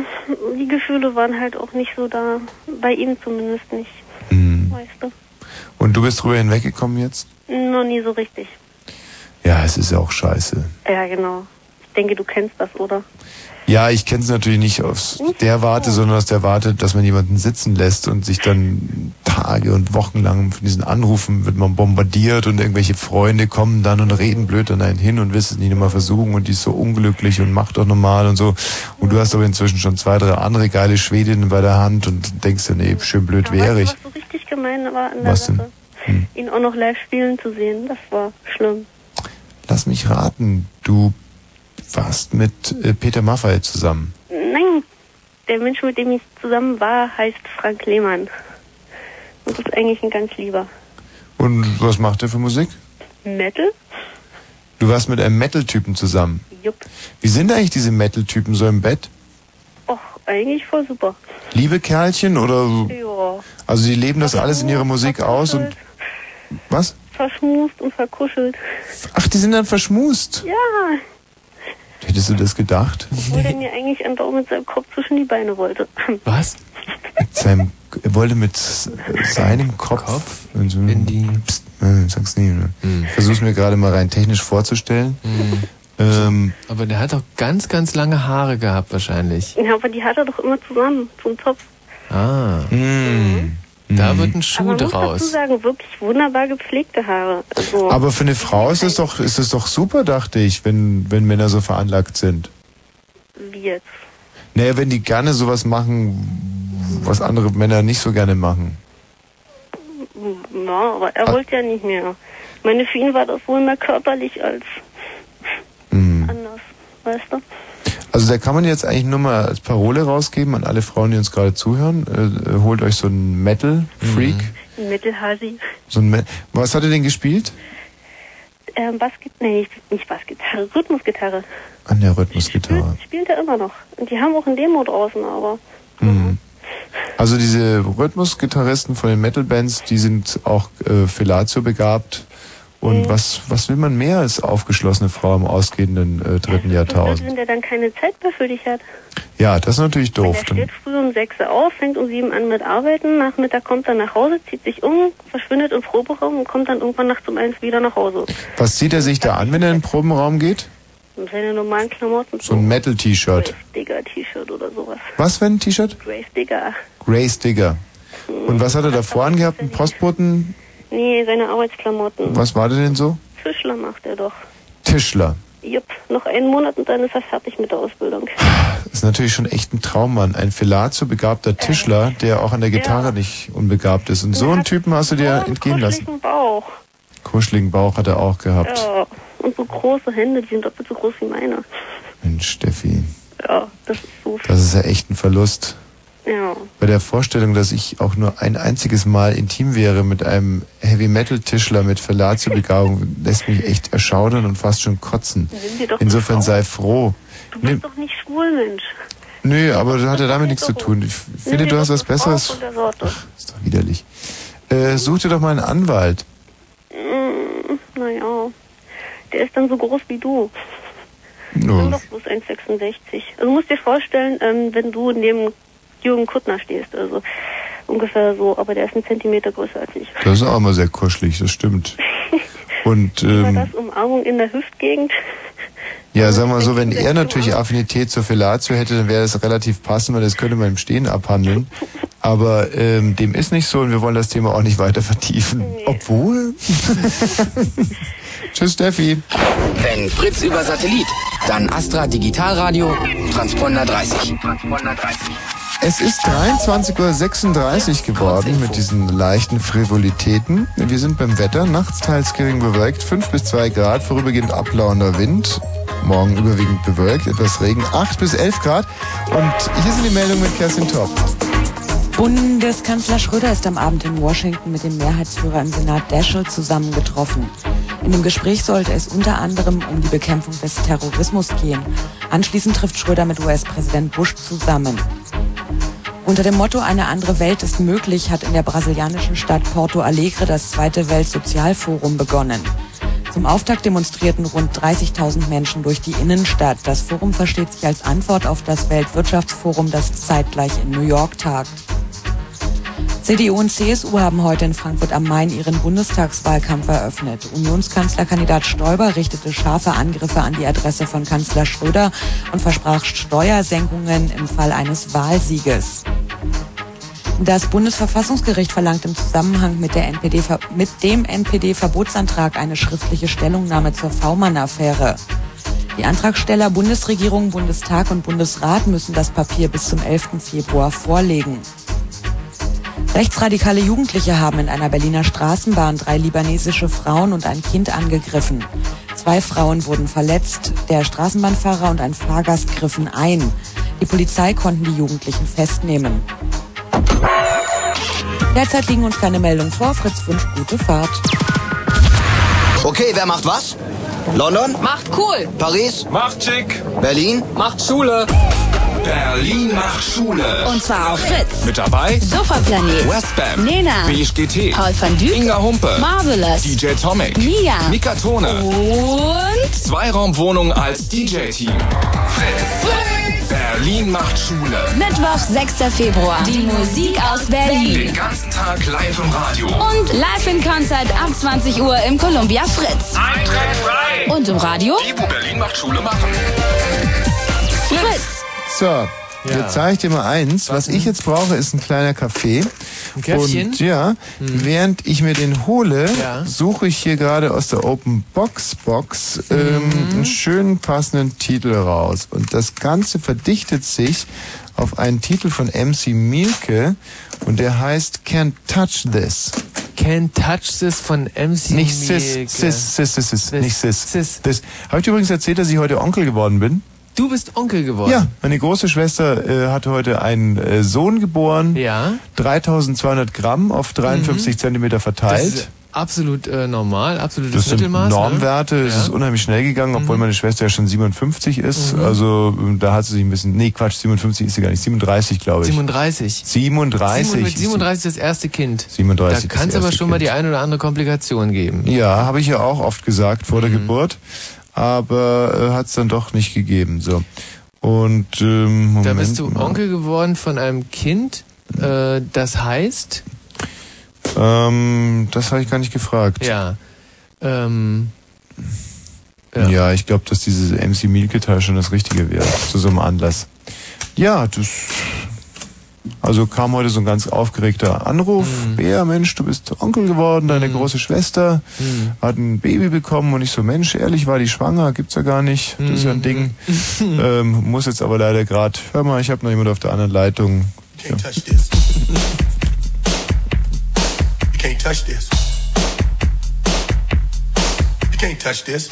die Gefühle waren halt auch nicht so da. Bei ihm zumindest nicht.
Hm.
Weißt du?
Und du bist drüber hinweggekommen jetzt?
Noch nie so richtig.
Ja, es ist ja auch scheiße.
Ja, genau. Ich denke, du kennst das, oder?
Ja, ich kenne es natürlich nicht aus der Warte, sondern aus der Warte, dass man jemanden sitzen lässt und sich dann Tage und Wochen lang von diesen Anrufen wird man bombardiert und irgendwelche Freunde kommen dann und reden blöd an einen hin und willst es nicht nochmal versuchen und die ist so unglücklich und macht doch normal und so. Und du hast aber inzwischen schon zwei, drei andere geile Schwedinnen bei der Hand und denkst dir, nee, schön blöd wäre ich.
Was so richtig gemein war an der
Was denn? Hm.
Sache, ihn auch noch live spielen zu sehen, das war schlimm.
Lass mich raten, du warst mit äh, Peter Maffay zusammen.
Nein, der Mensch, mit dem ich zusammen war, heißt Frank Lehmann. Und ist eigentlich ein ganz lieber.
Und was macht er für Musik?
Metal?
Du warst mit einem Metal-Typen zusammen.
Jupp.
Wie sind eigentlich diese Metal-Typen so im Bett?
Och, eigentlich voll super.
Liebe Kerlchen oder
Ja,
also sie leben das alles in ihrer Musik aus und was?
verschmust und verkuschelt.
Ach, die sind dann verschmust.
Ja,
Hättest du das gedacht?
obwohl er mir eigentlich andauernd mit seinem Kopf zwischen die Beine wollte.
Was? Mit seinem er wollte mit s- seinem Kopf, in, Hm. so, in die Psst, äh, sag's nie. Ne? Versuch's mir gerade mal rein technisch vorzustellen. Ähm,
Mhm. Aber der hat doch ganz, ganz lange Haare gehabt wahrscheinlich.
Ja, aber die hat er doch immer zusammen zum Zopf.
Ah.
Mhm.
Da wird ein Schuh
aber man muss dazu
draus.
sagen, wirklich wunderbar gepflegte Haare. Also,
aber für eine Frau ist es doch, ist es doch super, dachte ich, wenn, wenn Männer so veranlagt sind.
wie jetzt.
Naja, wenn die gerne sowas machen, was andere Männer nicht so gerne machen.
Ja, aber er wollte ja nicht mehr. Ich meine, für ihn war das wohl mehr körperlich als anders, weißt du?
Also da kann man jetzt eigentlich nur mal als Parole rausgeben an alle Frauen, die uns gerade zuhören. Äh, äh, holt euch so einen Metal-Freak.
Ein Mittelhasi.
So ein Me Was hat er denn gespielt?
Ähm, Basket, nee, nicht- nicht Bassgitarre, Rhythmusgitarre.
An der Rhythmusgitarre.
Spielt er immer noch. Und die haben auch ein Demo draußen, aber
Mhm. Also diese Rhythmusgitarristen von den Metal-Bands, die sind auch äh, Fellatio begabt. Und was, was will man mehr als aufgeschlossene Frau im ausgehenden äh, dritten
blöd,
Jahrtausend?
wenn der dann keine Zeit mehr für dich hat.
Ja, das ist natürlich doof.
Der steht früh um sechs Uhr auf, fängt um sieben an mit Arbeiten, Nachmittag kommt er nach Hause, zieht sich um, verschwindet im Proberaum und kommt dann irgendwann nachts um eins wieder nach Hause.
Was zieht er sich da an, wenn er in den Probenraum geht?
Und seine normalen Klamotten,
So ein Metal-T-Shirt.
Digger-T-Shirt oder sowas.
Was für ein T-Shirt?
Grave Digger.
Grace Digger. Und was hat er da vorhin gehabt? Ein Postboten?
Nee, seine Arbeitsklamotten.
Was war der denn so?
Tischler macht er doch.
Tischler.
Jupp, noch einen Monat und dann ist er fertig mit der Ausbildung.
Das ist natürlich schon echt ein Traummann. Ein Fellatio begabter Tischler, der auch an der Gitarre nicht unbegabt ist. Und so einen Typen hast du dir entgehen lassen.
Ein Bauch.
Kuscheligen Bauch hat er auch gehabt.
Ja. Und so große Hände, die sind doppelt so groß wie meine.
Mensch, Steffi.
Ja, das ist so
Das ist ja echt ein Verlust.
Ja.
Bei der Vorstellung, dass ich auch nur ein einziges Mal intim wäre mit einem Heavy-Metal-Tischler mit Fellatio-Begabung, lässt mich echt erschaudern und fast schon kotzen.
Nimm dir doch eine
Insofern
Frau.
sei froh.
Du bist
Nimm,
doch nicht schwul, Mensch.
nö, aber das hat ja damit nichts zu tun. Ich finde,
dir
du
doch
hast was
eine Frau
Besseres.
von der Sorte.
Ist doch widerlich. Äh, such dir doch mal einen Anwalt.
Mm, naja. Der ist dann so groß wie du.
Nur.
Nur noch bloß 1,66. Also musst dir vorstellen, ähm, wenn du neben Jürgen Kuttner stehst, also ungefähr so, aber der ist einen Zentimeter größer als ich.
Das ist auch immer sehr kuschelig, das stimmt. Und
War
ähm,
das Umarmung in der Hüftgegend?
ja, sagen wir mal so, wenn er natürlich Affinität zur Fellatio hätte, dann wäre das relativ passend, weil das könnte man im Stehen abhandeln. Aber ähm, dem ist nicht so und wir wollen das Thema auch nicht weiter vertiefen. Obwohl. Tschüss, Steffi.
Wenn Fritz über Satellit, dann Astra Digitalradio, Transponder 30. Transponder 30.
Es ist 23.36 Uhr geworden mit diesen leichten Frivolitäten. Wir sind beim Wetter, nachts teils gering bewölkt, 5 bis 2 Grad, vorübergehend ablauender Wind. Morgen überwiegend bewölkt, etwas Regen, 8 bis 11 Grad. Und hier sind die Meldungen mit Kerstin Topp.
Bundeskanzler Schröder ist am Abend in Washington mit dem Mehrheitsführer im Senat Daschle zusammengetroffen. In dem Gespräch sollte es unter anderem um die Bekämpfung des Terrorismus gehen. Anschließend trifft Schröder mit US-Präsident Bush zusammen. Unter dem Motto Eine andere Welt ist möglich hat in der brasilianischen Stadt Porto Alegre das Zweite Weltsozialforum begonnen. Zum Auftakt demonstrierten rund 30.000 Menschen durch die Innenstadt. Das Forum versteht sich als Antwort auf das Weltwirtschaftsforum, das zeitgleich in New York tagt. CDU und CSU haben heute in Frankfurt am Main ihren Bundestagswahlkampf eröffnet. Unionskanzlerkandidat Stoiber richtete scharfe Angriffe an die Adresse von Kanzler Schröder und versprach Steuersenkungen im Fall eines Wahlsieges. Das Bundesverfassungsgericht verlangt im Zusammenhang mit, der NPD, ver- mit dem NPD-Verbotsantrag eine schriftliche Stellungnahme zur V-Mann-Affäre. Die Antragsteller Bundesregierung, Bundestag und Bundesrat müssen das Papier bis zum 11. Februar vorlegen. Rechtsradikale Jugendliche haben in einer Berliner Straßenbahn drei libanesische Frauen und ein Kind angegriffen. Zwei Frauen wurden verletzt, der Straßenbahnfahrer und ein Fahrgast griffen ein. Die Polizei konnten die Jugendlichen festnehmen. Derzeit liegen uns keine Meldungen vor. Fritz wünscht gute Fahrt.
Okay, wer macht was? London?
Macht cool.
Paris? Macht schick. Berlin? Macht Schule.
Berlin macht Schule.
Und zwar auf Fritz.
Mit dabei
Sofaplanet.
Westbam,
Nena.
BGT,
Paul van Dyk.
Inga Humpe,
Marvelous.
DJ Tomic,
Mia.
Mika Tone,
Und
Zweiraumwohnung als DJ-Team. Berlin macht Schule.
Mittwoch, 6. Februar. Die Musik aus
Den
Berlin.
ganzen Tag live im Radio.
Und live in Konzert ab 20 Uhr im Columbia Fritz.
Eintritt frei.
Und im Radio?
Die, wo Berlin macht Schule machen.
Fritz.
So, jetzt zeige ich dir mal eins. Was ich jetzt brauche, ist ein kleiner Kaffee. Ein
Käffchen? Hm.
Und ja, während ich mir den hole, suche ich hier gerade aus der Open Box Box ähm,
Mhm.
einen schönen passenden Titel raus. Und das Ganze verdichtet sich auf einen Titel von MC Mielke und der heißt Can't Touch This.
Can't Touch This von MC
Nicht Sis,
Mielke.
Sis, Sis, Sis, Sis, nicht Sis. Sis. Das. Habe ich dir übrigens erzählt, dass ich heute Onkel geworden bin?
Du bist Onkel geworden.
Ja, meine große Schwester äh, hat heute einen äh, Sohn geboren. Ja. 3200 Gramm auf
Mhm.
53 Zentimeter
Das ist
verteilt.
absolut äh, normal, absolutes
Das sind
Mittelmaß.
Normwerte,
Ne? Mhm.
es ist unheimlich schnell gegangen, obwohl meine Schwester ja schon 57 ist. Also ähm, da hat sie sich ein bisschen, nee Quatsch, 57 ist sie gar nicht, 37 glaube ich.
37.
37.
Simon- Mit
ist
37 das erste Kind.
37
Da
das
kann es aber
erste
schon mal die eine oder andere Komplikation geben.
Ja, habe ich ja auch oft gesagt vor der
Mhm.
Geburt, aber äh, hat es dann doch nicht gegeben. So und ähm, Moment,
Da bist du
mal.
Onkel geworden von einem Kind, äh, das heißt,
Ähm, das habe ich gar nicht gefragt.
ja, ähm,
Ja, ich glaube, dass diese MC Milke Teil schon das Richtige wäre zu so einem Anlass. Ja, das. Also kam heute so ein ganz aufgeregter Anruf.
Mhm.
Bea, Mensch, du bist Onkel geworden, deine große Schwester hat ein Baby bekommen und ich so, Mensch, ehrlich, war die schwanger? Gibt's ja gar nicht. Das ist ja ein Ding. ähm, muss jetzt aber leider gerade. Hör mal, ich habe noch jemand auf der anderen Leitung.
Can't touch this. You can't touch this. You can't touch this.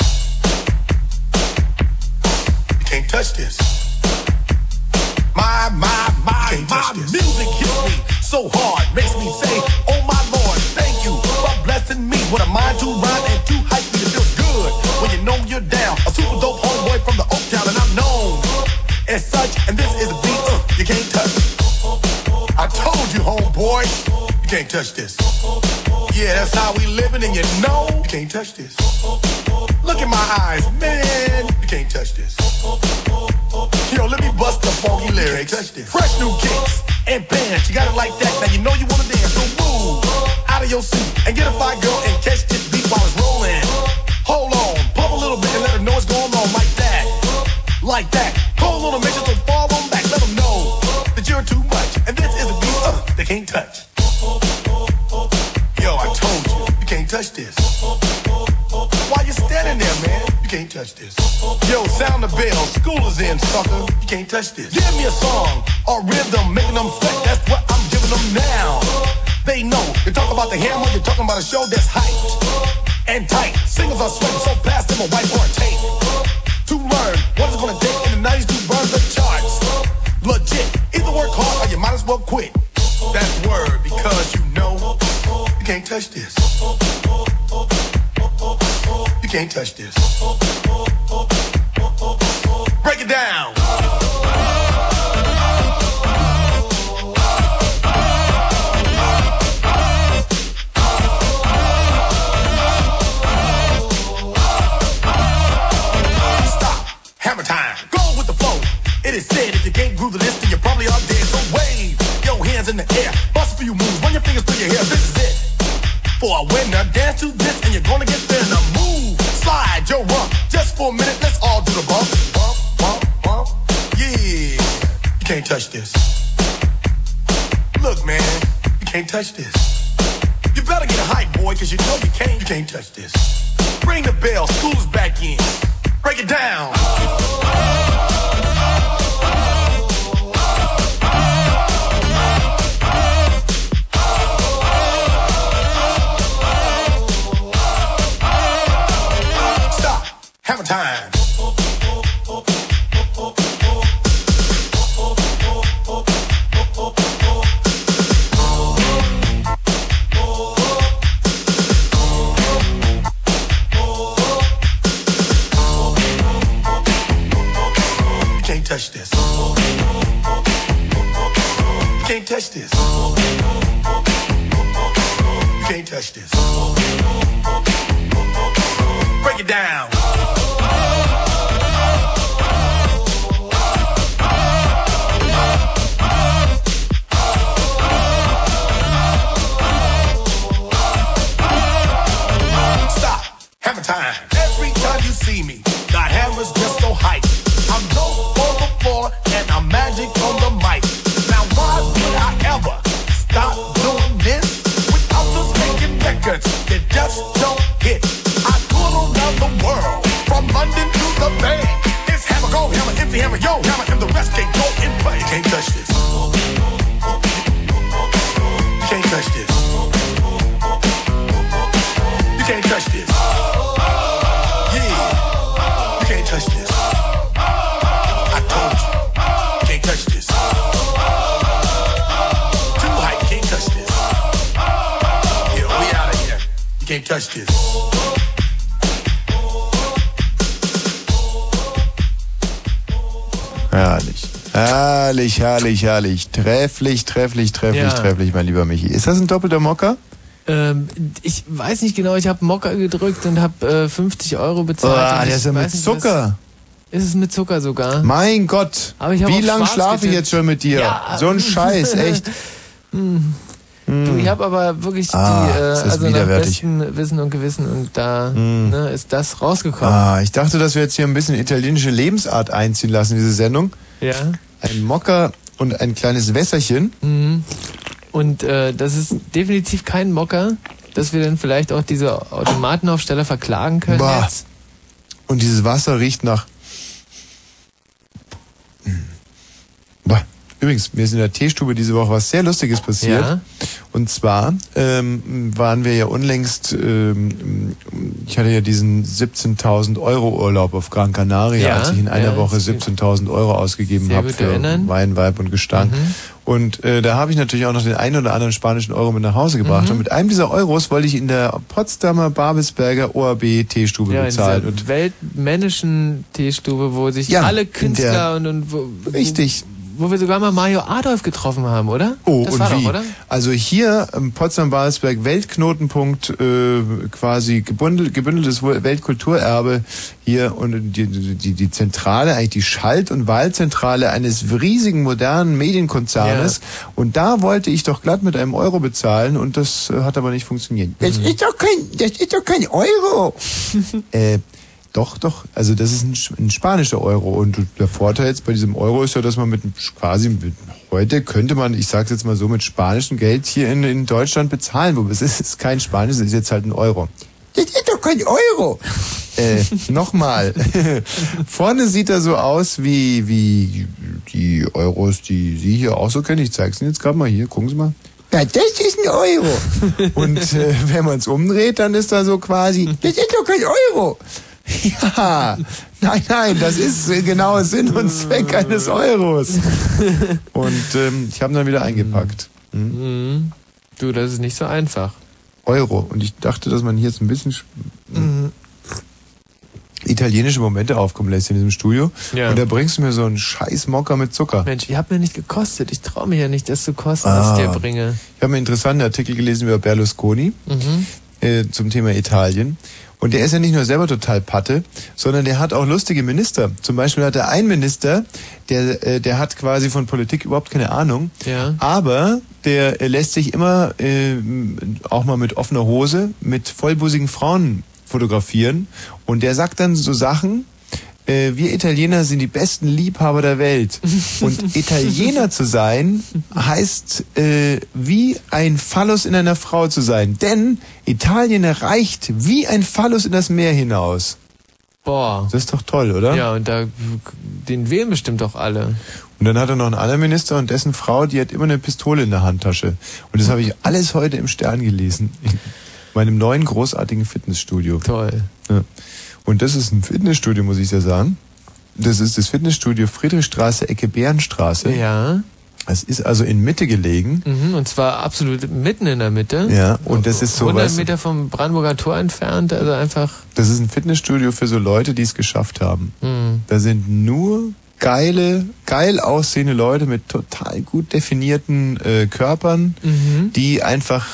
You can't touch this.
My, my, my, my music hits me so hard. Makes me say, oh my lord, thank you for blessing me with a mind to rhyme and to hype me to feel good when you know you're down. A super dope homeboy from the Oak Town and I'm known as such. And this is a beat uh, you can't touch. I told you, homeboy, you can't touch this. Yeah, that's how we living and you know you can't touch this. Look in my eyes, man, you can't touch this. Yo, let me bust the funky lyrics. Fresh new kicks and bands. You got it like that. Now you know you wanna dance. So move out of your seat and get a fire girl and catch this beat while it's rolling. Hold on, pump a little bit and let her know what's going on like that. Like that. Hold on a mission, so fall on back. Let them know that you're too much. And this is a beat uh, they can't touch. Yo, I told you, you can't touch this. Why you standing there, man? You can't touch this. Yo, sound the bell. School is in, sucker. You can't touch this. Give me a song or rhythm, making them sweat. That's what I'm giving them now. They know. You're talking about the hammer. You're talking about a show that's hyped and tight. Singles are sweating so fast, them a white or a tape. To learn what it's gonna take in the 90s to burn the charts. Legit. Either work hard or you might as well quit. That's word because you know you can't touch this. You can't touch this. Break it down. Stop. Hammer time. Go with the flow. It is said if you can't groove to this, then you probably are dead. So wave your hands in the air. Bust a few moves. Run your fingers through your hair. This is it for a winner. Dance to this and you're gonna get thinner. Move, slide your rump. Just for a minute, let's all do the bump. Bump, bump, bump. Yeah. You can't touch this. Look, man, you can't touch this. You better get a hype, boy, cause you know you can't. You can't touch this. Ring the bell, school's back in. Break it down. Stop. Hammer time. You can't touch this. You can't touch this. You can't touch this. Break it down. Stop. Hammer time. Every time time you see me, the hammer's just so hype. I'm dope on the floor and I'm magic on the mic. Now why would I ever stop doing this? Without just making records that just don't hit. I tour around the world from London to the Bay. It's hammer, go hammer, empty hammer, yo hammer, and the rest can't go in play. Can't touch this. Can't touch this. You can't touch this. Yeah. You can't touch this. I told you. Can't touch this. Too high. Can't touch this. Yeah, we out of here. You can't touch this.
Herrlich. Herrlich, herrlich, herrlich. Trefflich, trefflich, trefflich,
Ja.
trefflich, mein lieber Michi. Ist das ein doppelter Mocker?
Ähm, ich weiß nicht genau, ich habe Mocker gedrückt und habe äh, 50 Euro bezahlt.
Ah,
Und
der
ich
ist ja mit
weiß nicht,
Zucker.
was- Ist es mit Zucker sogar?
Mein Gott.
Aber ich hab
Wie
auf
lange
schwarz
schlafe ich
getippt.
jetzt schon mit dir?
Ja.
So ein Scheiß, echt.
Hm. Du, ich habe aber wirklich
Ah,
die, äh,
es ist
also nach
widerwärtig. Hm.
bestem Wissen und Gewissen und da ne, ist das rausgekommen.
Ah, ich dachte, dass wir jetzt hier ein bisschen italienische Lebensart einziehen lassen, diese Sendung.
Ja.
Ein Mocker und ein kleines Wässerchen.
Mhm. Und äh, das ist definitiv kein Mocker, dass wir dann vielleicht auch diese Automatenaufsteller verklagen können.
Bah.
Jetzt.
Und dieses Wasser riecht nach. Bah. Übrigens, mir ist in der Teestube diese Woche was sehr Lustiges passiert.
Ja.
Und zwar ähm, waren wir ja unlängst, ähm, ich hatte ja diesen 17.000 Euro Urlaub auf Gran Canaria,
Ja,
als ich in einer
ja,
Woche 17.000 Euro ausgegeben
Sehr
habe
gut
für
erinnern. Mhm.
Wein, Weib und Gestank. Und äh, da habe ich natürlich auch noch den einen oder anderen spanischen Euro mit nach Hause gebracht.
Mhm.
Und mit einem dieser Euros wollte ich in der Potsdamer Babelsberger OAB Teestube
Ja, in
bezahlen.
dieser
Und
weltmännischen Teestube, wo sich
Ja,
alle
in
Künstler
der-
und, und wo, wo-
Richtig.
Wo wir sogar mal Mario Adolf getroffen haben, oder?
Oh,
das
und
war
wie?
doch, oder?
Also hier im Potsdam-Babelsberg Weltknotenpunkt, äh, quasi gebündel, gebündeltes Wo- Weltkulturerbe hier und die, die, die Zentrale, eigentlich die Schalt- und Wahlzentrale eines riesigen modernen Medienkonzernes. Und da wollte ich doch glatt mit einem Euro bezahlen und das äh, hat aber nicht funktioniert. Mhm. Das ist doch kein, das ist doch kein Euro. äh, doch, doch. Also das ist ein, Sch- ein spanischer Euro. Und der Vorteil jetzt bei diesem Euro ist ja, dass man mit einem Sch- quasi mit, heute könnte man, ich sag's jetzt mal so, mit spanischem Geld hier in, in Deutschland bezahlen. Wobei es ist, es ist kein Spanisch, es ist jetzt halt ein Euro. Das ist doch kein Euro. Äh, nochmal. Vorne sieht er so aus wie, wie die Euros, die Sie hier auch so kennen. Ich zeig's Ihnen jetzt gerade mal hier. Gucken Sie mal. Ja, das ist ein Euro. Und äh, wenn man es umdreht, dann ist da so quasi, das ist doch kein Euro. Ja, nein, nein, das ist äh, genau Sinn und Zweck eines Euros. Und ähm, ich habe dann wieder eingepackt. Hm?
Mhm. Du, das ist nicht so einfach.
Euro. Und ich dachte, dass man hier jetzt ein bisschen sch- italienische Momente aufkommen lässt in diesem Studio.
Ja.
Und da bringst du mir so einen scheiß Mocker mit Zucker.
Mensch, ihr habt mir nicht gekostet. Ich traue mir ja nicht, das zu kosten,
Ah.
was ich dir bringe.
Ich habe einen interessanten Artikel gelesen über Berlusconi
Mhm.
äh, zum Thema Italien. Und der ist ja nicht nur selber total Patte, sondern der hat auch lustige Minister. Zum Beispiel hat er einen Minister, der, äh, der hat quasi von Politik überhaupt keine Ahnung.
Ja.
Aber der äh, lässt sich immer äh, auch mal mit offener Hose mit vollbusigen Frauen fotografieren. Und der sagt dann so Sachen, äh, wir Italiener sind die besten Liebhaber der Welt. Und Italiener zu sein heißt äh, wie ein Phallus in einer Frau zu sein. Denn Italien reicht wie ein Phallus in das Meer hinaus.
Boah.
Das ist doch toll, oder?
Ja, und da, den wählen bestimmt auch alle.
Und dann hat er noch einen anderen Minister und dessen Frau, die hat immer eine Pistole in der Handtasche. Und das habe ich alles heute im Stern gelesen. In meinem neuen großartigen Fitnessstudio.
Toll.
Ja. Und das ist ein Fitnessstudio, muss ich ja sagen. Das ist das Fitnessstudio Friedrichstraße, Ecke Bärenstraße.
Ja.
Es ist also in Mitte gelegen.
Mhm, und zwar absolut mitten in der Mitte.
Ja, und das ist so,
100
weißt du-
Meter vom Brandenburger Tor entfernt, also einfach.
Das ist ein Fitnessstudio für so Leute, die es geschafft haben.
Mhm.
Da sind nur geile, geil aussehende Leute mit total gut definierten äh, Körpern,
Mhm.
die einfach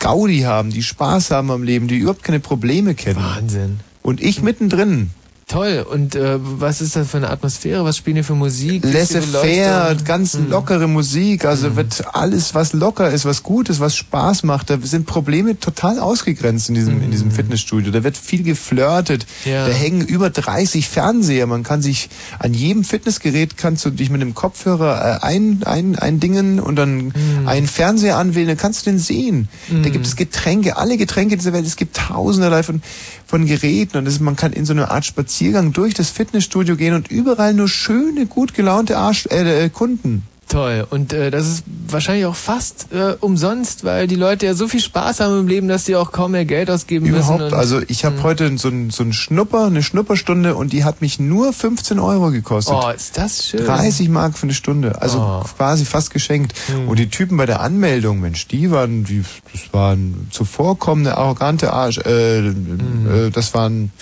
Gaudi haben, die Spaß haben am Leben, die überhaupt keine Probleme kennen.
Wahnsinn.
Und ich mittendrin.
Toll. Und äh, was ist das für eine Atmosphäre? Was spielen die für Musik? Ist die
Laissez-faire,
Beleuchtung?
ganz lockere Musik,
Hm.
also wird alles, was locker ist, was gut ist, was Spaß macht, da sind Probleme total ausgegrenzt in diesem, in diesem Fitnessstudio. Da wird viel geflirtet,
Hm. Ja.
da hängen über 30 Fernseher, man kann sich an jedem Fitnessgerät kannst du dich mit einem Kopfhörer äh, ein, ein, eindingen und dann einen Fernseher anwählen, dann kannst du den sehen. Da
Mhm.
gibt es Getränke, alle Getränke dieser Welt, es gibt tausenderlei von, von Geräten und das, man kann in so eine Art Spaziergang durch das Fitnessstudio gehen und überall nur schöne, gut gelaunte Arsch, äh, äh, Kunden.
Toll. Und äh, das ist wahrscheinlich auch fast äh, umsonst, weil die Leute ja so viel Spaß haben im Leben, dass sie auch kaum mehr Geld ausgeben müssen.
Überhaupt,
und- Hm.
also ich
Mhm.
habe heute so einen so ein Schnupper, eine Schnupperstunde und die hat mich nur 15 Euro gekostet.
Oh, ist das schön. Ah.
30 Mark für eine Stunde, also quasi fast geschenkt.
Hm.
Und die Typen bei der Anmeldung, Mensch, die waren, die, das waren zuvorkommende, arrogante Arsch, äh,
Hm.
äh, das waren...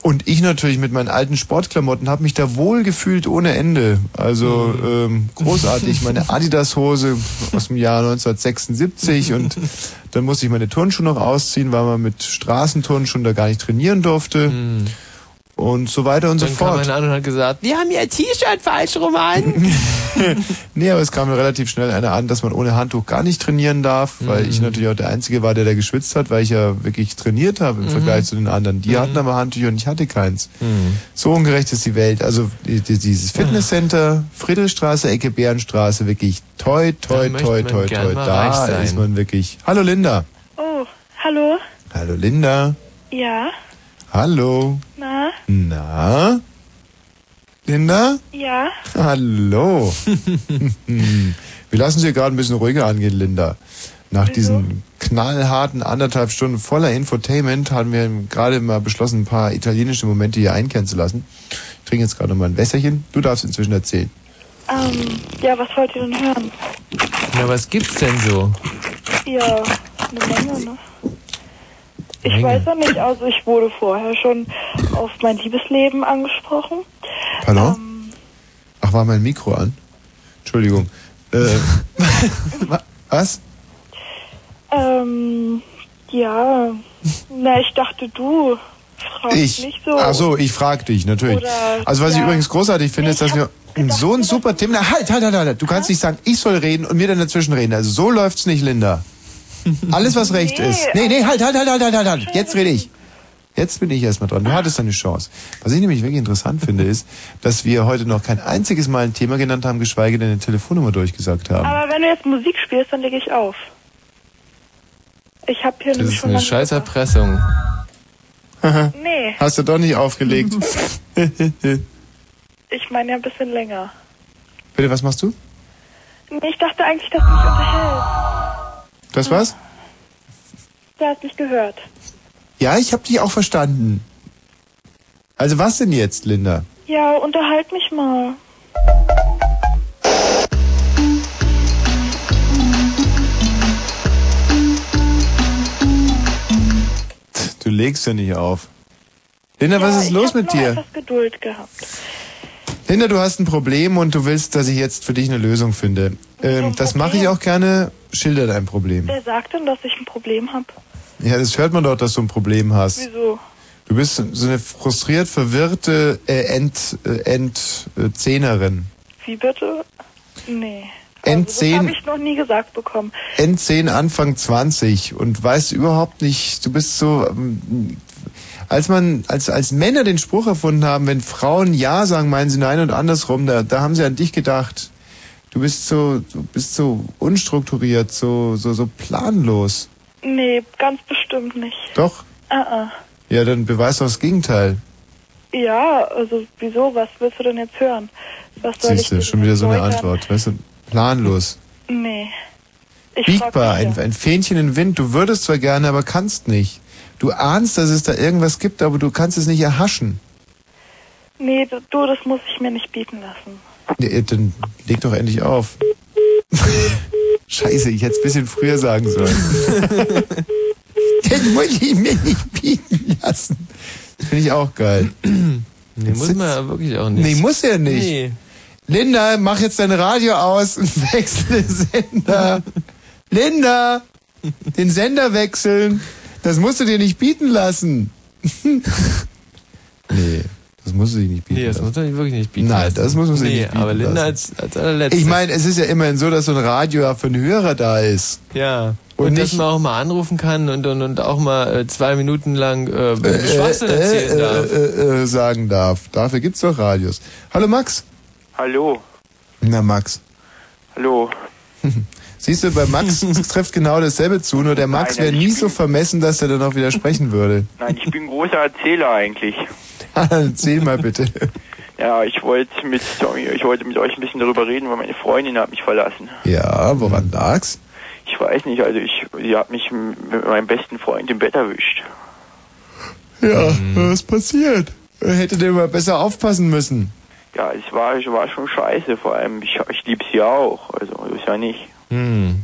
Und ich natürlich mit meinen alten Sportklamotten habe mich da wohl gefühlt ohne Ende. Also
Hm.
ähm, großartig, meine Adidas-Hose aus dem Jahr 1976 und dann musste ich meine Turnschuhe noch ausziehen, weil man mit Straßenturnschuhen da gar nicht trainieren durfte und so weiter und
Hm. Dann
so
kam
fort.
mein An und hat gesagt, wir haben ihr T-Shirt falsch rum an.
nee, aber es kam mir relativ schnell einer an, dass man ohne Handtuch gar nicht trainieren darf, weil
Mhm.
ich natürlich auch der Einzige war, der da geschwitzt hat, weil ich ja wirklich trainiert habe im
Mhm.
Vergleich zu den anderen. Die hatten aber Handtücher und ich hatte keins.
Mhm.
So ungerecht ist die Welt. Also die- die- dieses Fitnesscenter, Friedelstraße, Ecke Bärenstraße, wirklich toi, toi,
möchte
toi,
man
toi,
gern
toi.
mal reich
Da
sein.
ist man wirklich. Hallo Linda.
Oh, hallo?
Hallo Linda.
Ja?
Hallo.
Na?
Na? Linda?
Ja?
Hallo. Wir lassen Sie gerade ein bisschen ruhiger angehen, Linda. Nach diesen knallharten anderthalb Stunden voller Infotainment haben wir gerade mal beschlossen, ein paar italienische Momente hier einkehren zu lassen. Ich trinke jetzt gerade noch mal ein Wässerchen. Du darfst inzwischen erzählen.
Ähm, ja, was wollt ihr denn hören?
Na, was gibt's denn so?
Ja, eine Menge, ne? Ich
Menge.
weiß ja nicht, also ich wurde vorher schon auf mein Liebesleben angesprochen.
Pardon? Ach, war mein Mikro an? Entschuldigung. Äh, wa- was?
Ähm, ja, na, ich dachte, du fragst
Ich.
mich so.
Ach so, ich frag dich, natürlich.
Oder-
also was ich
ja.
übrigens großartig finde, ist, dass wir so ein super Thema... Na, halt, halt, halt, halt. Du kannst nicht sagen, ich soll reden und mir dann dazwischen reden. Also so läuft's nicht, Linda. Alles, was recht
Nee,
ist. Nee, nee, halt, halt, halt, halt, halt, halt, halt. Jetzt rede ich. Jetzt bin ich erstmal dran. Du hattest eine Chance. Was ich nämlich wirklich interessant finde, ist, dass wir heute noch kein einziges Mal ein Thema genannt haben, geschweige denn eine Telefonnummer durchgesagt haben.
Aber wenn du jetzt Musik spielst, dann lege ich auf. Ich hab hier
Das
nämlich
ist
schon
eine
lange...
Scheiße.
Scheiß Erpressung.
Nee,
Hast du doch nicht aufgelegt. Bitte,
ich meine ja ein bisschen länger.
was machst du?
Nee, ich dachte eigentlich, dass du mich unterhältst.
Das was?
Du hast mich gehört.
Ja, ich habe dich auch verstanden. Also was denn jetzt, Linda?
Ja, unterhalt mich mal.
Du legst ja nicht auf. Linda, was ist los mit
Ich
dir?
habe etwas Geduld gehabt.
Linda, du hast ein Problem und du willst, dass ich jetzt für dich eine Lösung finde. Ähm, das mache ich auch gerne. Schilder dein Problem.
Wer sagt denn, dass ich ein Problem habe?
Ja, das hört man doch, dass du ein Problem hast.
Wieso?
Du bist so eine frustriert verwirrte äh, Ent, äh, Ent, äh, Zehnerin.
Wie bitte? Nee. Also, das habe
Entzehn,
ich noch nie gesagt bekommen.
N10 Anfang 20 und weißt überhaupt nicht, du bist so ähm, als man als als Männer den Spruch erfunden haben, wenn Frauen ja sagen, meinen sie nein und andersrum, da da haben sie an dich gedacht. Du bist so du bist so unstrukturiert, so so so planlos.
Nee, ganz bestimmt nicht.
Doch?
Ah, ah.
Ja, dann beweist doch das Gegenteil.
Ja, also wieso? Was willst du denn jetzt hören? Was soll
Siehst du,
ich dir
schon wieder so eine
erläutern?
Antwort, weißt du, planlos.
Nee. Ich
Biegbar,
frag mich
ein, ein Fähnchen im Wind, du würdest zwar gerne, aber kannst nicht. Du ahnst, dass es da irgendwas gibt, aber du kannst es nicht erhaschen.
ja. Nee, du, du, das muss ich mir nicht bieten lassen.
Nee, dann leg doch endlich auf. Scheiße, ich hätte es ein bisschen früher sagen sollen. den muss ich mir nicht bieten lassen. Das finde ich auch geil.
Nee, muss man ja wirklich auch nicht.
Nee, muss ja nicht.
Nee.
Linda, mach jetzt dein Radio aus und wechsle Sender. Linda, den Sender wechseln. Das musst du dir nicht bieten lassen. Nee, das muss sie sich nicht bieten.
Nee, das muss man wirklich nicht bieten.
Nein, das muss man sich
Nee,
nicht bieten.
aber Linda
lassen.
als, als allerletztes.
Ich meine, es ist ja immerhin so, dass so ein Radio ja für einen Hörer da ist.
Ja.
Und
Und,
nicht-
dass man auch mal anrufen kann und, und, und auch mal äh, zwei Minuten lang äh, Schwachsinn erzählen
äh,
darf.
äh, äh, sagen darf. Dafür gibt's doch Radios. Hallo Max.
Hallo,
Na Max.
hallo.
Siehst du, bei Max trifft genau dasselbe zu, nur der Max
Nein,
wäre nie so vermessen, dass er dann auch widersprechen würde.
Nein, ich bin großer Erzähler eigentlich.
Erzähl mal bitte.
Ja, ich wollte mit ich wollte mit euch ein bisschen darüber reden, weil meine Freundin hat mich verlassen.
Ja, Ah, woran lag's?
Ich weiß nicht, also ich sie hat mich m- mit meinem besten Freund im Bett erwischt.
Ja,
Hm.
was passiert? Hätte der mal besser aufpassen müssen.
Ja, es war, es war schon scheiße, vor allem ich, ich liebe sie ja auch, also ist ja nicht. Hm.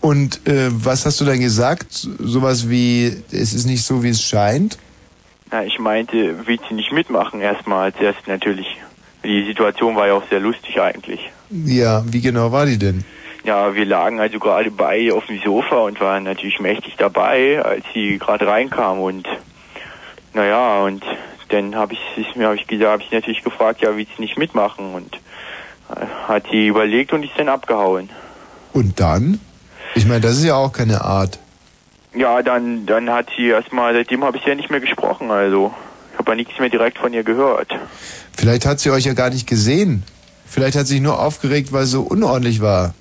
Und äh, was hast du dann gesagt? Sowas wie, es ist nicht so, wie es scheint?
Na, ich meinte, will sie nicht mitmachen erstmal als erstes natürlich. Die Situation war ja auch sehr lustig eigentlich.
Ja, wie genau war die denn?
Ja, wir lagen also gerade bei auf dem Sofa und waren natürlich mächtig dabei, als sie gerade reinkam und naja, und dann habe ich ist mir hab ich gesagt, habe ich natürlich gefragt, ja, will sie nicht mitmachen und äh, hat sie überlegt und ist dann abgehauen.
Und dann? Ich meine, das ist ja auch keine Art.
Ja, dann dann hat sie erstmal, seitdem habe ich ja nicht mehr gesprochen, also ich habe ja nichts mehr direkt von ihr gehört.
Vielleicht hat sie euch ja gar nicht gesehen. Vielleicht hat sie sich nur aufgeregt, weil sie so unordentlich war.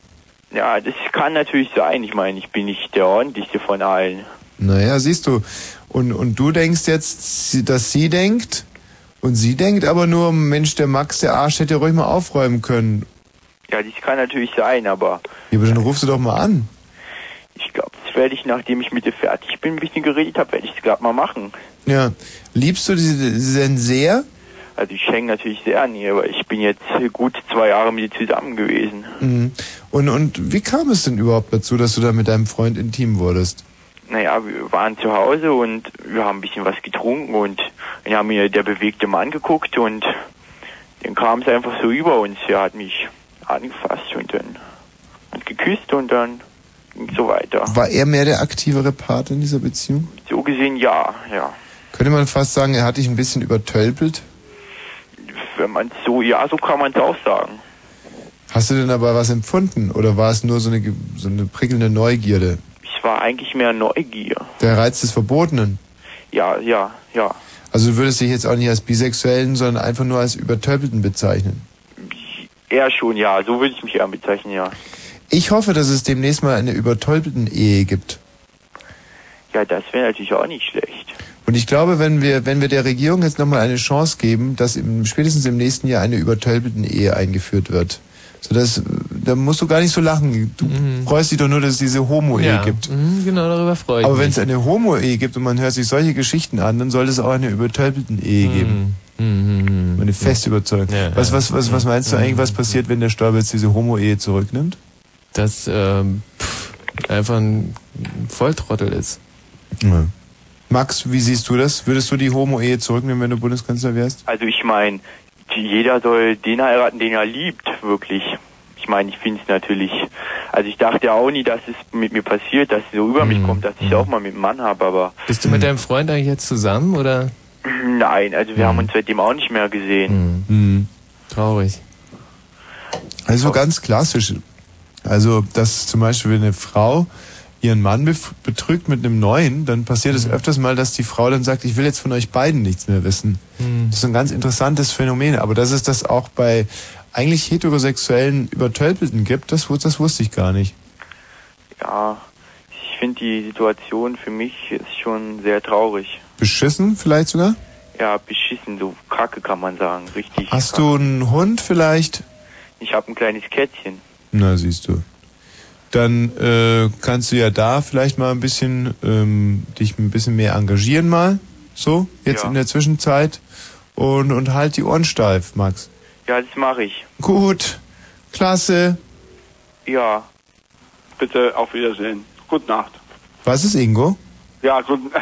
Ja, das kann natürlich sein. Ich meine, ich bin nicht der ordentlichste von allen.
Naja, siehst du. Und, und du denkst jetzt, sie- dass sie denkt, und sie denkt aber nur, Mensch, der Max, der Arsch hätte ja ruhig mal aufräumen können.
Ja, das kann natürlich sein, aber
Ja, aber dann rufst du doch mal an.
ich glaube, das werde ich, nachdem ich mit ihr fertig bin, ein bisschen geredet habe, werde ich es gerade mal machen.
Ja. Liebst du sie sie denn sehr?
Also ich hänge natürlich sehr an ihr, weil ich bin jetzt gut zwei Jahre mit ihr zusammen gewesen.
Mhm. Und, und wie kam es denn überhaupt dazu, dass du da mit deinem Freund intim wurdest?
Naja, wir waren zu Hause und wir haben ein bisschen was getrunken und dann haben mir der bewegte Mann geguckt und dann kam es einfach so über uns. Er hat mich angefasst und dann hat geküsst und dann ging so weiter.
War er mehr der aktivere Part in dieser Beziehung?
So gesehen ja, ja.
Könnte man fast sagen, er hat dich ein bisschen übertölpelt?
Wenn man so, ja, so kann man es auch sagen.
Hast du denn dabei was empfunden oder war es nur so eine, ge- so eine prickelnde Neugierde?
Ich war eigentlich mehr Neugier.
Der Reiz des Verbotenen?
Ja, ja, ja.
Also du würdest dich jetzt auch nicht als Bisexuellen, sondern einfach nur als Übertölpelten bezeichnen.
Eher schon, ja. So würde ich mich eher bezeichnen, ja.
Ich hoffe, dass es demnächst mal eine Übertölpelten-Ehe gibt.
Ja, das wäre natürlich auch nicht schlecht.
Und ich glaube, wenn wir, wenn wir der Regierung jetzt nochmal eine Chance geben, dass im, spätestens im nächsten Jahr eine Übertölpelten-Ehe eingeführt wird. So dass, da musst du gar nicht so lachen. Du freust dich doch nur, dass es diese Homo-Ehe
ja.
gibt.
Mhm, genau, darüber freue ich
Aber
mich.
wenn es eine Homo-Ehe gibt und man hört sich solche Geschichten an, dann sollte es auch eine übertölpelten
Hm.
Ehe geben. Eine feste Überzeugung. was, was, was, was meinst du
Hm,
eigentlich, was passiert, wenn der Stolper jetzt diese Homo-Ehe zurücknimmt?
Dass ähm, pff, einfach ein Volltrottel ist.
Max, wie siehst du das? Würdest du die Homo-Ehe zurücknehmen, wenn du Bundeskanzler wärst?
Also ich meine, jeder soll den heiraten, den er liebt, wirklich. Ich meine, ich finde es natürlich. Also ich dachte ja auch nie, dass es mit mir passiert, dass es so über
Mhm.
mich kommt, dass ich auch mal mit einem Mann habe, aber
Bist du mit deinem Freund eigentlich jetzt zusammen oder? Hm.
nein, also wir haben uns seitdem auch nicht mehr gesehen.
Traurig.
Mhm. Also ganz klassisch. Also, dass zum Beispiel wenn eine Frau ihren Mann bef- betrügt mit einem neuen, dann passiert es öfters mal, dass die Frau dann sagt, ich will jetzt von euch beiden nichts mehr wissen. Das ist ein ganz interessantes Phänomen, aber dass es das auch bei eigentlich heterosexuellen Übertölpelten gibt, das, wus- das wusste ich gar nicht.
Ja, ich finde die Situation für mich ist schon sehr traurig.
Beschissen vielleicht sogar?
Ja, beschissen, so kacke kann man sagen, richtig.
Hast du einen Hund vielleicht?
Ich habe ein kleines Kätzchen.
Na, siehst du. Dann äh, kannst du ja da vielleicht mal ein bisschen ähm, dich ein bisschen mehr engagieren mal. So, jetzt in der Zwischenzeit. Und, und halt die Ohren steif, Max.
Ja, das mache ich.
Gut, klasse.
Ja.
Bitte auf Wiedersehen. Gute Nacht.
Was ist Ingo?
Ja, gut,
äh,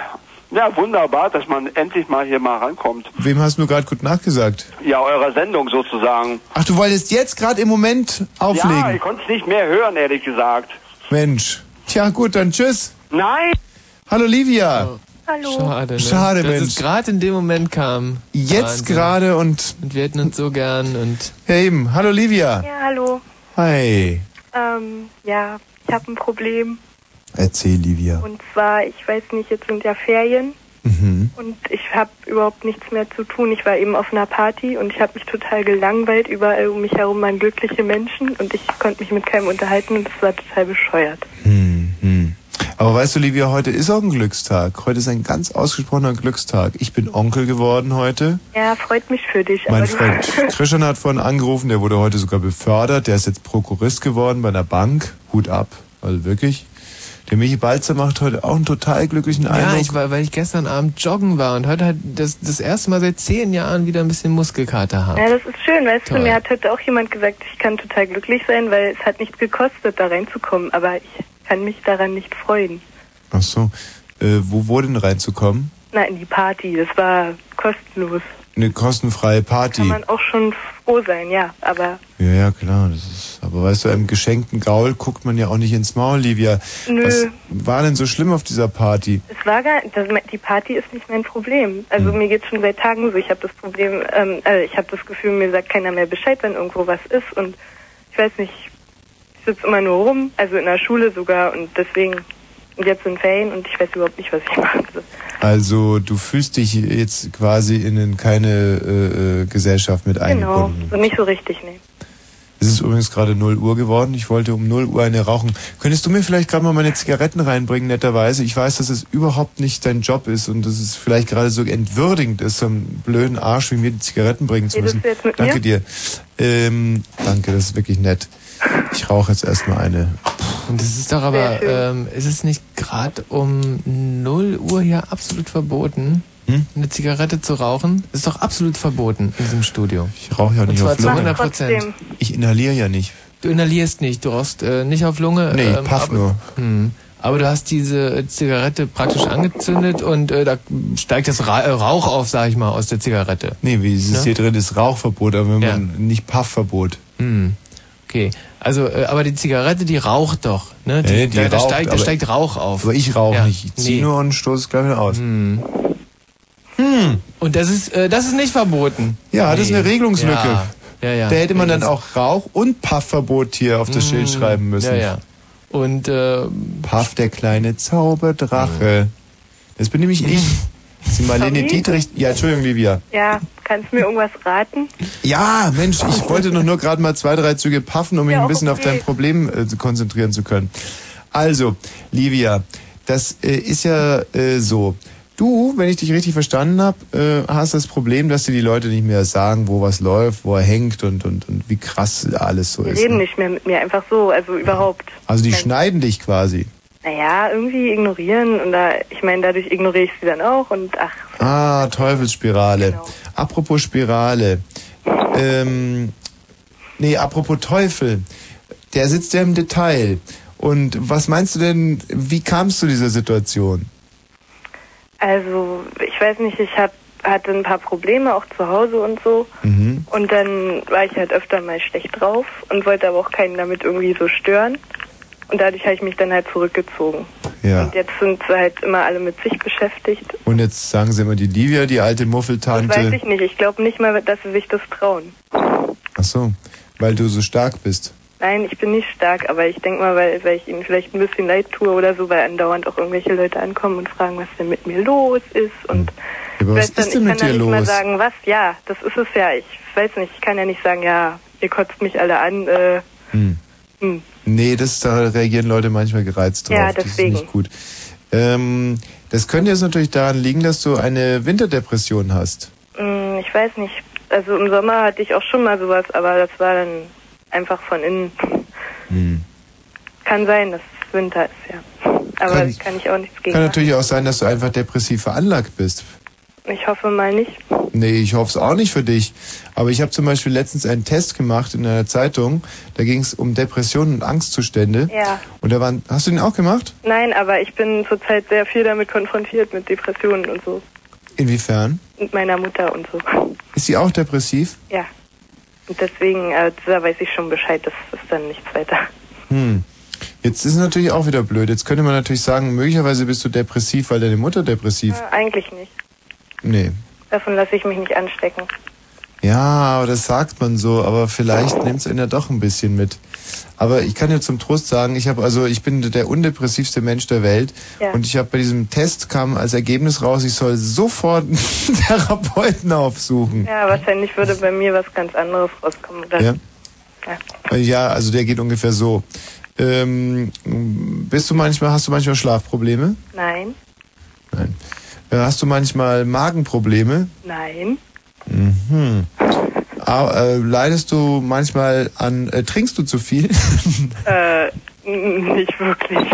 ja, wunderbar, dass man endlich mal hier mal rankommt.
Wem hast du gerade gut nachgesagt?
Ja, eurer Sendung sozusagen.
Ach, du wolltest jetzt gerade im Moment auflegen.
Ja, ich konnte es nicht mehr hören, ehrlich gesagt.
Mensch. Tja, gut, dann tschüss.
Nein.
Hallo Livia.
Hallo.
Schade, ne?
Schade,
Dass
Mensch.
es gerade in dem Moment kam.
Jetzt gerade und...
Und wir hätten uns so gern und...
Ja, eben. Hallo, Livia.
Ja, hallo.
Hi.
Ähm, ja, ich habe ein Problem.
Erzähl, Livia.
Und zwar, ich weiß nicht, jetzt sind ja Ferien. Und ich habe überhaupt nichts mehr zu tun. Ich war eben auf einer Party und ich habe mich total gelangweilt. Überall um mich herum waren glückliche Menschen und ich konnte mich mit keinem unterhalten und das war total bescheuert.
Mhm. Aber weißt du, Livia, heute ist auch ein Glückstag. Heute ist ein ganz ausgesprochener Glückstag. Ich bin Onkel geworden heute.
Ja, freut mich für dich.
Mein
aber
Freund Christian hat vorhin angerufen, der wurde heute sogar befördert. Der ist jetzt Prokurist geworden bei einer Bank. Hut ab. Also wirklich. Der Michi Balzer macht heute auch einen total glücklichen
Ja,
Eindruck.
ich war, weil ich gestern Abend joggen war und heute hat das, das erste Mal seit zehn Jahren wieder ein bisschen Muskelkater haben.
Ja, das ist schön, weißt
Toll.
du, mir hat heute auch jemand gesagt, ich kann total glücklich sein, weil es hat nichts gekostet, da reinzukommen, aber ich kann mich daran nicht freuen.
Ach so. Äh, wo wurde denn reinzukommen?
Nein, die Party, das war kostenlos.
Eine kostenfreie Party.
Kann man auch schon froh sein, ja, aber
Ja, ja, klar. Das ist, aber weißt du, einem geschenkten Gaul guckt man ja auch nicht ins Maul, Livia.
Nö.
Was war denn so schlimm auf dieser Party?
es war gar das, die Party ist nicht mein Problem. Also
Hm.
mir geht's schon seit Tagen so, ich habe das Problem, ähm, also ich habe das Gefühl, mir sagt keiner mehr Bescheid, wenn irgendwo was ist und ich weiß nicht, ich sitze immer nur rum, also in der Schule sogar und deswegen, und jetzt sind Ferien und ich weiß überhaupt nicht, was ich machen soll.
Also du fühlst dich jetzt quasi in in keine äh, äh, Gesellschaft mit
Genau,
eingebunden.
so nicht so richtig, nee.
Es ist übrigens gerade 0 Uhr geworden. Ich wollte um 0 Uhr eine rauchen. Könntest du mir vielleicht gerade mal meine Zigaretten reinbringen, netterweise? Ich weiß, dass es überhaupt nicht dein Job ist und dass es vielleicht gerade so entwürdigend ist, so einen blöden Arsch wie mir die Zigaretten bringen zu
Redest
müssen.
du jetzt mit
danke
mir?
dir. Ähm, danke, das ist wirklich nett. Ich rauche jetzt erstmal eine.
Und es ist doch aber, ähm, ist es nicht gerade um 0 Uhr hier absolut verboten,
Hm?
eine Zigarette zu rauchen? Ist doch absolut verboten in diesem Studio.
Ich rauche ja
Und
nicht
zwar
auf
zu
Lunge.
100 Prozent.
Ich inhaliere ja nicht.
Du inhalierst nicht, du rauchst äh, nicht auf Lunge.
Nee,
ähm,
Puff
aber,
nur.
Hm. Aber du hast diese Zigarette praktisch angezündet und äh, da steigt das Ra äh, Rauch auf, sag ich mal, aus der Zigarette.
Nee, wie es ist
Ja?
hier drin, ist Rauchverbot, aber wenn man nicht Puffverbot.
Hm. Okay, also äh, aber die Zigarette, die raucht doch, ne? Die,
Nee, Äh, die
da, da,
raucht,
steigt, da
aber-
steigt Rauch auf.
Aber ich rauche
Ja,
nicht. Ich ziehe
nee.
nur und stoße es gleich wieder aus.
Hm. Und das ist, äh, das ist nicht verboten.
Ja, das ist
Nee.
eine Regelungslücke.
Ja, ja, ja.
Da hätte man dann
Regelungs-
auch Rauch- und Puffverbot hier auf das Schild schreiben müssen.
ja, ja. Und äh,
Puff, der kleine
Hm.
Zauberdrache. Das bin nämlich ich. Sie Marlene
Sorry.
Dietrich. Ja, Entschuldigung, Livia.
Ja, kannst du mir irgendwas raten?
Ja, Mensch, ich wollte noch nur gerade mal zwei, drei Züge puffen, um mich
Ja,
ein bisschen auf
okay.
dein Problem äh, konzentrieren zu können. Also, Livia, das äh, ist ja äh, so. Du, wenn ich dich richtig verstanden habe, äh, hast das Problem, dass dir die Leute nicht mehr sagen, wo was läuft, wo er hängt und, und, und wie krass alles so
Die
ist. ne?
reden nicht mehr mit mir, einfach so, also überhaupt.
Also die schneiden dich quasi.
Naja, irgendwie ignorieren und da, ich meine, dadurch ignoriere ich sie dann auch und ach,
Ah, Teufelsspirale.
Genau.
Apropos Spirale. Ähm, nee, apropos Teufel. Der sitzt ja im Detail. Und was meinst du denn, wie kamst du dieser Situation?
also ich weiß nicht, ich hab, hatte ein paar Probleme auch zu Hause und so
Mhm.
und dann war ich halt öfter mal schlecht drauf und wollte aber auch keinen damit irgendwie so stören und dadurch habe ich mich dann halt zurückgezogen.
Ja.
Und jetzt sind sie halt immer alle mit sich beschäftigt.
Und jetzt sagen sie immer die Livia, die alte Muffeltante.
Weiß ich nicht, ich glaube nicht mal, dass sie sich das trauen.
Ach so, weil du so stark bist.
Nein, ich bin nicht stark, aber ich denke mal, weil, weil ich ihnen vielleicht ein bisschen leid tue oder so, weil andauernd auch irgendwelche Leute ankommen und fragen, was denn mit mir los ist. Und
Aber
ich
was
weiß dann,
ist denn
ich
mit
kann
dir
ja nicht mehr
los?
sagen, was, ja, das ist es ja. Ich weiß nicht, ich kann ja nicht sagen, ja, ihr kotzt mich alle an. Äh,
Hm.
hm.
Nee, das, da reagieren Leute manchmal gereizt drauf.
Ja,
Das
deswegen.
ist nicht gut. Ähm, das könnte jetzt natürlich daran liegen, dass du eine Winterdepression hast.
Hm, ich weiß nicht. Also im Sommer hatte ich auch schon mal sowas, aber das war dann einfach von innen.
Hm.
Kann sein, dass es Winter ist, ja. Aber
Kann-
kann, kann ich auch nichts gegen
Kann
machen.
natürlich auch sein, dass du einfach depressiv veranlagt bist.
Ich hoffe mal nicht.
Nee, ich hoffe es auch nicht für dich. Aber ich habe zum Beispiel letztens einen Test gemacht in einer Zeitung. Da ging es um Depressionen und Angstzustände.
Ja.
Und da waren. Hast du den auch gemacht?
Nein, aber ich bin zurzeit sehr viel damit konfrontiert, mit Depressionen und so.
Inwiefern?
Und meiner Mutter und so.
Ist sie auch depressiv?
Ja. Und deswegen, äh, da weiß ich schon Bescheid, das ist dann nichts weiter.
Hm. Jetzt ist natürlich auch wieder blöd. Jetzt könnte man natürlich sagen, möglicherweise bist du depressiv, weil deine Mutter depressiv.
Äh, eigentlich nicht.
Nee.
Davon lasse ich mich nicht anstecken.
Ja, aber das sagt man so, aber vielleicht nimmt's ihn ja doch ein bisschen mit. Aber ich kann dir zum Trost sagen, ich habe also ich bin der undepressivste Mensch der Welt
Ja.
und ich habe bei diesem Test kam als Ergebnis raus, ich soll sofort einen Therapeuten aufsuchen.
Ja, wahrscheinlich würde bei mir was ganz anderes rauskommen. Oder?
Ja.
Ja.
Äh, ja, also der geht ungefähr so. Ähm, bist du manchmal hast du manchmal Schlafprobleme?
Nein,
Äh, Hast du manchmal Magenprobleme?
nein,
Mhm. Ah, äh, leidest du manchmal an äh, trinkst du zu viel?
äh, n- nicht wirklich.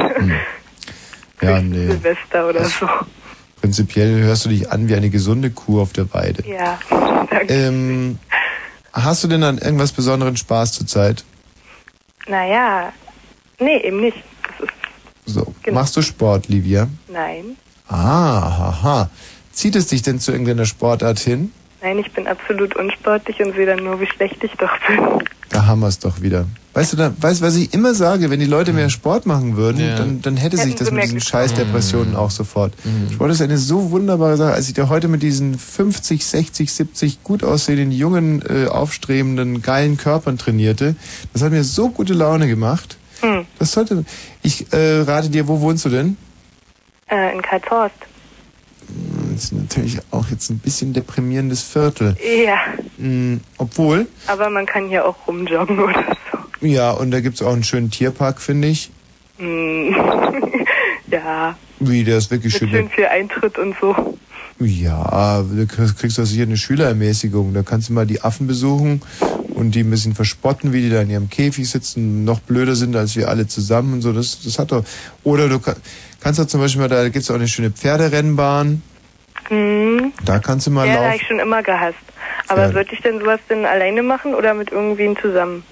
ja, nee.
Silvester oder so.
Prinzipiell hörst du dich an wie eine gesunde Kuh auf der Weide.
Ja,
Ähm, hast du denn an irgendwas besonderen Spaß zurzeit?
naja, nee, eben nicht.
So,
Genau.
machst du Sport, Livia?
Nein,
Ah, haha. Zieht es dich denn zu irgendeiner Sportart hin?
nein, ich bin absolut unsportlich und sehe dann nur, wie schlecht ich doch bin.
Da haben wir es doch wieder. Weißt du, da, weißt, du, was ich immer sage, wenn die Leute mehr Sport machen würden, dann, dann hätte sich
Hätten
das
sie mehr
mit diesen scheiß Depressionen auch sofort. Sport ist eine so wunderbare Sache. Als ich da heute mit diesen 50, 60, 70 gut aussehenden, jungen, äh, aufstrebenden, geilen Körpern trainierte, das hat mir so gute Laune gemacht.
Hm.
Das sollte, ich äh, rate dir, wo wohnst du denn?
Äh, in Karlshorst.
Hm, Das ist natürlich auch jetzt ein bisschen deprimierendes Viertel.
Ja,
Mm, Obwohl,
aber man kann hier auch rumjoggen oder
ja, und da gibt's auch einen schönen Tierpark, finde ich.
so. Hm. ja,
Wie, der ist wirklich schön.
schön viel Eintritt und so.
Ja, du kriegst- kriegst du sicher eine Schülerermäßigung. Da kannst du mal die Affen besuchen und die ein bisschen verspotten, wie die da in ihrem Käfig sitzen, noch blöder sind als wir alle zusammen und so. Das, das hat doch. Oder du ka- kannst da zum Beispiel mal, da gibt's auch eine schöne Pferderennbahn.
Hm.
Da kannst du mal
Ja, da habe ich
laufen.
schon immer gehasst. Aber
Ja.
würde ich denn sowas denn alleine machen oder mit irgendwen zusammen?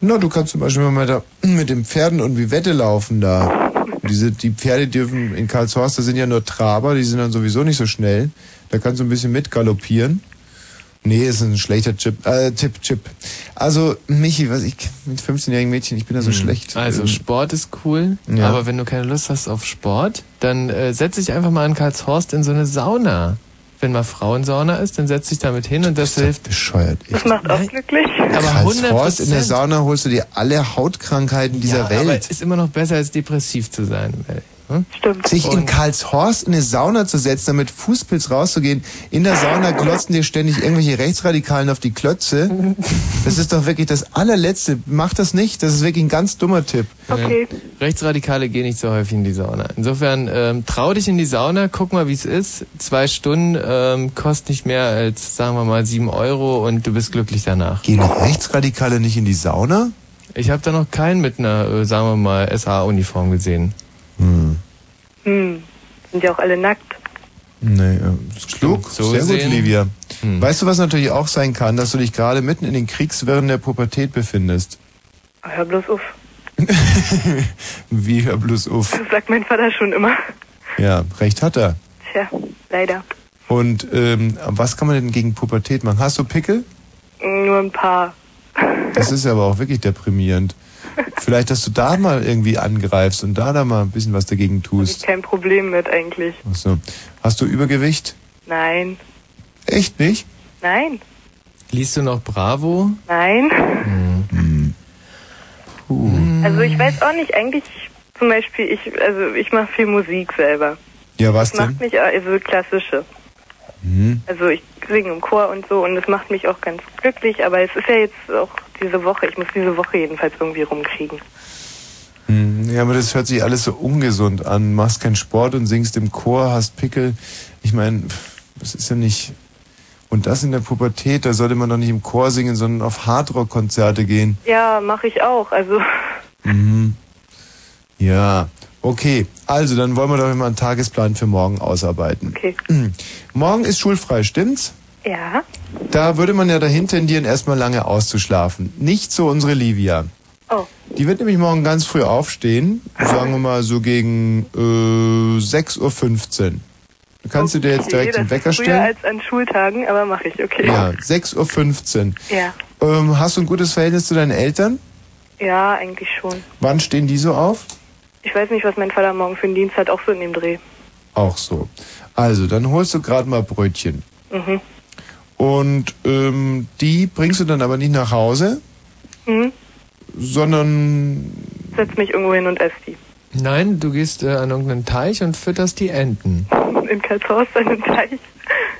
Na, du kannst zum Beispiel mal da mit den Pferden und wie Wette laufen da. Diese, die Pferde dürfen in Karlshorst, da sind ja nur Traber, die sind dann sowieso nicht so schnell. Da kannst du ein bisschen mitgaloppieren. Nee, ist ein schlechter Chip. Äh, Tipp, Chip. Also, Michi, was ich mit 15-jährigen Mädchen, ich bin da so schlecht.
Also
Ähm,
Sport ist cool,
Ja.
aber wenn du keine Lust hast auf Sport, dann äh, setz dich einfach mal in Karlshorst in so eine Sauna. Wenn mal Frauensauna ist, dann setz dich damit hin und das hilft.
Bescheuert.
Das macht auch glücklich.
Aber
Karlshorst
100%.
in der Sauna holst du dir alle Hautkrankheiten dieser
ja,
Welt.
Aber ist immer noch besser als depressiv zu sein. Mary. Hm?
Sich in Karlshorst in eine Sauna zu setzen, damit Fußpilz rauszugehen. In der Sauna glotzen dir ständig irgendwelche Rechtsradikalen auf die Klötze. Das ist doch wirklich das allerletzte. Mach das nicht. Das ist wirklich ein ganz dummer Tipp.
Ja. Ähm, Rechtsradikale gehen nicht so häufig in die Sauna. Insofern ähm, trau dich in die Sauna, guck mal, wie es ist. Zwei Stunden ähm, kostet nicht mehr als, sagen wir mal, sieben Euro und du bist glücklich danach.
Gehen Rechtsradikale nicht in die Sauna?
Ich habe da noch keinen mit einer, äh, sagen wir mal, SA-Uniform gesehen.
Hm. Sind ja auch alle nackt.
Nee, äh, ist klug.
So
Sehr
gesehen.
gut, Livia. Weißt du, was natürlich auch sein kann, dass du dich gerade mitten in den Kriegswirren der Pubertät befindest?
Hör bloß auf.
Wie hör bloß auf.
Das sagt mein Vater schon immer.
Ja, recht hat er.
Tja, leider.
Und ähm, was kann man denn gegen Pubertät machen? Hast du Pickel?
Nur ein paar.
Das ist aber auch wirklich deprimierend. Vielleicht, dass du da mal irgendwie angreifst und da da mal ein bisschen was dagegen tust.
Kein Problem mit eigentlich.
Ach So. Hast du Übergewicht?
Nein.
Echt nicht?
Nein.
Liest du noch Bravo?
Nein.
Mhm.
Also ich weiß auch nicht, eigentlich zum Beispiel, ich, also ich mache viel Musik selber.
Ja, was
Das macht
denn?
mich, also klassische.
Hm.
Also ich singe im Chor und so und das macht mich auch ganz glücklich, aber es ist ja jetzt auch diese Woche, ich muss diese Woche jedenfalls irgendwie rumkriegen.
Hm. Ja, aber das hört sich alles so ungesund an. Machst keinen Sport und singst im Chor, hast Pickel. Ich meine, pff, das ist ja nicht. Und das in der Pubertät, da sollte man doch nicht im Chor singen, sondern auf Hardrock-Konzerte gehen.
Ja, mache ich auch. Also
Mhm. Ja, okay. Also, dann wollen wir doch mal einen Tagesplan für morgen ausarbeiten.
Okay.
Hm. Morgen ist schulfrei, stimmt's?
ja,
Da würde man ja dahin tendieren, erstmal lange auszuschlafen. Nicht so unsere Livia.
Oh.
Die wird nämlich morgen ganz früh aufstehen, sagen wir mal so gegen äh, 6.15 Uhr. Kannst du dir jetzt direkt
das
den Wecker
ist früher
stellen?
als an Schultagen, aber mache ich, okay.
Ja, 6.15 Uhr.
Ja.
Ähm, hast du ein gutes Verhältnis zu deinen Eltern?
Ja, eigentlich schon.
Wann stehen die so auf?
Ich weiß nicht, was mein Vater morgen für einen Dienst hat, auch so in dem Dreh.
Auch so. Also, dann holst du gerade mal Brötchen.
Mhm.
Und ähm, die bringst du dann aber nicht nach Hause,
Mhm.
sondern
Setz mich irgendwo hin und ess die.
Nein, du gehst äh, an irgendeinen Teich und fütterst die Enten.
In Karlshorst an einem Teich.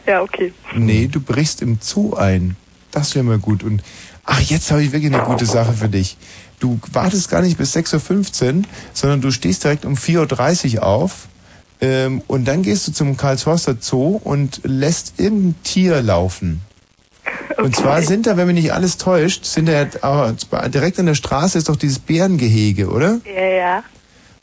Ja, okay.
nee, du brichst im Zoo ein. Das wäre mal gut. Und ach, jetzt habe ich wirklich eine gute Sache für dich. Du wartest gar nicht bis 6.15 Uhr, sondern du stehst direkt um 4.30 Uhr auf. Ähm, und dann gehst du zum Karlshorster Zoo und lässt irgendein Tier laufen. Und zwar sind da, wenn mich nicht alles täuscht, sind da ja- aber direkt an der Straße ist doch dieses Bärengehege, oder?
Ja, ja.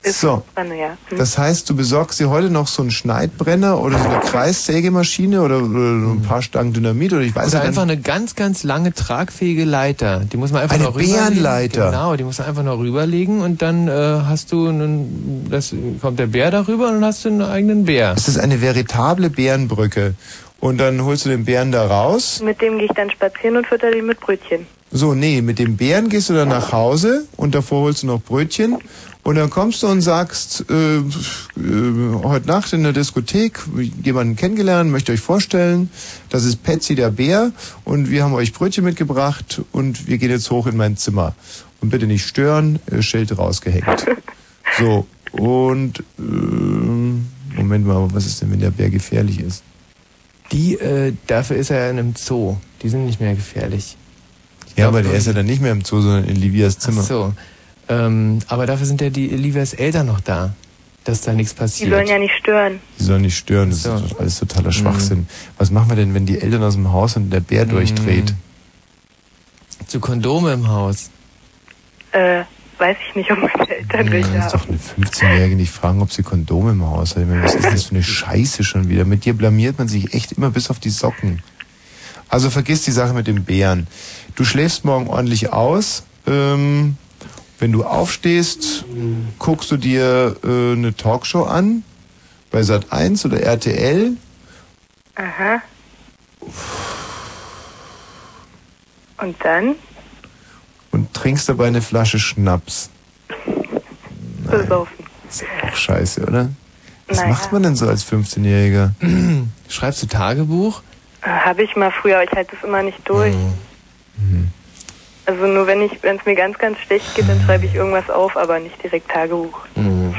So.
Dran, ja. Hm.
Das heißt, du besorgst dir heute noch so einen Schneidbrenner oder so eine Kreissägemaschine oder, oder so ein paar Stangen Dynamit oder ich weiß
Oder
ja
Also einfach
gar nicht.
eine ganz, ganz lange tragfähige Leiter. Die muss man einfach
Eine
noch rüberlegen.
Bärenleiter.
Genau, die muss man einfach noch rüberlegen und dann äh, hast du, einen, das kommt der Bär darüber und dann hast du einen eigenen Bär.
Es ist eine veritable Bärenbrücke. Und dann holst du den Bären da raus.
Mit dem gehe ich dann spazieren und fütter den mit Brötchen.
So, nee, mit dem Bären gehst du dann nach Hause und davor holst du noch Brötchen. Und dann kommst du und sagst, äh, äh, heute Nacht in der Diskothek, jemanden kennengelernt, möchte euch vorstellen, das ist Patsy der Bär und wir haben euch Brötchen mitgebracht und wir gehen jetzt hoch in mein Zimmer. Und bitte nicht stören, äh, Schild rausgehängt. So, und ähm, Moment mal, was ist denn, wenn der Bär gefährlich ist?
Die, äh, dafür ist er in einem Zoo. Die sind nicht mehr gefährlich.
Ja, aber der ist ja dann nicht mehr im Zoo, sondern in Livias Zimmer.
Ach so. Ähm, aber dafür sind ja die Livias Eltern noch da, dass da nichts
Die sollen
passiert.
ja nicht stören.
Die sollen nicht stören, das ist doch alles totaler Schwachsinn. Was machen wir denn, wenn die Eltern aus dem Haus sind und der Bär
Mhm.
durchdreht?
Zu Kondome im Haus.
Äh, weiß ich nicht, ob meine Eltern welche
Mhm. Das ist doch
haben.
eine 15-Jährige nicht fragen, ob sie Kondome im Haus hat. Ich meine, was ist das für eine Scheiße schon wieder? Mit dir blamiert man sich echt immer bis auf die Socken. Also vergiss die Sache mit dem Bären. Du schläfst morgen ordentlich aus. Ähm, wenn du aufstehst, guckst du dir äh, eine Talkshow an bei Sat 1 oder RTL.
Aha. Und dann?
und trinkst dabei eine Flasche Schnaps.
Besaufen.
Auch scheiße, oder? Was
Naja.
macht man denn so als 15-Jähriger? Schreibst du Tagebuch?
Äh, Habe ich mal früher, aber ich halte es immer nicht durch.
Mhm.
Also nur wenn ich, wenn es mir ganz, ganz schlecht geht, dann schreibe ich irgendwas auf, aber nicht direkt Tagebuch.
Mhm.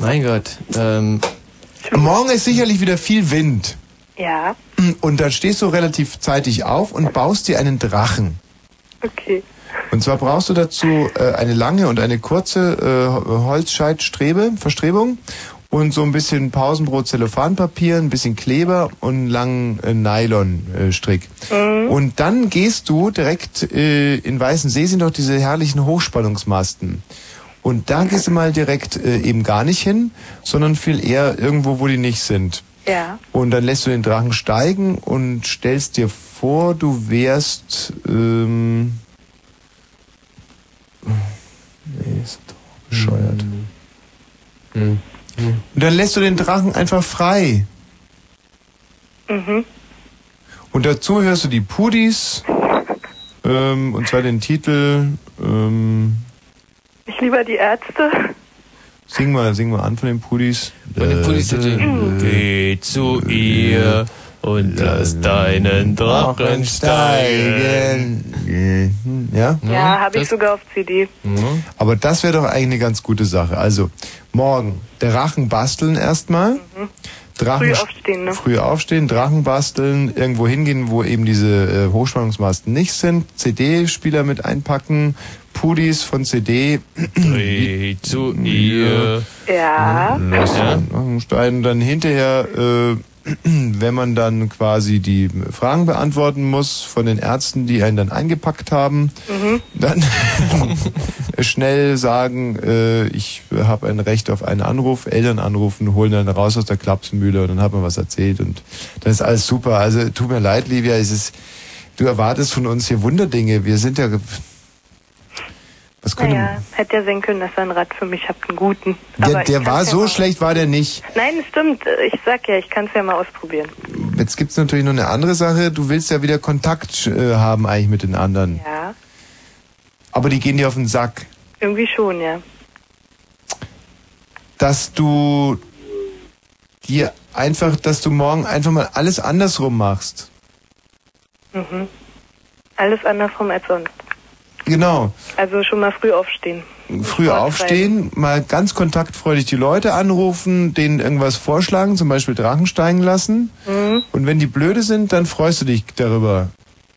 Mein Gott. Ähm,
Morgen ist sicherlich wieder viel Wind.
Ja,
Und dann stehst du relativ zeitig auf und baust dir einen Drachen.
okay.
Und zwar brauchst du dazu äh, eine lange und eine kurze äh, Holzscheitstrebe, Verstrebung und so ein bisschen Pausenbrot, Zellophanpapier, ein bisschen Kleber und einen langen äh, Nylonstrick. Und dann gehst du direkt äh, in Weißensee sind doch diese herrlichen Hochspannungsmasten. Und da gehst du mal direkt äh, eben gar nicht hin, sondern viel eher irgendwo, wo die nicht sind.
Ja.
Und dann lässt du den Drachen steigen und stellst dir vor, du wärst. Ähm, nee, ist doch bescheuert. Hm. Und dann lässt du den Drachen einfach frei.
Mhm.
Und dazu hörst du die Pudis. Ähm, und zwar den Titel. Ähm,
Ich lieber die Ärzte.
sing mal, sing mal an von den Pudis. Äh, Von den
Pudis zu den- Geh zu ihr und lass deinen Drachen steigen.
äh, Ja?
Ja, habe ich sogar auf CD.
Mhm. Aber das wäre doch eigentlich eine ganz gute Sache. Also, morgen Drachen basteln erstmal. Drachen
Mhm. Früh aufstehen, ne?
Früh aufstehen, Drachen basteln, irgendwo hingehen, wo eben diese äh, Hochspannungsmasten nicht sind, CD-Spieler mit einpacken, Pudis von CD.
Dreh zu ihr.
Ja.
Lass den Stein dann hinterher, äh, wenn man dann quasi die Fragen beantworten muss von den Ärzten, die einen dann eingepackt haben,
Mhm.
dann schnell sagen, äh, ich habe ein Recht auf einen Anruf, Eltern anrufen, holen dann raus aus der Klapsmühle und dann hat man was erzählt und dann ist alles super. Also tut mir leid, Livia, es ist, du erwartest von uns hier Wunderdinge. Wir sind ja, was könnte,
Naja, hätte ja sein können, dass er ein Rad für mich habt, einen guten.
der,
Aber ich
der
kann's
war
ja
so
mal-
schlecht, war der nicht.
Nein, stimmt. Ich sag ja, ich kann es ja mal ausprobieren.
Jetzt gibt's natürlich noch eine andere Sache. Du willst ja wieder Kontakt äh, haben eigentlich mit den anderen.
Ja.
Aber die gehen dir auf den Sack,
Irgendwie schon, ja.
dass du dir einfach, dass du morgen einfach mal alles andersrum machst.
Mhm. Alles andersrum als sonst.
Genau.
Also schon mal früh aufstehen.
früh aufstehen, mal ganz kontaktfreudig die Leute anrufen, denen irgendwas vorschlagen, zum Beispiel Drachen steigen lassen.
Mhm.
Und wenn die blöde sind, dann freust du dich darüber.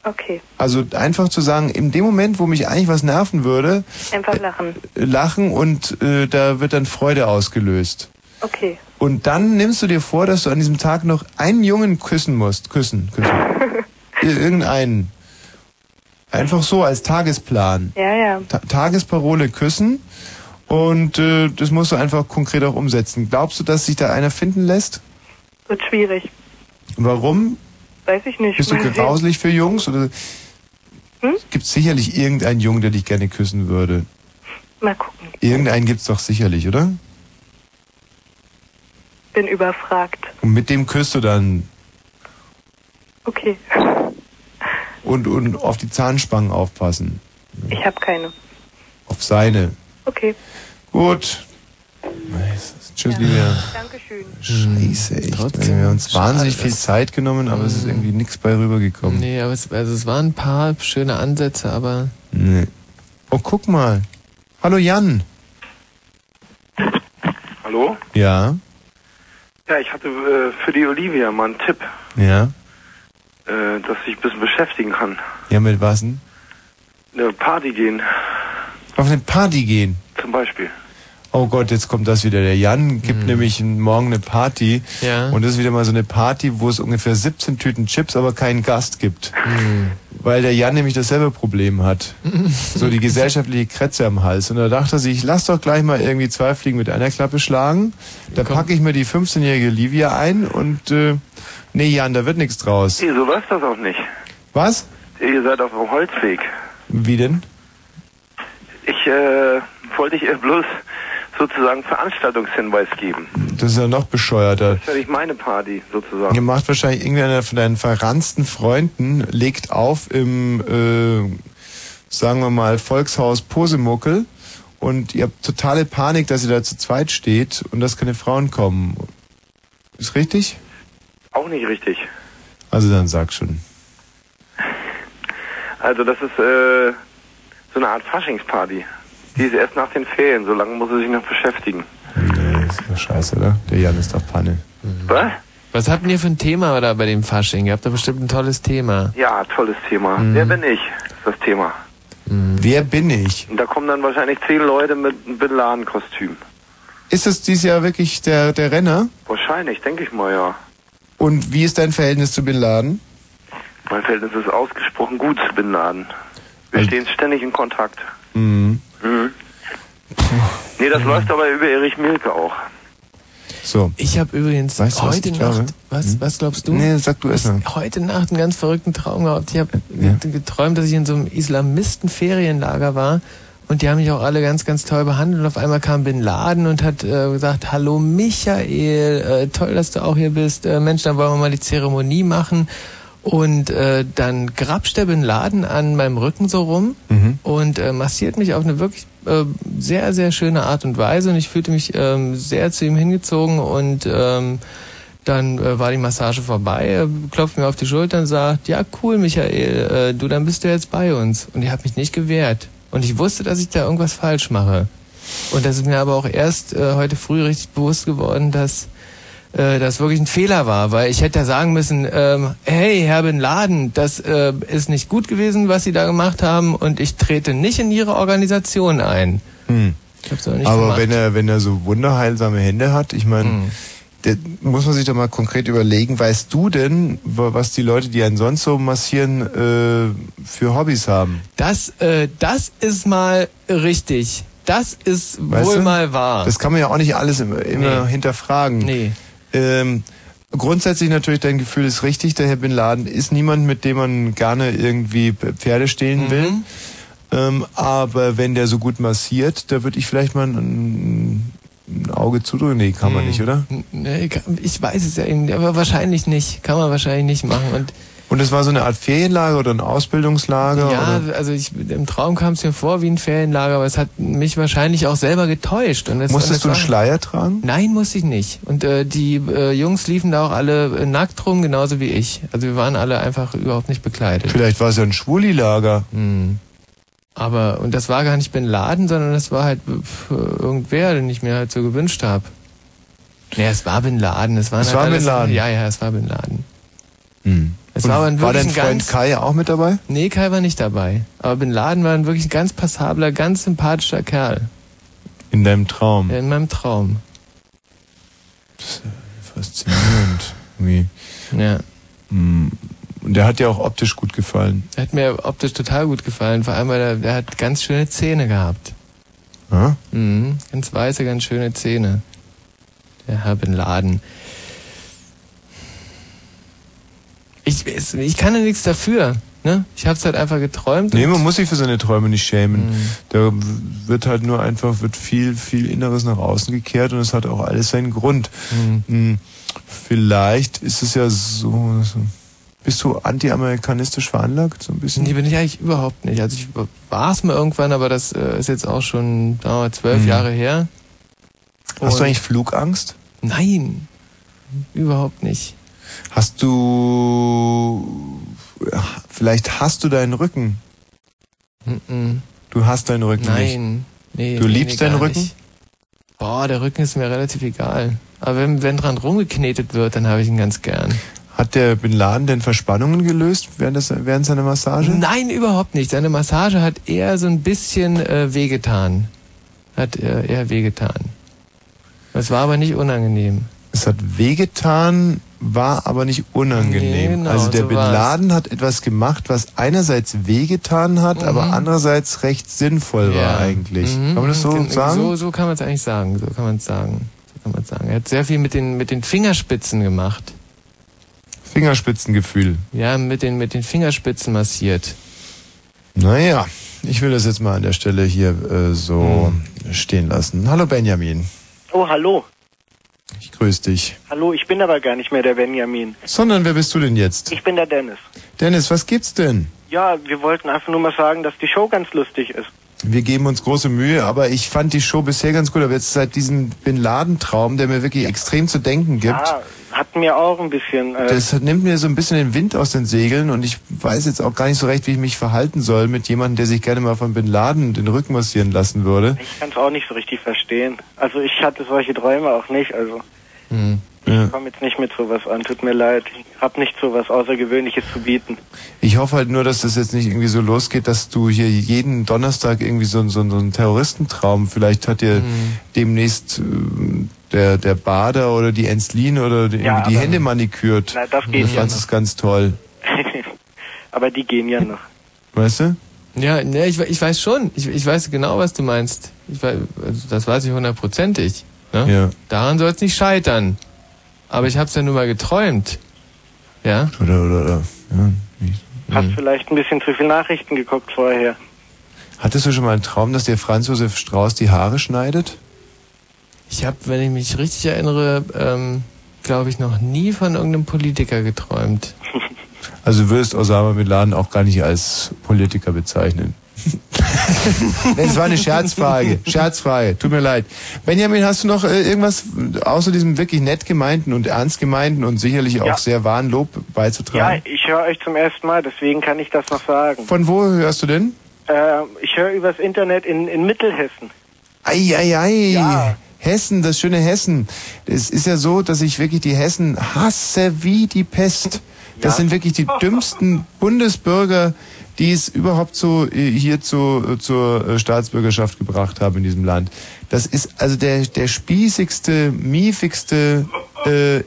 Okay.
Also einfach zu sagen, in dem Moment, wo mich eigentlich was nerven würde,
Einfach lachen.
äh, lachen und äh, da wird dann Freude ausgelöst.
Okay.
Und dann nimmst du dir vor, dass du an diesem Tag noch einen Jungen küssen musst. Küssen, küssen. Ir- Irgendeinen. Einfach so als Tagesplan.
Ja, ja.
Ta Tagesparole küssen. Und äh, das musst du einfach konkret auch umsetzen. Glaubst du, dass sich da einer finden lässt?
Wird schwierig.
Warum?
Weiß ich nicht.
Bist du
Mal sehen.
grauselig für Jungs? Oder
Hm?
Es gibt sicherlich irgendeinen Jungen, der dich gerne küssen würde.
Mal gucken.
Irgendeinen gibt's doch sicherlich, oder?
Bin überfragt.
Und mit dem küsst du dann
Okay.
und, und auf die Zahnspangen aufpassen.
Ich habe keine.
Auf seine.
Okay.
Gut. Nice. Tschüss, ja. Lydia.
Dankeschön.
Scheiße, echt. Trotzdem, wir haben uns wahnsinnig viel Zeit genommen, aber es ist irgendwie nichts bei rübergekommen.
Nee, aber es, also es waren ein paar schöne Ansätze, aber.
Nee. Oh, guck mal. Hallo Jan.
Hallo?
Ja,
Ja, ich hatte äh, für die Olivia mal einen Tipp,
ja.
äh, dass ich ein bisschen beschäftigen kann.
Ja, mit was denn?
Eine Party gehen,
Auf eine Party gehen.
zum Beispiel.
Oh Gott, jetzt kommt das wieder. Der Jan gibt nämlich n- morgen eine Party.
Ja.
Und das ist wieder mal so eine Party, wo es ungefähr 17 Tüten Chips, aber keinen Gast gibt. Weil der Jan nämlich dasselbe Problem hat. so die gesellschaftliche Kretze am Hals. Und da dachte er sich, ich lass doch gleich mal irgendwie zwei Fliegen mit einer Klappe schlagen. Da packe ich mir die 15-jährige Livia ein und äh, nee Jan, da wird nichts draus.
Nee, so läuft das auch nicht.
Was?
Ihr seid auf dem Holzweg.
Wie denn?
Ich äh, wollte ich ihr bloß sozusagen Veranstaltungshinweis geben.
Das ist ja noch bescheuerter.
Das wäre nicht meine Party sozusagen.
Ihr macht wahrscheinlich irgendeiner von deinen verranzten Freunden, legt auf im, äh, sagen wir mal, Volkshaus Posemuckel und ihr habt totale Panik, dass ihr da zu zweit steht und dass keine Frauen kommen. Ist richtig?
Auch nicht richtig.
Also dann sag schon.
Also das ist äh, so eine Art Faschingsparty. Die ist erst nach den Ferien, so lange muss sie sich noch beschäftigen.
Das ist doch scheiße, oder? Der Jan ist doch Panne.
Was?
Was habt ihr für ein Thema da bei dem Fasching? Ihr habt da bestimmt ein tolles Thema. Mhm.
Ja, tolles Thema. Wer bin ich? Ist das Thema.
Wer bin ich?
Und da kommen dann wahrscheinlich zehn Leute mit einem Bin Laden-Kostüm.
Ist es dieses Jahr wirklich der, der Renner?
Wahrscheinlich, denke ich mal, ja.
Und wie ist dein Verhältnis zu Bin Laden?
Mein Verhältnis ist ausgesprochen gut zu Bin Laden.
Also-
Wir stehen ständig in Kontakt.
Mhm.
Mhm. Nee, das läuft aber über Erich Milke auch.
So.
Ich habe übrigens
Weißt du, was
heute
ich glaube?
Nacht, was, was glaubst du?
Nee, sag du
erst mal.
Ich heute Nacht einen ganz verrückten Traum gehabt. Ich habe geträumt, dass ich in so einem Islamisten-Ferienlager war und die haben mich auch alle ganz, ganz toll behandelt. Und auf einmal kam Bin Laden und hat äh, gesagt, hallo Michael, äh, toll, dass du auch hier bist. Äh, Mensch, dann wollen wir mal die Zeremonie machen. Und äh, dann grapscht der Bin Laden an meinem Rücken so rum
Mhm.
und äh, massiert mich auf eine wirklich äh, sehr, sehr schöne Art und Weise und ich fühlte mich ähm, sehr zu ihm hingezogen und ähm, dann äh, war die Massage vorbei, er klopft mir auf die Schulter und sagt, ja cool Michael, äh, du, dann bist du jetzt bei uns. Und ich habe mich nicht gewehrt. Und ich wusste, dass ich da irgendwas falsch mache. Und das ist mir aber auch erst äh, heute früh richtig bewusst geworden, dass äh, das wirklich ein Fehler war, weil ich hätte ja sagen müssen, ähm, hey, Herr Bin Laden, das äh, ist nicht gut gewesen, was Sie da gemacht haben und ich trete nicht in Ihre Organisation ein.
Hm.
Ich hab's auch nicht
Aber
gemacht.
wenn er, wenn er so wunderheilsame Hände hat, ich meine,
Hm.
der- muss man sich doch mal konkret überlegen, weißt du denn, wa- was die Leute, die einen sonst so massieren, äh, für Hobbys haben?
Das, äh, das ist mal richtig. Das ist
Weißt
wohl
du?
mal wahr.
Das kann man ja auch nicht alles immer, immer
Ah. Nee.
hinterfragen. Nee. Ähm, grundsätzlich natürlich, dein Gefühl ist richtig, der Herr Bin Laden ist niemand, mit dem man gerne irgendwie P- Pferde stehlen will. Ähm, aber wenn der so gut massiert, da würde ich vielleicht mal ein, ein Auge zudrücken. Nee, kann man nicht, oder?
Ne, Nee, kann- Ich weiß es ja eben, aber wahrscheinlich nicht. Kann man wahrscheinlich nicht machen. Und
Und es war so eine Art Ferienlager oder ein Ausbildungslager?
Ja,
oder?
also ich, im Traum kam es mir vor wie ein Ferienlager, aber es hat mich wahrscheinlich auch selber getäuscht. Und es, und es
Musstest du einen
war-
Schleier tragen?
Nein, musste ich nicht. Und äh, die äh, Jungs liefen da auch alle äh, nackt rum, genauso wie ich. Also wir waren alle einfach überhaupt nicht bekleidet.
Vielleicht war es ja ein Schwulilager.
Hm. Aber, und das war gar nicht Bin Laden, sondern das war halt pf, irgendwer, den ich mir halt so gewünscht habe. Naja, es war Bin Laden. Es, waren
Es
halt
war Bin
alles,
Laden.
Ja, ja, es war Bin Laden. Es
Hm. Und
war, aber ein
war
wirklich
dein
ein
Freund
ganz,
Kai auch mit dabei?
Nee, Kai war nicht dabei. Aber Bin Laden war ein wirklich ganz passabler, ganz sympathischer Kerl.
In deinem Traum.
In meinem Traum.
Faszinierend. Irgendwie.
Ja.
Hm. Und der hat dir auch optisch gut gefallen.
Er hat mir optisch total gut gefallen, vor allem weil er, er hat ganz schöne Zähne gehabt.
Ja?
Mhm. Ganz weiße, ganz schöne Zähne. Der Herr Bin Laden. Ich, es- ich kann ja nichts dafür. Ne? Ich hab's halt einfach geträumt.
Nee,
und-
man muss sich für seine Träume nicht schämen.
Hm.
Da w- wird halt nur einfach, wird viel, viel Inneres nach außen gekehrt und es hat auch alles seinen Grund. Hm, Vielleicht ist es ja so. so- Bist du antiamerikanistisch veranlagt? So ein bisschen?
Nee, bin ich eigentlich überhaupt nicht. Also ich war es mal irgendwann, aber das äh, ist jetzt auch schon sagen wir mal, zwölf
Mhm.
Jahre her.
Hast
Und-
du eigentlich Flugangst?
Nein, überhaupt nicht.
Hast du. Vielleicht hast du deinen Rücken.
Mhm.
Du hast deinen Rücken nicht.
Nein. Nee,
Du
nee,
liebst
nee,
deinen
gar
Rücken?
Nicht. Boah, der Rücken ist mir relativ egal. Aber wenn, wenn dran rumgeknetet wird, dann habe ich ihn ganz gern.
Hat der Bin Laden denn Verspannungen gelöst während, des, während seiner Massage?
Nein, überhaupt nicht. Seine Massage hat eher so ein bisschen äh, wehgetan. Hat äh, eher wehgetan. Es war aber nicht unangenehm.
Es hat wehgetan, war aber nicht unangenehm.
Nee, genau,
also der
so
Bin
war's.
Laden hat etwas gemacht, was einerseits wehgetan hat, aber andererseits recht sinnvoll
Mhm. Ja.
war eigentlich.
Mhm.
Kann man das so
Gen-
sagen?
So, so kann man es eigentlich sagen. So kann man es sagen. So kann man sagen. Er hat sehr viel mit den, mit den Fingerspitzen gemacht.
Fingerspitzengefühl.
Ja, mit den, mit den Fingerspitzen massiert.
Naja, ich will das jetzt mal an der Stelle hier äh, so
Mhm.
stehen lassen. Hallo Benjamin,
Oh, hallo.
ich grüße dich.
Hallo, ich bin aber gar nicht mehr der Benjamin.
Sondern wer bist du denn jetzt?
Ich bin der Dennis.
Dennis, was gibt's denn?
Ja, wir wollten einfach nur mal sagen, dass die Show ganz lustig ist.
Wir geben uns große Mühe, aber ich fand die Show bisher ganz gut. Aber jetzt seit diesem Bin Laden-Traum, der mir wirklich extrem zu denken gibt,
Ja, hat mir auch ein bisschen. Äh,
das nimmt mir so ein bisschen den Wind aus den Segeln und ich weiß jetzt auch gar nicht so recht, wie ich mich verhalten soll mit jemandem, der sich gerne mal von Bin Laden den Rücken massieren lassen würde.
ich kann es auch nicht so richtig verstehen. Also ich hatte solche Träume auch nicht. Also ich komme jetzt nicht mit sowas an. Tut mir leid. Ich habe nicht sowas Außergewöhnliches zu bieten.
Ich hoffe halt nur, dass das jetzt nicht irgendwie so losgeht, dass du hier jeden Donnerstag irgendwie so, so, so einen Terroristentraum, vielleicht hat dir
Mhm.
demnächst äh, der, der Bader oder die Enslin oder die,
Ja,
irgendwie die
aber-
Hände manikürt.
Na, das geht
ich
ja
fand
noch.
es ganz toll.
aber die gehen ja noch.
Weißt du?
Ja, ne, ich, we- ich weiß schon. Ich, ich weiß genau, was du meinst. Ich weiß, also das weiß ich hundertprozentig. Ne?
Ja.
Daran soll es nicht scheitern. Aber ich hab's ja nur mal geträumt. Ja?
Oder, oder, oder. Ja.
Hast vielleicht ein bisschen zu viel Nachrichten geguckt vorher.
Hattest du schon mal einen Traum, dass dir Franz Josef Strauß die Haare schneidet?
Ich habe, wenn ich mich richtig erinnere, ähm, glaube ich, noch nie von irgendeinem Politiker geträumt.
Also du würdest Osama Bin Laden auch gar nicht als Politiker bezeichnen. Es war eine Scherzfrage. Scherzfrage. Tut mir leid. Benjamin, hast du noch äh, irgendwas außer diesem wirklich nett gemeinten und ernst gemeinten und sicherlich auch
Ja.
sehr wahren Lob
Ja,
beizutragen?
ich höre euch zum ersten Mal, deswegen kann ich das noch sagen.
Von wo hörst du denn?
Äh, ich höre übers Internet in, in Mittelhessen.
Ei, ei, ei. Hessen, das schöne Hessen. Es ist ja so, dass ich wirklich die Hessen hasse wie die Pest. Das
Ja.
sind wirklich die dümmsten Bundesbürger, die es überhaupt so äh, hier zu, äh, zur äh, Staatsbürgerschaft gebracht haben in diesem Land. Das ist also der, der spießigste, miefigste, äh,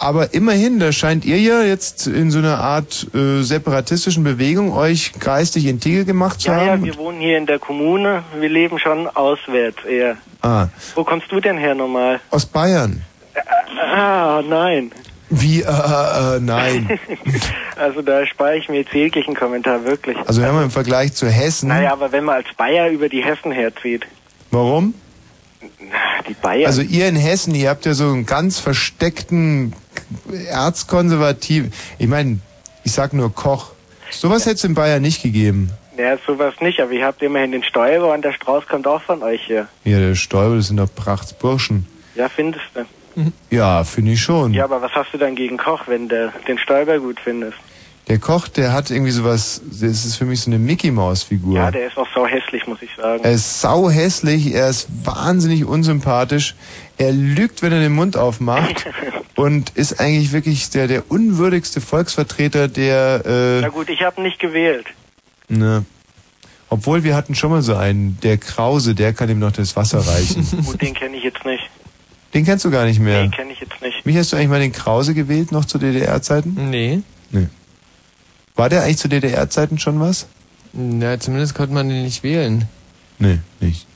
aber immerhin, da scheint ihr ja jetzt in so einer Art äh, separatistischen Bewegung euch geistig integel gemacht zu
Ja, ja,
haben.
wir wohnen hier in der Kommune. Wir leben schon auswärts eher.
ah,
Wo kommst du denn her normal?
aus Bayern.
Ah, nein.
Wie, äh, äh, nein.
Also da spare ich mir jetzt jeglichen Kommentar, wirklich.
Also wenn man im Vergleich zu Hessen,
Naja, aber wenn man als Bayer über die Hessen herzieht.
warum?
Die Bayern.
Also ihr in Hessen, ihr habt ja so einen ganz versteckten erzkonservativen, ich meine, ich Ich sag nur Koch. Sowas hätte es in Bayern nicht gegeben.
Naja, sowas nicht, aber ihr habt immerhin den Stäuber und der Strauß kommt auch von euch hier.
Ja, der Stäubel das sind doch Prachtsburschen.
Ja, findest du.
Ja, finde ich schon.
Ja, aber was hast du dann gegen Koch, wenn du den Stäuber gut findest?
Der Koch, der hat irgendwie sowas, das ist für mich so eine Mickey-Maus-Figur.
Ja, der ist auch so hässlich, muss ich sagen.
Er ist sauhässlich, er ist wahnsinnig unsympathisch, er lügt, wenn er den Mund aufmacht und ist eigentlich wirklich der, der unwürdigste Volksvertreter, der... Äh,
Na gut, ich habe nicht gewählt.
ne. Obwohl wir hatten schon mal so einen, der Krause, der kann ihm noch das Wasser reichen.
Gut, Oh, den kenne ich jetzt nicht.
Den kennst du gar nicht mehr.
Den kenne ich jetzt nicht.
Mich hast du eigentlich mal den Krause gewählt, noch zu DDR-Zeiten?
Nee.
Nee. War der eigentlich zu DDR-Zeiten schon was?
Na, zumindest konnte man den nicht wählen.
Nee, nicht.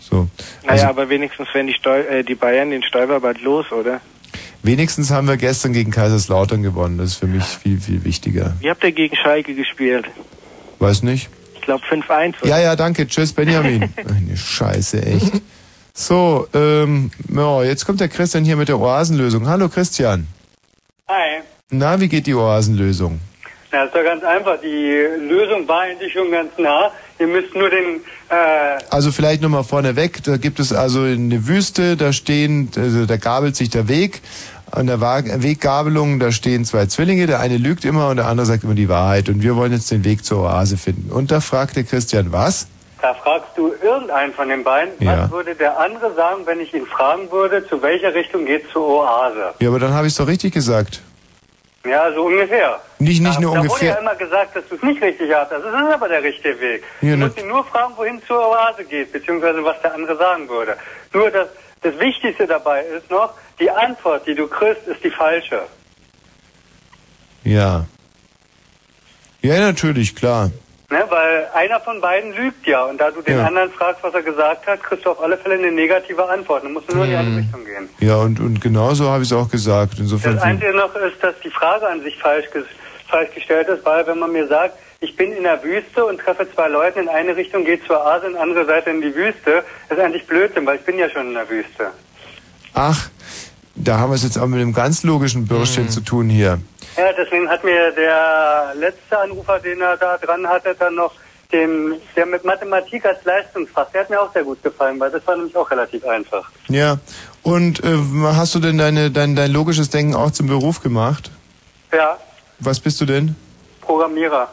So.
Naja,
also
aber wenigstens werden die, Steu äh, die Bayern den Stäuber bald los, oder?
Wenigstens haben wir gestern gegen Kaiserslautern gewonnen. Das ist für mich viel, viel wichtiger.
Wie habt ihr gegen Schalke gespielt?
Weiß nicht.
Ich glaube 5-1. oder?
Ja, ja, danke. Tschüss, Benjamin. Eine Scheiße, echt. So, ähm, ja, jetzt kommt der Christian hier mit der Oasenlösung. Hallo, Christian.
Hi.
Na, wie geht die Oasenlösung?
Na, ist doch ganz einfach. Die Lösung war eigentlich schon ganz nah. Ihr müsst nur den, äh,
Also vielleicht nochmal vorneweg, da gibt es also eine Wüste, da stehen, also da gabelt sich der Weg. An der Wa- Weggabelung, da stehen zwei Zwillinge, der eine lügt immer und der andere sagt immer die Wahrheit. Und wir wollen jetzt den Weg zur Oase finden. Und da fragt der Christian, was?
da fragst du irgendeinen von den beiden,
Ja.
was würde der andere sagen, wenn ich ihn fragen würde, zu welcher Richtung geht's zur Oase?
Ja, aber dann habe ich es doch richtig gesagt.
Ja, so ungefähr.
Nicht, nicht nur
da wurde ja
ungefähr.
immer gesagt, dass du es nicht richtig hast. Das ist aber der richtige Weg.
Ja, ne.
du
nat-
musst ihn nur fragen, wohin zur Oase geht, beziehungsweise was der andere sagen würde. Nur das, das Wichtigste dabei ist noch, die Antwort, die du kriegst, ist die falsche.
Ja. Ja, natürlich, klar.
Ne, weil einer von beiden lügt ja. Und da du den
Ja.
anderen fragst, was er gesagt hat, kriegst du auf alle Fälle eine negative Antwort. Dann musst du nur in
Mhm.
die andere Richtung gehen.
Hm. Ja, und, und genauso habe ich es auch gesagt. Insofern.
Das Einzige noch ist, dass die Frage an sich falsch, ges falsch gestellt ist, weil wenn man mir sagt, ich bin in der Wüste und treffe zwei Leute, in eine Richtung geht zur Oase, in die andere Seite in die Wüste, ist eigentlich Blödsinn, weil ich bin ja schon in der Wüste.
Ach, da haben wir es jetzt auch mit einem ganz logischen Bürschchen zu tun hier.
Ja, deswegen hat mir der letzte Anrufer, den er da dran hatte, dann noch den, der mit Mathematik als Leistungsfach, der hat mir auch sehr gut gefallen, weil das war nämlich auch relativ einfach.
Ja. Und äh, hast du denn deine, dein, dein logisches Denken auch zum Beruf gemacht?
Ja,
Was bist du denn?
Programmierer.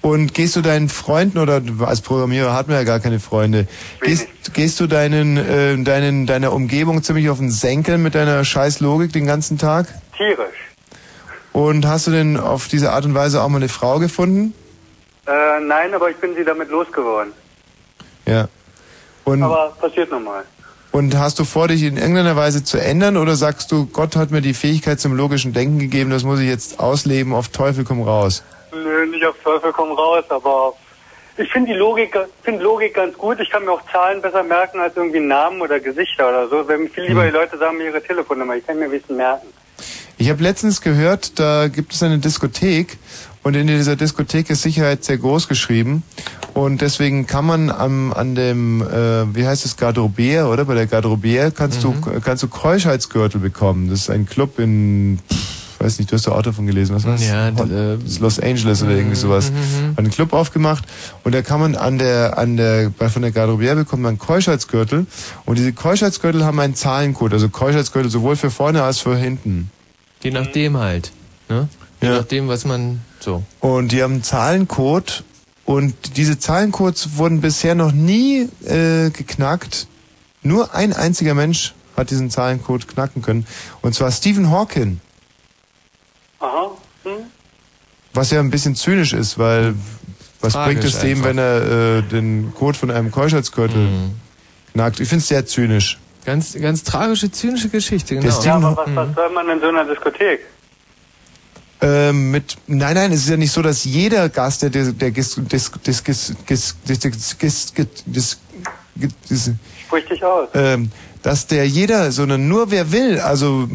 Und gehst du deinen Freunden oder als Programmierer hat man ja gar keine Freunde. Gehst, gehst du deinen, äh, deinen, deiner Umgebung ziemlich auf den Senkel mit deiner scheiß Logik den ganzen Tag?
Tierisch.
Und hast du denn auf diese Art und Weise auch mal eine Frau gefunden?
Äh, nein, aber ich bin sie damit losgeworden.
Ja. Und,
Aber passiert nochmal.
und hast du vor, dich in irgendeiner Weise zu ändern oder sagst du, Gott hat mir die Fähigkeit zum logischen Denken gegeben, das muss ich jetzt ausleben, auf Teufel komm raus?
Nö, nicht auf Teufel komm raus, aber ich finde die Logik, finde Logik ganz gut. Ich kann mir auch Zahlen besser merken als irgendwie Namen oder Gesichter oder so. Wenn viel lieber die Leute sagen mir ihre Telefonnummer, ich kann mir Wissen merken.
Ich habe letztens gehört, da gibt es eine Diskothek und in dieser Diskothek ist Sicherheit sehr groß geschrieben und deswegen kann man am, an dem, äh, wie heißt es, Garderobier, oder? Bei der Garderobier kannst du kannst du Keuschheitsgürtel bekommen. Das ist ein Club in, pff, weiß nicht, du hast da auch davon gelesen, was war's?
Ja,
Hol- das ist Los Angeles oder irgendwie sowas. Hat einen Club aufgemacht und da kann man an der, an der, bei- von der Garderobier bekommt man Keuschheitsgürtel und diese Keuschheitsgürtel haben einen Zahlencode, also Keuschheitsgürtel sowohl für vorne als für hinten.
Je nachdem halt. Ne? Je nachdem, was man so.
Und die haben einen Zahlencode. Und diese Zahlencodes wurden bisher noch nie äh, geknackt. Nur ein einziger Mensch hat diesen Zahlencode knacken können. Und zwar Stephen Hawking.
Aha. Hm?
Was ja ein bisschen zynisch ist, weil was
Tragisch
bringt es dem,
einfach. Mhm.
wenn er äh, den Code von einem Keuschheitsgürtel knackt? Ich finde es sehr zynisch.
Ganz, ganz tragische, zynische Geschichte,
Der
genau.
Stephen Ja, aber was-
Was soll man in so einer Diskothek?
Ähm, mit nein, nein, es ist ja nicht so, dass jeder Gast, der der, der gis, dis, dis, gis, gis, dis, dis, gis, gis, dis, gis, dis,
Sprich dich aus.
Ähm, dass der jeder, sondern nur wer will, also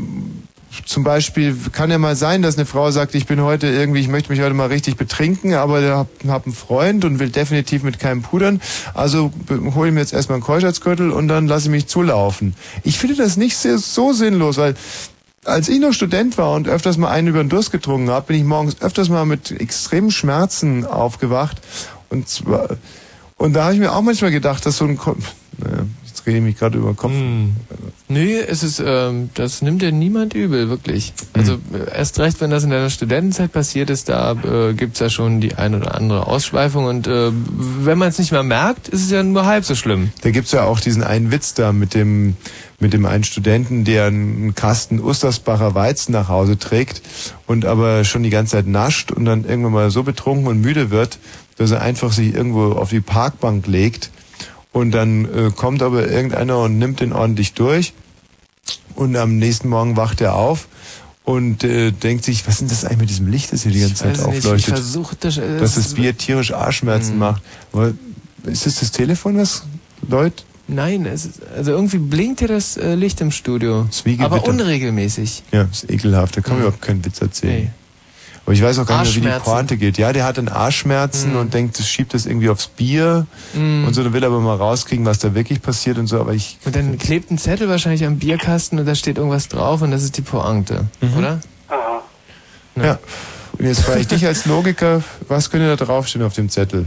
zum Beispiel kann ja mal sein, dass eine Frau sagt, ich bin heute irgendwie, ich möchte mich heute mal richtig betrinken, aber ich hab, hab einen Freund und will definitiv mit keinem pudern, also be- hol ich mir jetzt erstmal einen Keuschheitsgürtel und dann lasse ich mich zulaufen. Ich finde das nicht sehr, so sinnlos, weil als ich noch Student war und öfters mal einen über den Durst getrunken habe, bin ich morgens öfters mal mit extremen Schmerzen aufgewacht. Und zwar, und da habe ich mir auch manchmal gedacht, dass so ein Kopf, naja, jetzt rede ich mich gerade über den Kopf.
Nee, es ist, ähm, das nimmt dir niemand übel, wirklich.
Hm.
Also äh, erst recht, wenn das in deiner Studentenzeit passiert ist, da äh, gibt's ja schon die ein oder andere Ausschweifung und äh, wenn man es nicht mal merkt, ist es ja nur halb so schlimm.
Da gibt's ja auch diesen einen Witz da mit dem, mit dem einen Studenten, der einen Kasten Ustersbacher Weizen nach Hause trägt und aber schon die ganze Zeit nascht und dann irgendwann mal so betrunken und müde wird, dass er einfach sich irgendwo auf die Parkbank legt und dann äh, kommt aber irgendeiner und nimmt den ordentlich durch und am nächsten Morgen wacht er auf und äh, denkt sich, was ist denn das eigentlich mit diesem Licht, das hier die ganze Zeit
weiß nicht, ich
halt aufleuchtet?
versuch das- äh,
dass das
es- Hm.
Bier tierisch Arschschmerzen macht. Aber ist das das Telefon, was läutet?
Nein, es ist, also irgendwie blinkt dir das äh, Licht im Studio. aber
bitte.
unregelmäßig.
Ja, ist ekelhaft. Da kann man überhaupt keinen Witz erzählen. Aber ich weiß auch gar nicht, mehr, wie die
Arschschmerzen.
Pointe geht. Ja, der hat dann Arschschmerzen und denkt, das schiebt das irgendwie aufs Bier
Mhm.
und so. Dann will er aber mal rauskriegen, was da wirklich passiert und so. Aber ich
Und dann klebt ein Zettel wahrscheinlich am Bierkasten und da steht irgendwas drauf und das ist die Pointe, oder?
Ja. Und jetzt frage ich dich als Logiker, was könnte da draufstehen auf dem Zettel?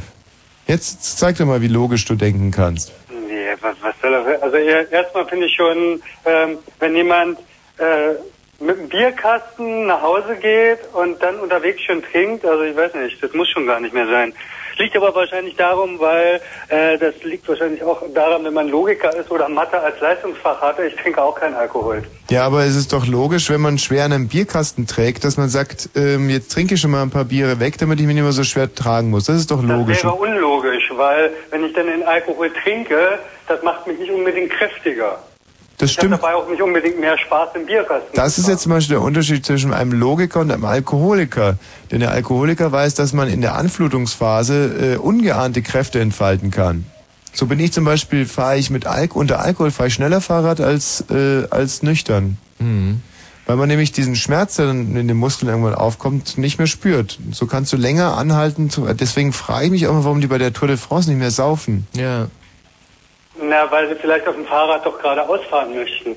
Jetzt zeig doch mal, wie logisch du denken kannst.
Nee, was, was soll das? Also er- erstmal finde ich schon, ähm, wenn jemand äh, mit einem Bierkasten nach Hause geht und dann unterwegs schon trinkt, also ich weiß nicht, das muss schon gar nicht mehr sein. Liegt aber wahrscheinlich darum, weil äh, das liegt wahrscheinlich auch daran, wenn man Logiker ist oder Mathe als Leistungsfach hatte, ich trinke auch keinen Alkohol.
Ja, aber es ist doch logisch, wenn man schwer einen Bierkasten trägt, dass man sagt, ähm, jetzt trinke ich schon mal ein paar Biere weg, damit ich mich nicht mehr so schwer tragen muss. Das ist doch logisch.
Wäre unlogisch, weil wenn ich dann den Alkohol trinke, das macht mich nicht unbedingt kräftiger.
Das
stimmt. Ich habe dabei auch nicht unbedingt mehr Spaß im Bierkasten.
Das ist jetzt zum Beispiel der Unterschied zwischen einem Logiker und einem Alkoholiker. Denn der Alkoholiker weiß, dass man in der Anflutungsphase äh, ungeahnte Kräfte entfalten kann. So bin ich zum Beispiel, fahre ich mit Alk unter Alkohol fahre ich schneller Fahrrad als, äh, als nüchtern. Weil man nämlich diesen Schmerz, der dann in den Muskeln irgendwann aufkommt, nicht mehr spürt. So kannst du länger anhalten. zu- Deswegen frage ich mich auch mal, warum die bei der Tour de France nicht mehr saufen.
Ja.
Na, weil sie vielleicht auf dem Fahrrad doch geradeaus fahren möchten.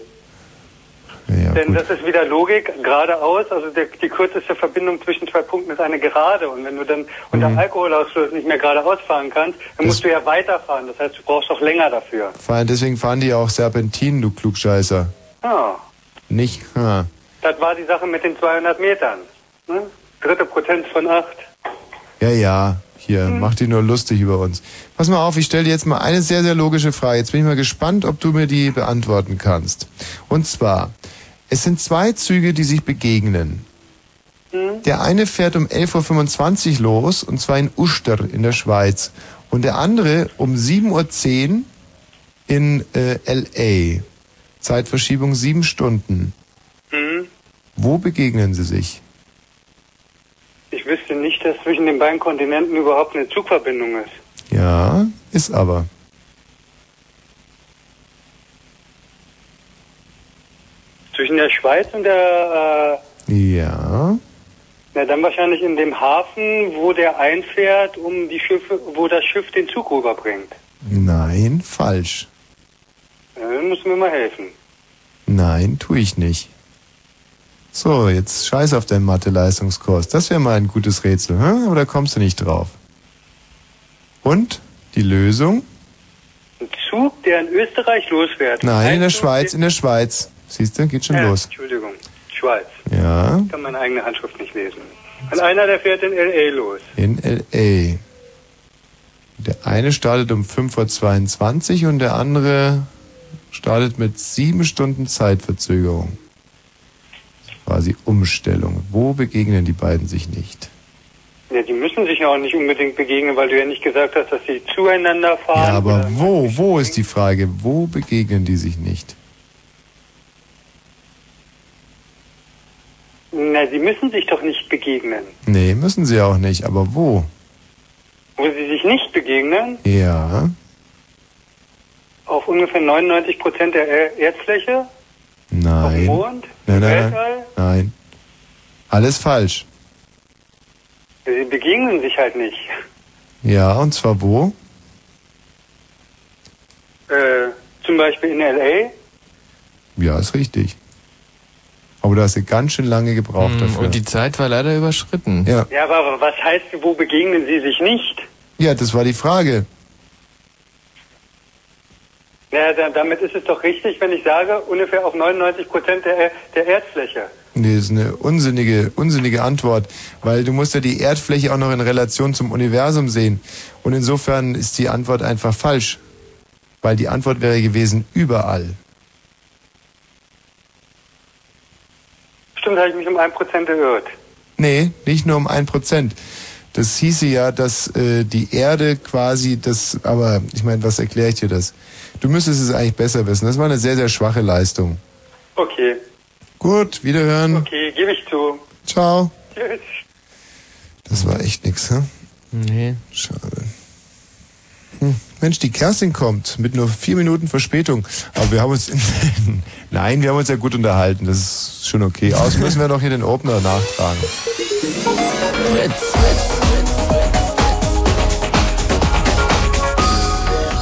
Denn das ist wieder Logik, geradeaus, also der, die kürzeste Verbindung zwischen zwei Punkten ist eine Gerade. Und wenn du dann unter Alkoholausschluss nicht mehr geradeaus fahren kannst, dann musst du ja weiterfahren. Das heißt, du brauchst doch länger dafür.
Deswegen fahren die ja auch Serpentinen, du Klugscheißer.
Ja,
Nicht? Ja.
Ah, das war die Sache mit den 200 Metern. Ne? Dritte Potenz von acht.
Ja, ja, hier, mach die nur lustig über uns. Pass mal auf, ich stelle dir jetzt mal eine sehr, sehr logische Frage. Jetzt bin ich mal gespannt, ob du mir die beantworten kannst. Und zwar, es sind zwei Züge, die sich begegnen. Der eine fährt um 11.25 Uhr los, und zwar in Uster in der Schweiz. Und der andere um 7.10 Uhr in äh, L.A. Zeitverschiebung sieben Stunden. Wo begegnen sie sich?
Ich wüsste nicht, dass zwischen den beiden Kontinenten überhaupt eine Zugverbindung ist.
Ja, ist aber.
Zwischen der Schweiz und der, äh,
Ja.
na dann wahrscheinlich in dem Hafen, wo der einfährt, um die Schiffe, wo das Schiff den Zug rüberbringt.
Nein, falsch.
Ja, dann müssen wir mal helfen.
Nein, tue ich nicht. So, jetzt scheiß auf deinen Mathe-Leistungskurs. Das wäre mal ein gutes Rätsel, hm? aber da kommst du nicht drauf. Und? Die Lösung?
Ein Zug, der in Österreich losfährt.
Nein, in der Schweiz, in der Schweiz. Siehst du, geht schon
Ja,
los.
Entschuldigung, Schweiz.
Ja,
Ich kann meine eigene Handschrift nicht lesen. Und einer, der fährt in L.A. los.
in L.A. Der eine startet um 5.22 Uhr und der andere startet mit sieben Stunden Zeitverzögerung. Quasi Umstellung. Wo begegnen die beiden sich nicht?
Ja, die müssen sich ja auch nicht unbedingt begegnen, weil du ja nicht gesagt hast, dass sie zueinander fahren.
Ja, aber wo, wo ist die Frage? Wo begegnen die sich nicht?
Na, sie müssen sich doch nicht begegnen.
Nee, müssen sie auch nicht, aber wo?
Wo sie sich nicht begegnen,
Ja,
auf ungefähr 99 Prozent der Er- Erdfläche, auf dem
nein.
Mond,
Nein, nein,
im
nein.
Weltall,
nein. Alles falsch.
sie begegnen sich halt nicht.
Ja, und zwar wo?
Äh, zum Beispiel in L.A.
Ja, ist richtig. Aber du hast ja ganz schön lange gebraucht
Mm,
dafür.
Und die Zeit war leider überschritten.
ja.
Ja, aber was heißt, wo begegnen sie sich nicht?
ja, das war die Frage.
Naja, da, damit ist es doch richtig, wenn ich sage, ungefähr auf 99 Prozent der, Er- der Erdfläche.
Nee, das ist eine unsinnige, unsinnige Antwort, weil du musst ja die Erdfläche auch noch in Relation zum Universum sehen. Und insofern ist die Antwort einfach falsch, weil die Antwort wäre gewesen überall.
Stimmt, habe ich mich um 1 Prozent geirrt.
Nee, nicht nur um ein Prozent. Das hieße ja, dass äh, die Erde quasi das, aber ich meine, was erkläre ich dir das? Du müsstest es eigentlich besser wissen. Das war eine sehr, sehr schwache Leistung.
Okay,
Gut, wiederhören.
okay, gebe ich zu.
Ciao.
Tschüss.
Das war echt nix, hä?
Nee.
Schade. Hm. Mensch, die Kerstin kommt mit nur vier Minuten Verspätung. Aber wir haben uns. Nein, wir haben uns ja gut unterhalten. Das ist schon okay. Außerdem müssen wir noch hier den Opener nachtragen.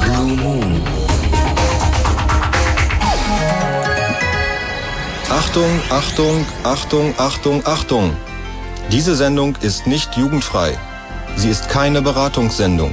Blue Moon.
Achtung, Achtung, Achtung, Achtung, Achtung. Diese Sendung ist nicht jugendfrei. Sie ist keine Beratungssendung.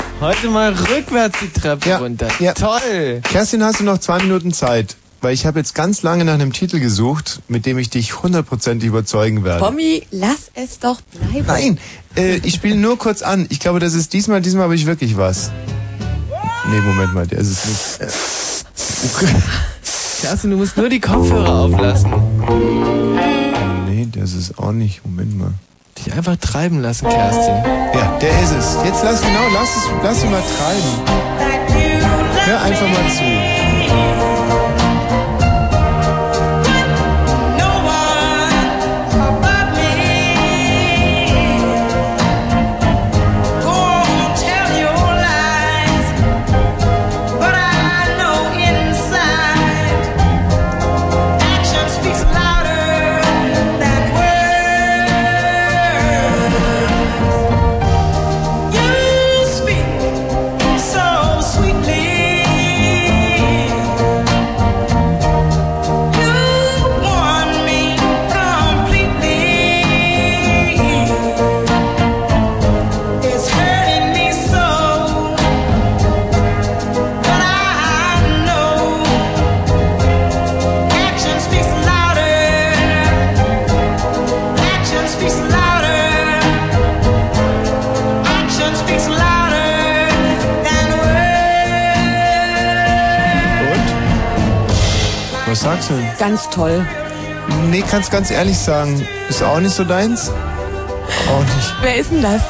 Heute mal rückwärts die Treppe runter.
Ja.
Toll!
Kerstin, hast du noch zwei Minuten Zeit? Weil ich habe jetzt ganz lange nach einem Titel gesucht, mit dem ich dich hundertprozentig überzeugen werde.
Tommy, lass es doch bleiben.
Nein, äh, ich spiele nur kurz an. Ich glaube, das ist diesmal, diesmal habe ich wirklich was. Nee, Moment mal, der ist es nicht.
Kerstin, du musst nur die Kopfhörer auflassen.
Nee, das ist auch nicht. Moment mal.
Dich einfach treiben lassen, Kerstin.
Ja, der ist es. Jetzt lass genau, lass es, lass ihn mal treiben. Hör einfach mal zu.
It's hurting me so. But I know action speaks louder. Action speaks louder. Action speaks louder than
Was sagst du?
Ganz toll.
Nee, kannst ganz ehrlich sagen, ist auch nicht so deins? Auch nicht.
Wer ist denn das?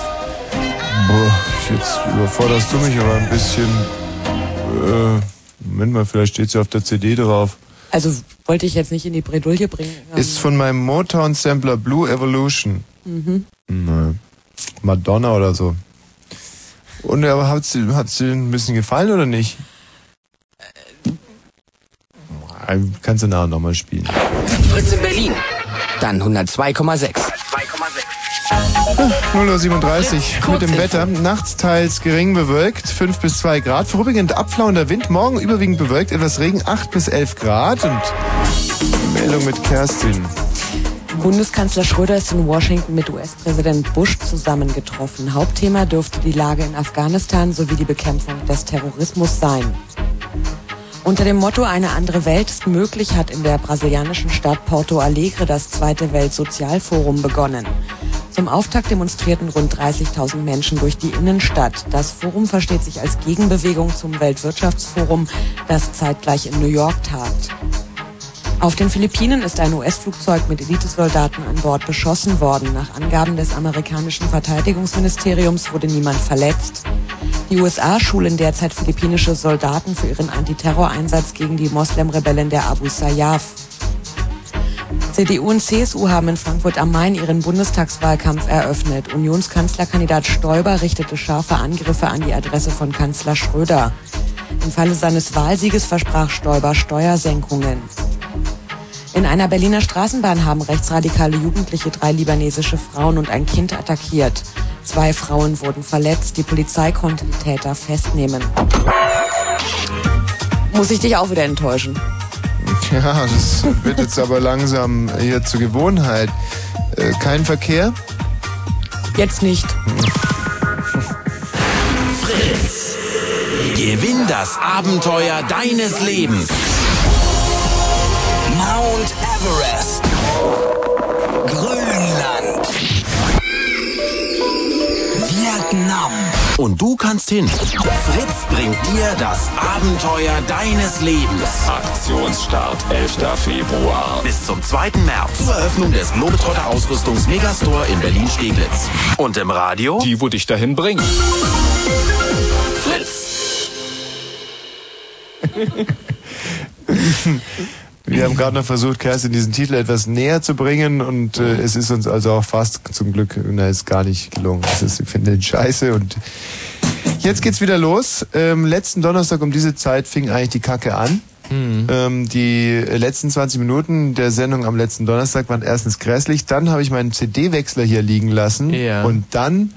Boah, jetzt überforderst du mich aber ein bisschen. Äh, Moment mal, vielleicht steht sie auf der CD drauf.
Also wollte ich jetzt nicht in die Bredouille bringen.
Ist von meinem Motown-Sampler Blue Evolution.
Mhm.
Nee. Madonna oder so. Und aber hat's, hat's dir ein bisschen gefallen oder nicht? Äh, Kannst du nachher nochmal spielen.
Fritz in Berlin. Dann 102,6.
0.37 Uhr mit dem Wetter. Nachts teils gering bewölkt, 5 bis 2 Grad. Vorübergehend abflauender Wind. Morgen überwiegend bewölkt, etwas Regen, 8 bis 11 Grad. Und Meldung mit Kerstin.
Bundeskanzler Schröder ist in Washington mit US-Präsident Bush zusammengetroffen. Hauptthema dürfte die Lage in Afghanistan sowie die Bekämpfung des Terrorismus sein. Unter dem Motto Eine andere Welt ist möglich hat in der brasilianischen Stadt Porto Alegre das Zweite Weltsozialforum begonnen. Zum Auftakt demonstrierten rund 30.000 Menschen durch die Innenstadt. Das Forum versteht sich als Gegenbewegung zum Weltwirtschaftsforum, das zeitgleich in New York tagt. Auf den Philippinen ist ein US-Flugzeug mit Elitesoldaten an Bord beschossen worden. Nach Angaben des amerikanischen Verteidigungsministeriums wurde niemand verletzt. Die USA schulen derzeit philippinische Soldaten für ihren Antiterroreinsatz gegen die Moslem-Rebellen der Abu Sayyaf. CDU und CSU haben in Frankfurt am Main ihren Bundestagswahlkampf eröffnet. Unionskanzlerkandidat Stoiber richtete scharfe Angriffe an die Adresse von Kanzler Schröder. Im Falle seines Wahlsieges versprach Stoiber Steuersenkungen. In einer Berliner Straßenbahn haben rechtsradikale Jugendliche drei libanesische Frauen und ein Kind attackiert. Zwei Frauen wurden verletzt, die Polizei konnte die Täter festnehmen. Muss ich dich auch wieder enttäuschen?
Ja, das wird jetzt aber langsam hier zur Gewohnheit. Äh, kein Verkehr?
Jetzt nicht.
Fritz. Gewinn das Abenteuer deines Lebens. Mount Everest. Grönland. Vietnam. Und du kannst hin. Fritz bringt dir das Abenteuer deines Lebens. Aktionsstart 11. Februar. Bis zum 2. März. Zur Eröffnung des Globetrotter Ausrüstungs Megastore in Berlin-Steglitz. Und im Radio? Die, wo dich dahin bringt. Fritz.
Wir haben gerade noch versucht, Kerstin diesen Titel etwas näher zu bringen und äh, es ist uns also auch fast zum Glück, na, ist gar nicht gelungen. Es ist, ich finde den scheiße und jetzt geht's wieder los. Ähm, letzten Donnerstag um diese Zeit fing eigentlich die Kacke an.
Mhm.
Ähm, die letzten 20 Minuten der Sendung am letzten Donnerstag waren erstens grässlich, dann habe ich meinen CD-Wechsler hier liegen lassen
Ja.
und dann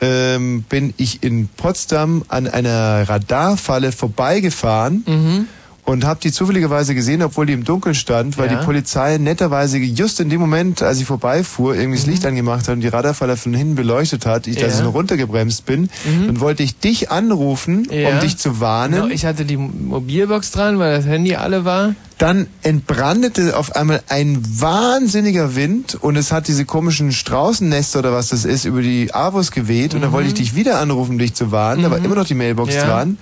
ähm, bin ich in Potsdam an einer Radarfalle vorbeigefahren
Mhm.
und habe die zufälligerweise gesehen, obwohl die im Dunkeln stand, weil
Ja.
die Polizei netterweise just in dem Moment, als ich vorbeifuhr, irgendwie das Licht angemacht hat und die Radarfalle von hinten beleuchtet hat, ich
Mhm. Ja. Mhm.
da so runtergebremst bin. Dann wollte ich dich anrufen, um
Ja.
dich zu warnen.
Genau, ich hatte die Mobilbox dran, weil das Handy alle war.
Dann entbrandete auf einmal ein wahnsinniger Wind und es hat diese komischen Straußennester oder was das ist über die Avos geweht und dann wollte ich dich wieder anrufen, um dich zu warnen, da war immer noch die Mailbox
Ja.
dran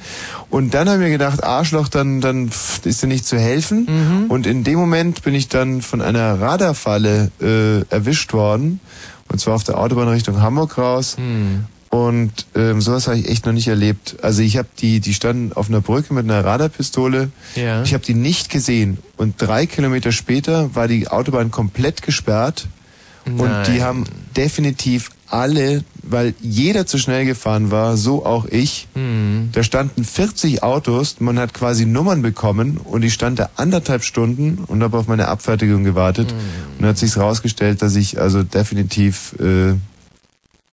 und dann habe ich mir gedacht, Arschloch, dann, dann pff, ist dir nicht zu helfen und in dem Moment bin ich dann von einer Radarfalle äh, erwischt worden und zwar auf der Autobahn Richtung Hamburg raus und ähm, sowas habe ich echt noch nicht erlebt. Also ich habe die, die standen auf einer Brücke mit einer Radarpistole.
Ja.
Ich habe die nicht gesehen. Und drei Kilometer später war die Autobahn komplett gesperrt. Und die
Nein.
haben definitiv alle, weil jeder zu schnell gefahren war, so auch ich.
Hm.
Da standen 40 Autos, man hat quasi Nummern bekommen und ich stand da anderthalb Stunden und habe auf meine Abfertigung gewartet. Und dann hat sich rausgestellt, dass ich also definitiv äh,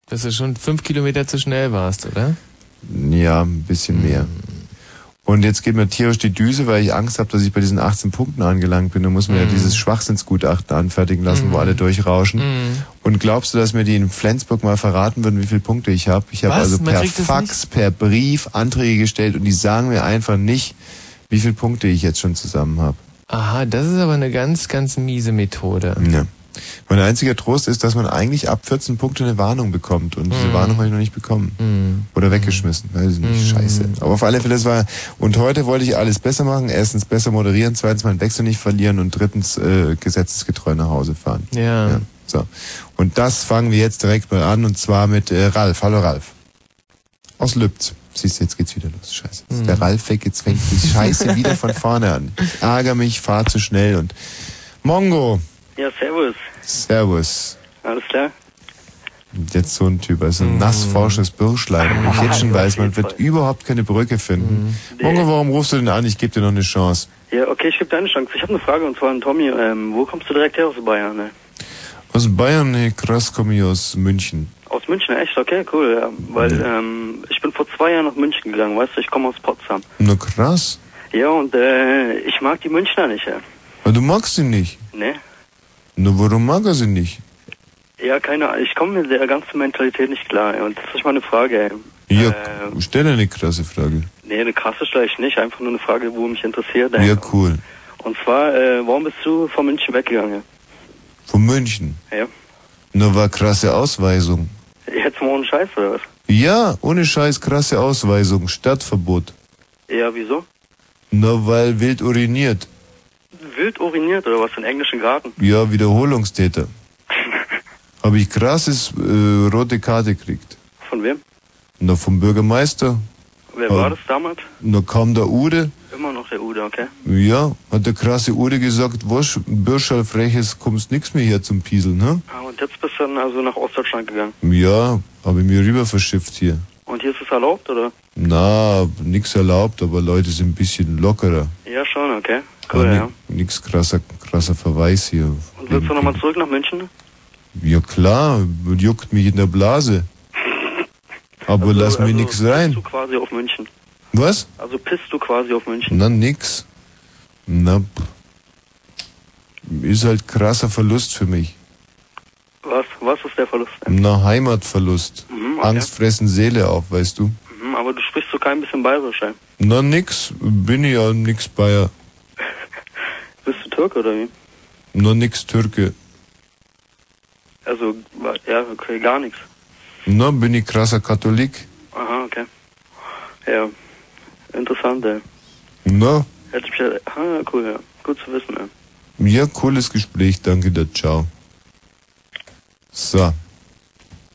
Dass du schon fünf Kilometer zu schnell warst, oder?
Ja, ein bisschen
Hm.
mehr. Und jetzt geht mir tierisch die Düse, weil ich Angst habe, dass ich bei diesen 18 Punkten angelangt bin. Da muss man
Hm.
ja dieses Schwachsinnsgutachten anfertigen lassen, wo alle durchrauschen.
Hm. Mhm.
Und glaubst du, dass mir die in Flensburg mal verraten würden, wie viele Punkte ich habe? Ich habe
Was?
also
Man
per
kriegt das
Fax, per Brief Anträge gestellt und die sagen mir einfach nicht, wie viele Punkte ich jetzt schon zusammen habe.
Aha, das ist aber eine ganz, ganz miese Methode.
Ja. Mein einziger Trost ist, dass man eigentlich ab 14 Punkte eine Warnung bekommt. Und diese
Mhm.
Warnung habe ich noch nicht bekommen. Oder weggeschmissen. Weiß ich nicht. Scheiße. Aber auf alle Fälle, es war. Und heute wollte ich alles besser machen. Erstens besser moderieren, zweitens meinen Wechsel nicht verlieren und drittens äh, gesetzesgetreu nach Hause fahren.
Ja.
So. Und das fangen wir jetzt direkt mal an und zwar mit äh, Ralf. Hallo Ralf. Aus Lübz. Siehst du, jetzt geht's wieder los. Scheiße. Ist Der Ralf weg, jetzt fängt die Scheiße wieder von vorne an. Ich ärgere mich, fahr zu schnell und Mongo.
Ja, servus.
Servus.
Alles klar?
Jetzt so ein Typ, also ein nassforsches Bürschlein. Und jetzt schon weiß, man wird überhaupt keine Brücke finden. Mongo, warum rufst du denn an? Ich gebe dir noch eine Chance.
Ja, okay, ich gebe dir eine Chance. Ich habe eine Frage und zwar an Tommy. Ähm, wo kommst du direkt her aus Bayern? Ne?
Aus Bayern, nee, krass, komme ich aus München.
Aus München, ne? echt? Okay, cool. Ja. Weil ähm, ich bin vor zwei Jahren nach München gegangen, weißt du? Ich komme aus Potsdam.
Na krass.
Ja, und äh, ich mag die Münchner nicht, ja.
Aber du magst ihn nicht.
Ne?
Na, warum mag er sie nicht?
Ja, keine Ahnung. Ich komme mit der ganzen Mentalität nicht klar. ja. Und das ist mal eine Frage, ey.
Ja,
Äh,
stell eine krasse Frage.
nee, eine krasse vielleicht nicht. Einfach nur eine Frage, wo mich interessiert. ey.
Ja, cool.
Und zwar, äh, warum bist du von München weggegangen?
Von München.
Ja.
Na, war krasse Ausweisung.
Jetzt mal ohne Scheiß oder was?
Ja, ohne Scheiß, krasse Ausweisung. Stadtverbot.
Ja, wieso?
Na, weil wild uriniert.
Wild uriniert oder was? In englischen Garten?
Ja, Wiederholungstäter. Habe ich krasses äh, rote Karte gekriegt.
Von wem?
Na, vom Bürgermeister.
Wer
Oh.
war das damals?
Na, kam der Ude.
Immer noch krasse Udo, okay?
Ja, hat der krasse Ude gesagt, wasch, Bürscherl freches, kommst nix mehr hier zum Pieseln, ne?
Ah, Und jetzt bist du dann also nach Ostdeutschland gegangen.
Ja, habe ich mir rüber verschifft hier.
Und hier ist es erlaubt, oder?
Na, nix erlaubt, aber Leute sind ein bisschen lockerer.
Ja, schon, okay. Cool,
Aber
ja.
ni- Nix krasser, krasser Verweis hier.
Und willst du nochmal zurück nach München?
Ja klar, juckt mich in der Blase. Aber lass mir nix rein.
Du quasi auf München.
Was?
Also pisst du quasi auf München.
Na nix. Na, pff. ist halt krasser Verlust für mich.
Was? Was ist der Verlust?
Na, Heimatverlust.
Oh
Mhm, okay.
Angst fressen Seele auf, weißt du.
Mhm, aber du sprichst so kein bisschen bayerisch, ey.
Na nix, bin ich ja nix Bayer.
Bist du Türke oder wie?
Na nix Türke.
Also, wa- ja, okay, gar nichts.
Na, bin ich krasser Katholik.
Aha, okay. Ja, interessant, ey.
Na,
Hätte ich ja, ah, cool, ja. Gut zu wissen, ey.
ja, cooles Gespräch, danke dir, ciao. So.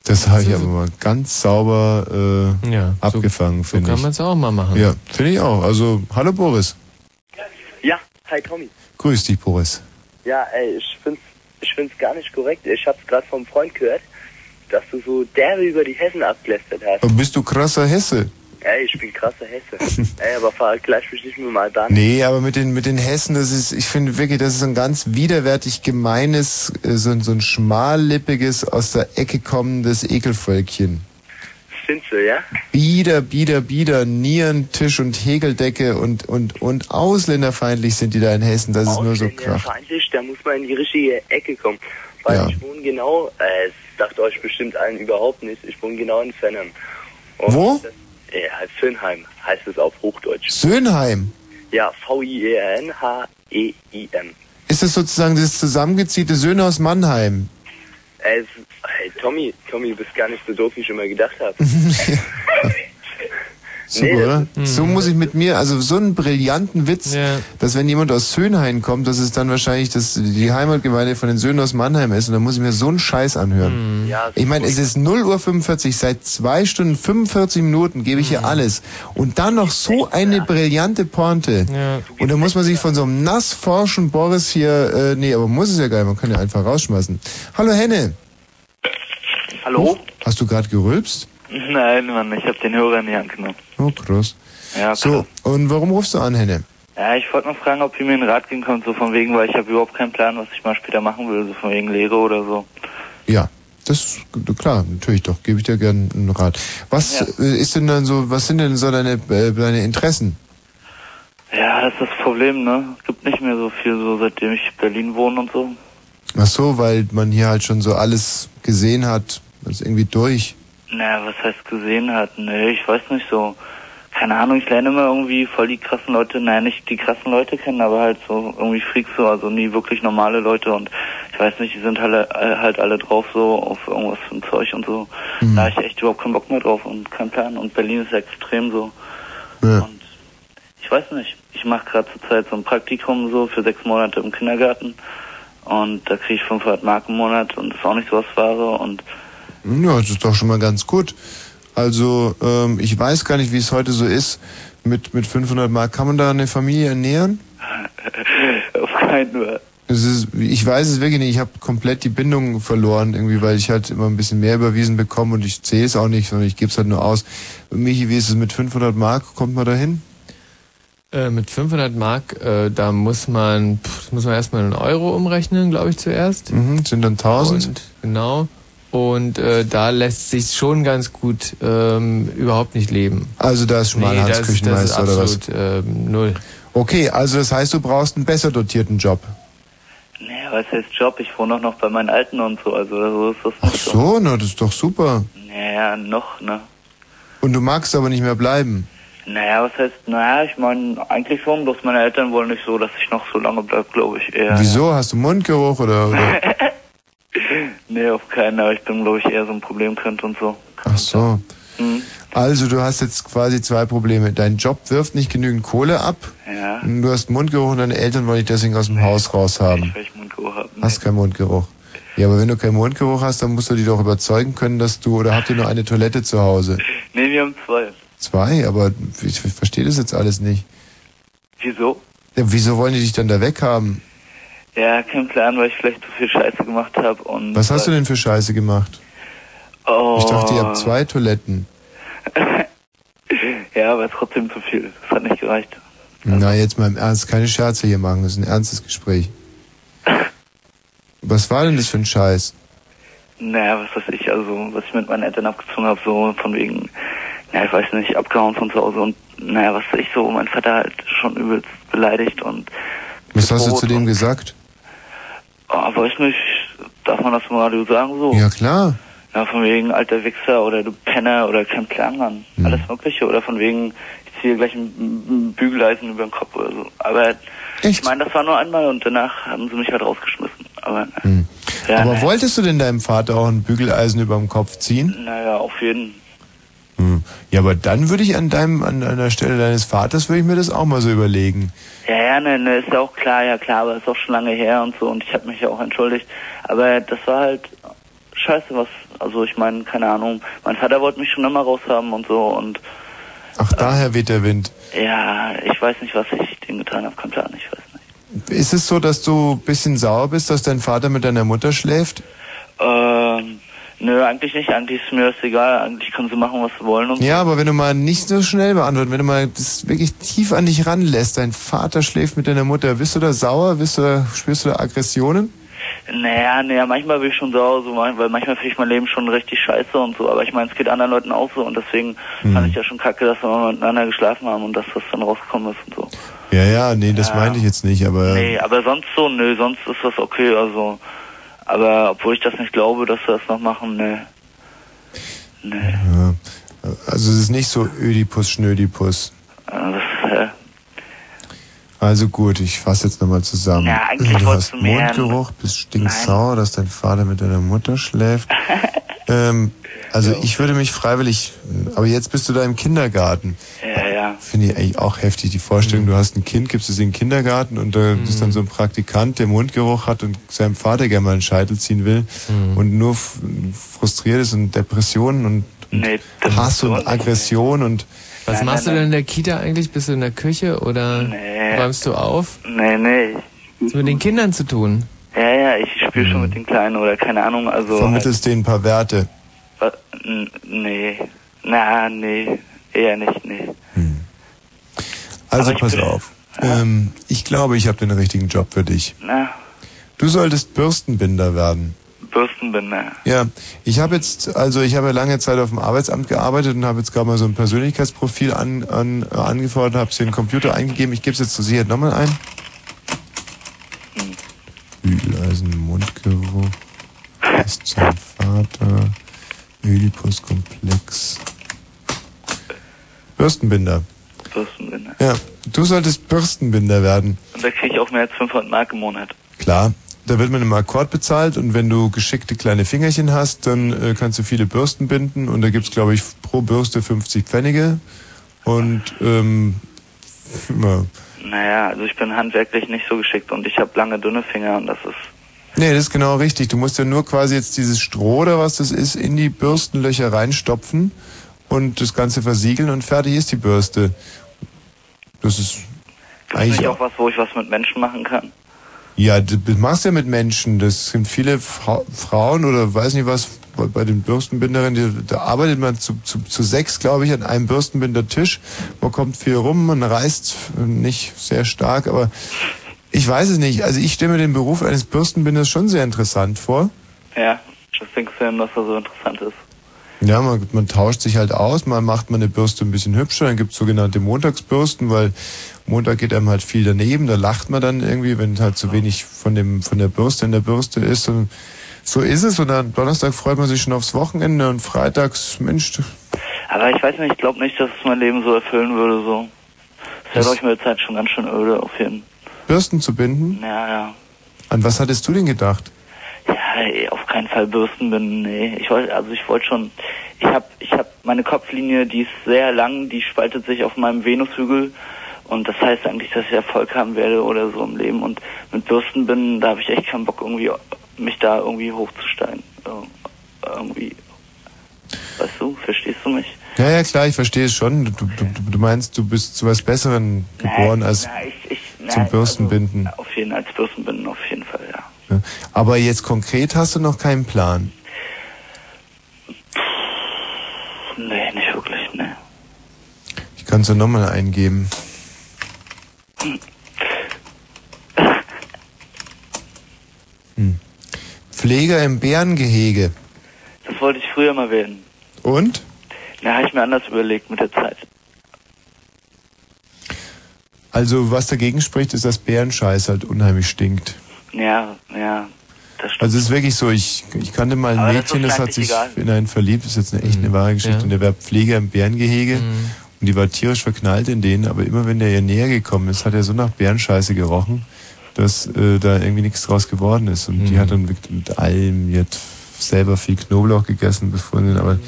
Das habe ich aber mal ganz sauber äh, abgefangen,
So
finde
kann man
ich.
es auch mal machen.
Ja, finde ich auch. Also, hallo Boris.
Ja, hi Tommy.
Grüß dich, Boris.
Ja, ey, ich find's, ich find's gar nicht korrekt. Ich hab's gerade vom Freund gehört, dass du so derbe über die Hessen abgelästert hast.
Bist du krasser Hesse?
Ey, ich bin krasser Hesse. ey, aber vergleich mich nicht mit mal dann.
Nee, aber mit den, mit den Hessen, das ist, ich finde wirklich, das ist ein ganz widerwärtig gemeines, äh, so, ein- so ein schmallippiges, aus der Ecke kommendes Ekelvölkchen.
Findest du, ja?
Bieder, Bieder, Bieder, Nieren, Tisch und Hegeldecke und, und, und ausländerfeindlich sind die da in Hessen, das ist nur so krass.
Feindlich, da muss man in die richtige Ecke kommen. Weil ich wohne genau, äh, es sagt euch bestimmt allen überhaupt nicht, ich wohne genau in Fennem.
Wo?
Das, ja, Fönheim heißt es auf Hochdeutsch.
Sönheim.
Ja, E V-I-E-N-H-E-I-M.
Ist das sozusagen das zusammengeziehte Söhne aus Mannheim?
Ey, es- ey, Also, Tommy, Tommy, du bist gar nicht so doof, wie ich immer gedacht habe.
Super,
Nee, das
oder? Hm. So muss ich mit mir, also so einen brillanten Witz, dass wenn jemand aus Sönheim kommt, dass es dann wahrscheinlich das, die Heimatgemeinde von den Söhnen aus Mannheim ist und dann muss ich mir so einen Scheiß anhören.
Ja,
ich meine, es ist 0 Uhr 45, seit zwei Stunden 45 Minuten gebe ich hier alles und dann noch so eine brillante Pointe. Und dann muss man sich von so einem nassforschen Boris hier, äh, nee, aber muss es ja gar nicht, man kann ja einfach rausschmeißen. Hallo Henne,
Hallo?
hast du gerade gerülpst?
Nein, Mann, ich habe den Hörer in die Hand genommen.
Oh, krass.
Ja,
So, und warum rufst du an, Henne?
Ja, ich wollte noch fragen, ob ihr mir einen Rat geben könnt, so von wegen, weil ich habe überhaupt keinen Plan, was ich mal später machen will, so von wegen Lehre oder so.
Ja, das klar, natürlich doch, gebe ich dir gerne einen Rat. Was äh, ist denn dann so, was sind denn so deine, äh, deine Interessen?
Ja, das ist das Problem, ne? Es gibt nicht mehr so viel, so seitdem ich in Berlin wohne und so.
Ach so, weil man hier halt schon so alles gesehen hat, man ist irgendwie durch.
Naja, was heißt gesehen hat? Nee, ich weiß nicht so. Keine Ahnung, ich lerne immer irgendwie voll die krassen Leute, naja, nicht die krassen Leute kennen, aber halt so irgendwie Freaks so, also nie wirklich normale Leute und ich weiß nicht, die sind halt, halt alle drauf so auf irgendwas für ein Zeug und so. Da hab ich echt überhaupt keinen Bock mehr drauf und keinen Plan und Berlin ist ja extrem so. Und ich weiß nicht, ich mache gerade zur Zeit so ein Praktikum so für sechs Monate im Kindergarten und da kriege ich 500 Mark im Monat und das ist auch nicht so was Wahre und
Ja, das ist doch schon mal ganz gut. Also, ähm, ich weiß gar nicht, wie es heute so ist. Mit, mit 500 Mark kann man da eine Familie ernähren?
auf keinen Fall.
Es ist, ich weiß es wirklich nicht. Ich habe komplett die Bindung verloren, irgendwie, weil ich halt immer ein bisschen mehr überwiesen bekomme und ich zähle es auch nicht, sondern ich gebe es halt nur aus. Michi, wie ist es mit 500 Mark? Kommt man da hin?
Äh, mit 500 Mark, äh, da muss man, pff, das muss man erstmal in Euro umrechnen, glaube ich, zuerst.
Mhm, sind dann 1000.
Und, genau. Und äh, da lässt sich schon ganz gut ähm, überhaupt nicht leben.
Also da ist
nee,
Schmalhans
das,
Küchenmeister
das ist
oder was?
absolut, oder was? Ähm, null.
Okay, also das heißt, du brauchst einen besser dotierten Job.
Naja, was heißt Job? Ich wohne auch noch bei meinen Alten und so, also so ist das
Ach so, na, das ist doch super.
Naja, noch, ne?
Und du magst aber nicht mehr bleiben.
Naja, was heißt, naja, ich meine, eigentlich schon, bloß meine Eltern wollen nicht so, dass ich noch so lange bleib, glaube ich. Eher,
Wieso? Hast du Mundgeruch oder, oder?
Nee, auf keinen, aber ich bin, glaube ich, eher so ein Problemkind und so.
Ach so.
Mhm.
Also du hast jetzt quasi zwei Probleme. Dein Job wirft nicht genügend Kohle ab.
Ja.
Du hast Mundgeruch und deine Eltern wollen dich deswegen aus dem Haus raushaben.
Ich Mundgeruch hab.
Hast keinen Mundgeruch. Ja, aber wenn du keinen Mundgeruch hast, dann musst du die doch überzeugen können, dass du, oder habt ihr nur eine Toilette zu Hause?
Nee, wir haben zwei.
Zwei, aber ich, ich verstehe das jetzt alles nicht.
Wieso?
Ja, wieso wollen die dich dann da weghaben?
Ja, kein Plan, weil ich vielleicht zu viel Scheiße gemacht habe und.
Was hast du denn für Scheiße gemacht?
Oh.
Ich dachte, ihr habt zwei Toiletten.
Ja, aber trotzdem zu viel. Das hat nicht gereicht.
Na, jetzt mal im Ernst, keine Scherze hier machen, das ist ein ernstes Gespräch. Was war denn das für ein Scheiß?
Naja, was weiß ich, also, was ich mit meinen Eltern abgezogen habe, so von wegen, naja, ich weiß nicht, abgehauen von zu Hause und, naja, was weiß ich so, mein Vater halt schon übelst beleidigt und,
Was hast du zu dem gesagt?
ah, weiß nicht, darf man das im Radio sagen, so?
Ja klar.
Ja, von wegen alter Wichser oder du Penner oder kein Plan, Mann. Alles Mögliche. Oder von wegen, ich ziehe gleich ein Bügeleisen über den Kopf oder so. Aber ich meine, das war nur einmal und danach haben sie mich halt rausgeschmissen. Aber ja,
Aber
naja,
wolltest du denn deinem Vater auch ein Bügeleisen über dem Kopf ziehen?
naja, auf jeden
Hm. Ja, aber dann würde ich an deinem, an, an der Stelle deines Vaters, würde ich mir das auch mal so überlegen.
Ja, ja, ne, ne, ist ja auch klar, ja klar, aber ist auch schon lange her und so und ich habe mich ja auch entschuldigt. Aber das war halt scheiße, was, also ich meine, keine Ahnung, mein Vater wollte mich schon immer raushaben und so und
Ach, daher weht der Wind.
ja, ich weiß nicht, was ich denen getan habe, kein Plan, ich weiß.
Ist es so, dass du ein bisschen sauer bist, dass dein Vater mit deiner Mutter schläft?
Ähm, nö, eigentlich nicht. Eigentlich ist mir das egal. Eigentlich können sie machen, was sie wollen. Und
Ja, aber wenn du mal nicht so schnell beantwortest, wenn du mal das wirklich tief an dich ranlässt, dein Vater schläft mit deiner Mutter, bist du da sauer? Bist du da, spürst du da Aggressionen?
Naja, naja, manchmal bin ich schon sauer, so, man- weil manchmal finde ich mein Leben schon richtig scheiße und so. Aber ich meine, es geht anderen Leuten auch so. Und deswegen fand ich ja schon kacke, dass wir mal miteinander geschlafen haben und dass das dann rausgekommen ist und so.
Ja, ja, nee, das
Ja.
meinte ich jetzt nicht, aber
Nee, aber sonst so, nö, sonst ist das okay. Also, aber obwohl ich das nicht glaube, dass sie das noch machen, ne.
ja. also es ist nicht so Ödipus, Schnödipus.
äh,
Also gut, ich fasse jetzt nochmal zusammen.
Ja, eigentlich
du
wolltest
hast
du mehr-
Mundgeruch, bist stinksauer, dass dein Vater mit deiner Mutter schläft. ähm, also ich würde mich freiwillig, aber jetzt bist du da im Kindergarten.
Ja, ja.
Finde ich eigentlich auch heftig, die Vorstellung, du hast ein Kind, gibst es in den Kindergarten und da ist
Mhm.
dann so ein Praktikant, der Mundgeruch hat und seinem Vater gerne mal einen Scheitel ziehen will
Mhm.
und nur f- frustriert ist und Depressionen und, und Hass und Aggression und...
Was machst du denn in der Kita eigentlich? Bist du in der Küche oder räumst du auf?
Nee, nee.
Was mit den Kindern zu tun?
Ja, ja, ich spiele schon mit den Kleinen oder keine Ahnung, also.
Vermittelst denen ein paar Werte.
Wa- n- Nee. Na, nee. Eher nicht, nee.
Also pass auf. Ähm, ich glaube, ich habe den richtigen Job für dich.
Na,
Du solltest Bürstenbinder werden.
Bürstenbinder.
Ja, ich habe jetzt, also ich habe ja lange Zeit auf dem Arbeitsamt gearbeitet und habe jetzt gerade mal so ein Persönlichkeitsprofil an, an, äh, angefordert, habe es den Computer eingegeben. Ich gebe es jetzt zur Sicherheit nochmal ein. Bügeleisen, Mundgeruch, ist sein Vater, Ödipuskomplex, Bürstenbinder.
Bürstenbinder.
Ja, du solltest Bürstenbinder werden.
Und da kriege ich auch mehr als 500 Mark im Monat.
Klar, da wird man im Akkord bezahlt und wenn du geschickte kleine Fingerchen hast, dann äh, kannst du viele Bürsten binden und da gibt's glaube ich, pro Bürste 50 Pfennige. Und ähm, ja.
Naja, also ich bin handwerklich nicht so geschickt und ich habe lange dünne Finger und das ist.
nee, das ist genau richtig. Du musst ja nur quasi jetzt dieses Stroh oder was das ist, in die Bürstenlöcher reinstopfen und das Ganze versiegeln und fertig ist die Bürste. Das ist
Ist nicht
eigentlich
auch was, wo ich was mit Menschen machen kann?
Ja, du b- machst ja mit Menschen. Das sind viele Fra Frauen oder weiß nicht was bei- bei den Bürstenbinderinnen, die, da arbeitet man zu, zu, zu sechs, glaube ich, an einem Bürstenbinder-Tisch. Man kommt viel rum, man reißt f- nicht sehr stark, aber ich weiß es nicht. Also ich stelle mir den Beruf eines Bürstenbinders schon sehr interessant vor.
Ja. Das denkst du denn, dass das so interessant ist?
Ja, man, man tauscht sich halt aus, man macht mal eine Bürste ein bisschen hübscher, dann gibt's sogenannte Montagsbürsten, weil Montag geht einem halt viel daneben, da lacht man dann irgendwie, wenn halt zu wenig von dem von der Bürste in der Bürste ist. Und so ist es und dann Donnerstag freut man sich schon aufs Wochenende und freitags, Mensch,
Aber ich weiß nicht, ich glaube nicht, dass es mein Leben so erfüllen würde, so. Das wäre,
Das-
glaub ich, mit der Zeit schon ganz schön öde, auf jeden
Bürsten zu binden.
Ja, ja.
An was hattest du denn gedacht?
Ja, ey, auf keinen Fall Bürsten bin, nee. Ich wollte, also ich wollte schon, ich hab, ich hab, meine Kopflinie, die ist sehr lang, die spaltet sich auf meinem Venushügel und das heißt eigentlich, dass ich Erfolg haben werde oder so im Leben und mit Bürsten bin, da habe ich echt keinen Bock irgendwie, mich da irgendwie hochzusteigen. Äh, Irgendwie. Weißt du, verstehst du mich?
Ja, ja, klar, ich verstehe es schon. Du, du, du meinst, du bist zu was Besserem geboren als
Na, ich also
zum Bürstenbinden.
Auf jeden als Bürstenbinden auf jeden Fall, ja.
Ja. Aber jetzt konkret hast du noch keinen Plan.
Nee, nicht wirklich, ne.
Ich kann es ja nochmal eingeben. Hm. Pfleger im Bärengehege.
Das wollte ich früher mal werden.
Und?
Da habe ich mir anders überlegt mit der Zeit.
Also was dagegen spricht, ist, dass Bärenscheiß halt unheimlich stinkt.
Ja, ja.
Also es ist wirklich so, ich, ich kannte mal ein
Aber das
Mädchen,
ist
das hat
eigentlich
sich
egal.
in einen verliebt, ist jetzt eine echt eine wahre Geschichte.
ja.
Und der war Pfleger im Bärengehege und die war tierisch verknallt in denen, aber immer wenn der ihr näher gekommen ist, hat er so nach Bärenscheiße gerochen, dass äh, da irgendwie nichts draus geworden ist. Und die hat dann wirklich mit allem jetzt selber viel Knoblauch gegessen, befunden, aber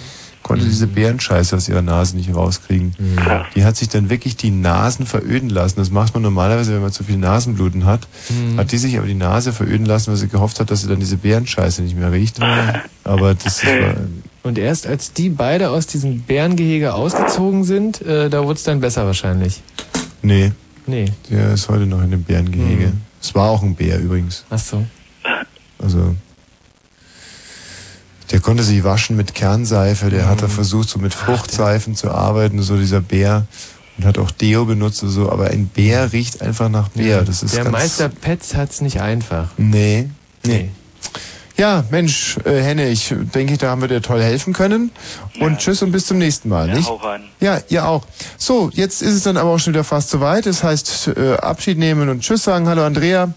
konnte diese Bärenscheiße aus ihrer Nase nicht rauskriegen. Die hat sich dann wirklich die Nasen veröden lassen. Das macht man normalerweise, wenn man zu viel Nasenbluten hat.
Hm.
Hat die sich aber die Nase veröden lassen, weil sie gehofft hat, dass sie dann diese Bärenscheiße nicht mehr riecht. Aber das war,
Und erst als die beide aus diesem Bärengehege ausgezogen sind, äh, da wurde es dann besser wahrscheinlich.
nee,
Nee. Mhm.
der ist heute noch in dem Bärengehege. Es war auch ein Bär übrigens.
Ach so.
Also, der konnte sich waschen mit Kernseife, der
Mhm.
hat da versucht, so mit Fruchtseifen zu arbeiten, so dieser Bär. Und hat auch Deo benutzt und so, aber ein Bär riecht einfach nach Bär. Das ist
Der
ganz
Meister Petz hat's nicht einfach.
Nee. Nee. Ja, Mensch, äh, Henne, ich denke, da haben wir dir toll helfen können. Und tschüss und bis zum nächsten Mal,
Ja,
nicht?
hau rein.
Ja, ihr auch. So, jetzt ist es dann aber auch schon wieder fast soweit. Das heißt, äh, Abschied nehmen und Tschüss sagen. Hallo, Andrea.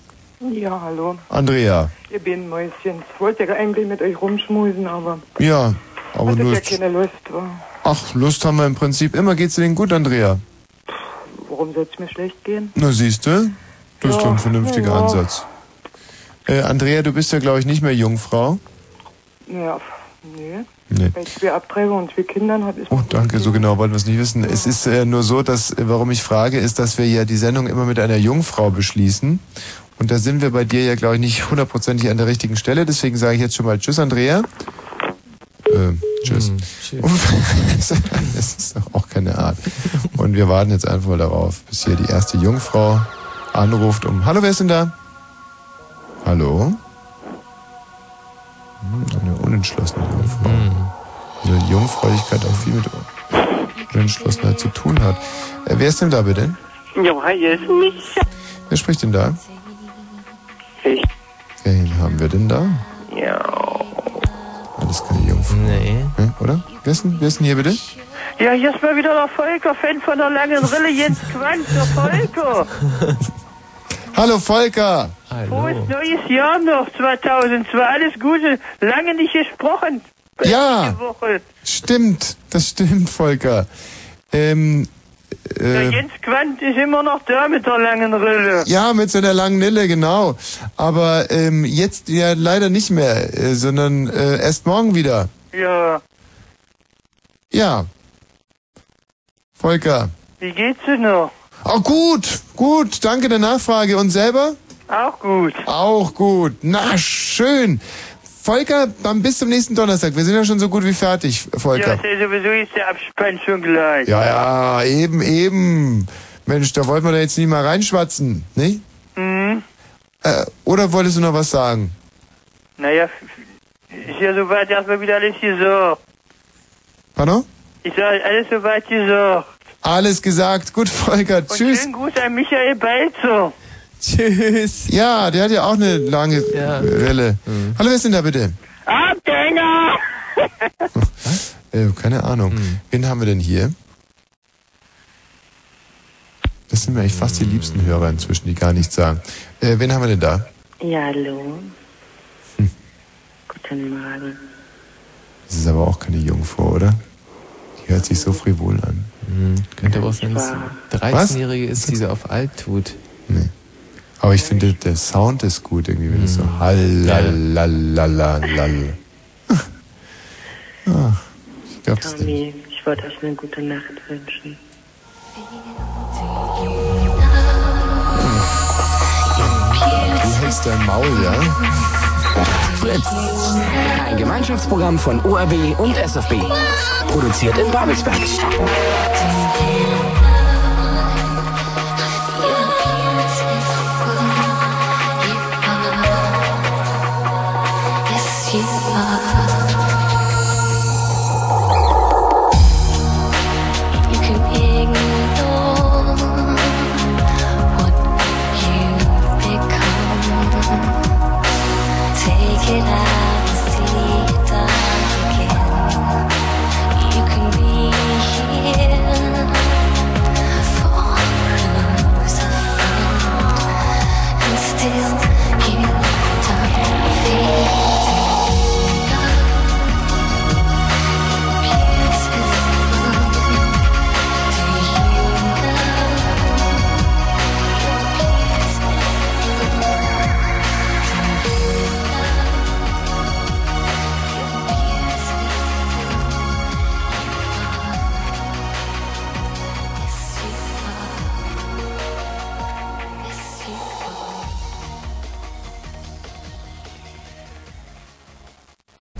Ja, hallo.
Andrea.
Ihr bin Mäuschen. Ich wollte ja eigentlich mit euch rumschmusen, aber
Ja, aber
hatte
nur.
ja keine Lust. wa?
Ach, Lust haben wir im Prinzip immer. Geht's dir denn gut, Andrea?
Warum soll es mir schlecht gehen?
Na, siehst du? Das ist
Ja,
doch ein vernünftiger
ja.
Ansatz. Äh, Andrea, du bist ja, glaube ich, nicht mehr Jungfrau.
Naja, pf, nee.
Nee.
Bei zwei Abtreibungen und zwei Kindern habe ich.
Oh, danke, so genau wollten wir es nicht wissen. Es ist äh, nur so, dass, äh, warum ich frage, ist, dass wir ja die Sendung immer mit einer Jungfrau beschließen. Und da sind wir bei dir ja, glaube ich, nicht hundertprozentig an der richtigen Stelle. Deswegen sage ich jetzt schon mal Tschüss, Andrea. Äh, tschüss. das ist doch auch keine Art. Und wir warten jetzt einfach mal darauf, bis hier die erste Jungfrau anruft um. Hallo, wer ist denn da? Hallo? Hm, Eine unentschlossene Jungfrau. Also die Jungfräulichkeit auch viel mit Unentschlossenheit zu tun hat. Äh, wer ist denn da bitte?
Ja, hi, hier ist mich.
Wer spricht denn da? Äh.
Ich.
Wen haben wir denn da?
Ja.
Alles keine Jungfrau. Nee. Oder? Wer ist, denn, wer ist denn hier bitte?
Ja, hier ist mal wieder der Volker, Fan von der langen Rille, Jens Quanz, der Volker.
Hallo Volker!
Frohes neues Jahr noch, 2002, alles Gute, lange nicht gesprochen.
Ja.
Die Woche.
Stimmt, das stimmt, Volker. Ähm,
Der
äh,
Jens Quanz ist immer noch da mit der langen Rille.
ja, mit so einer langen Nille, genau. Aber ähm, jetzt ja leider nicht mehr, äh, sondern äh, erst morgen wieder.
Ja,
Ja. Volker.
wie geht's dir noch?
Oh, gut, gut. Danke der Nachfrage. Und selber?
Auch gut.
Auch gut. Na, schön. Volker, dann bis zum nächsten Donnerstag. Wir sind ja schon so gut wie fertig, Volker.
Ja, sowieso ist der Abspann schon gleich.
Ja, ja, eben, eben. Mensch, da wollten wir da jetzt nicht mal reinschwatzen, nicht?
Mhm.
Äh, oder wolltest du noch was sagen?
Naja, f- ist ja soweit erstmal wieder alles gesagt.
Pardon?
Ich sage alles soweit gesagt.
Alles gesagt. Gut, Volker, tschüss.
Schönen Gruß an Michael Balzer.
Tschüss. Ja, der hat ja auch eine lange äh, Rille.
Mhm.
Hallo, wer ist denn da bitte?
Abgänger!
Äh, keine Ahnung.
Mhm.
Wen haben wir denn hier? Das sind mir eigentlich fast die liebsten Hörer inzwischen, die gar nichts sagen. Äh, wen haben wir denn da?
Ja, hallo.
Hm.
Guten Morgen.
Das ist aber auch keine Jungfrau, oder? Die hört sich so frivol an.
Mhm. Könnte aber auch sein, dass die
Was?
13-Jährige ist, die sie auf alt tut.
Aber ich finde, der Sound ist gut irgendwie, wenn es so hallalalalal. Ach, ich glaub, das
Tommy, ich wollte euch eine gute Nacht wünschen.
du hältst dein Maul, ja?
Fritz. Ein Gemeinschaftsprogramm von ORB und SFB. Produziert in Babelsberg.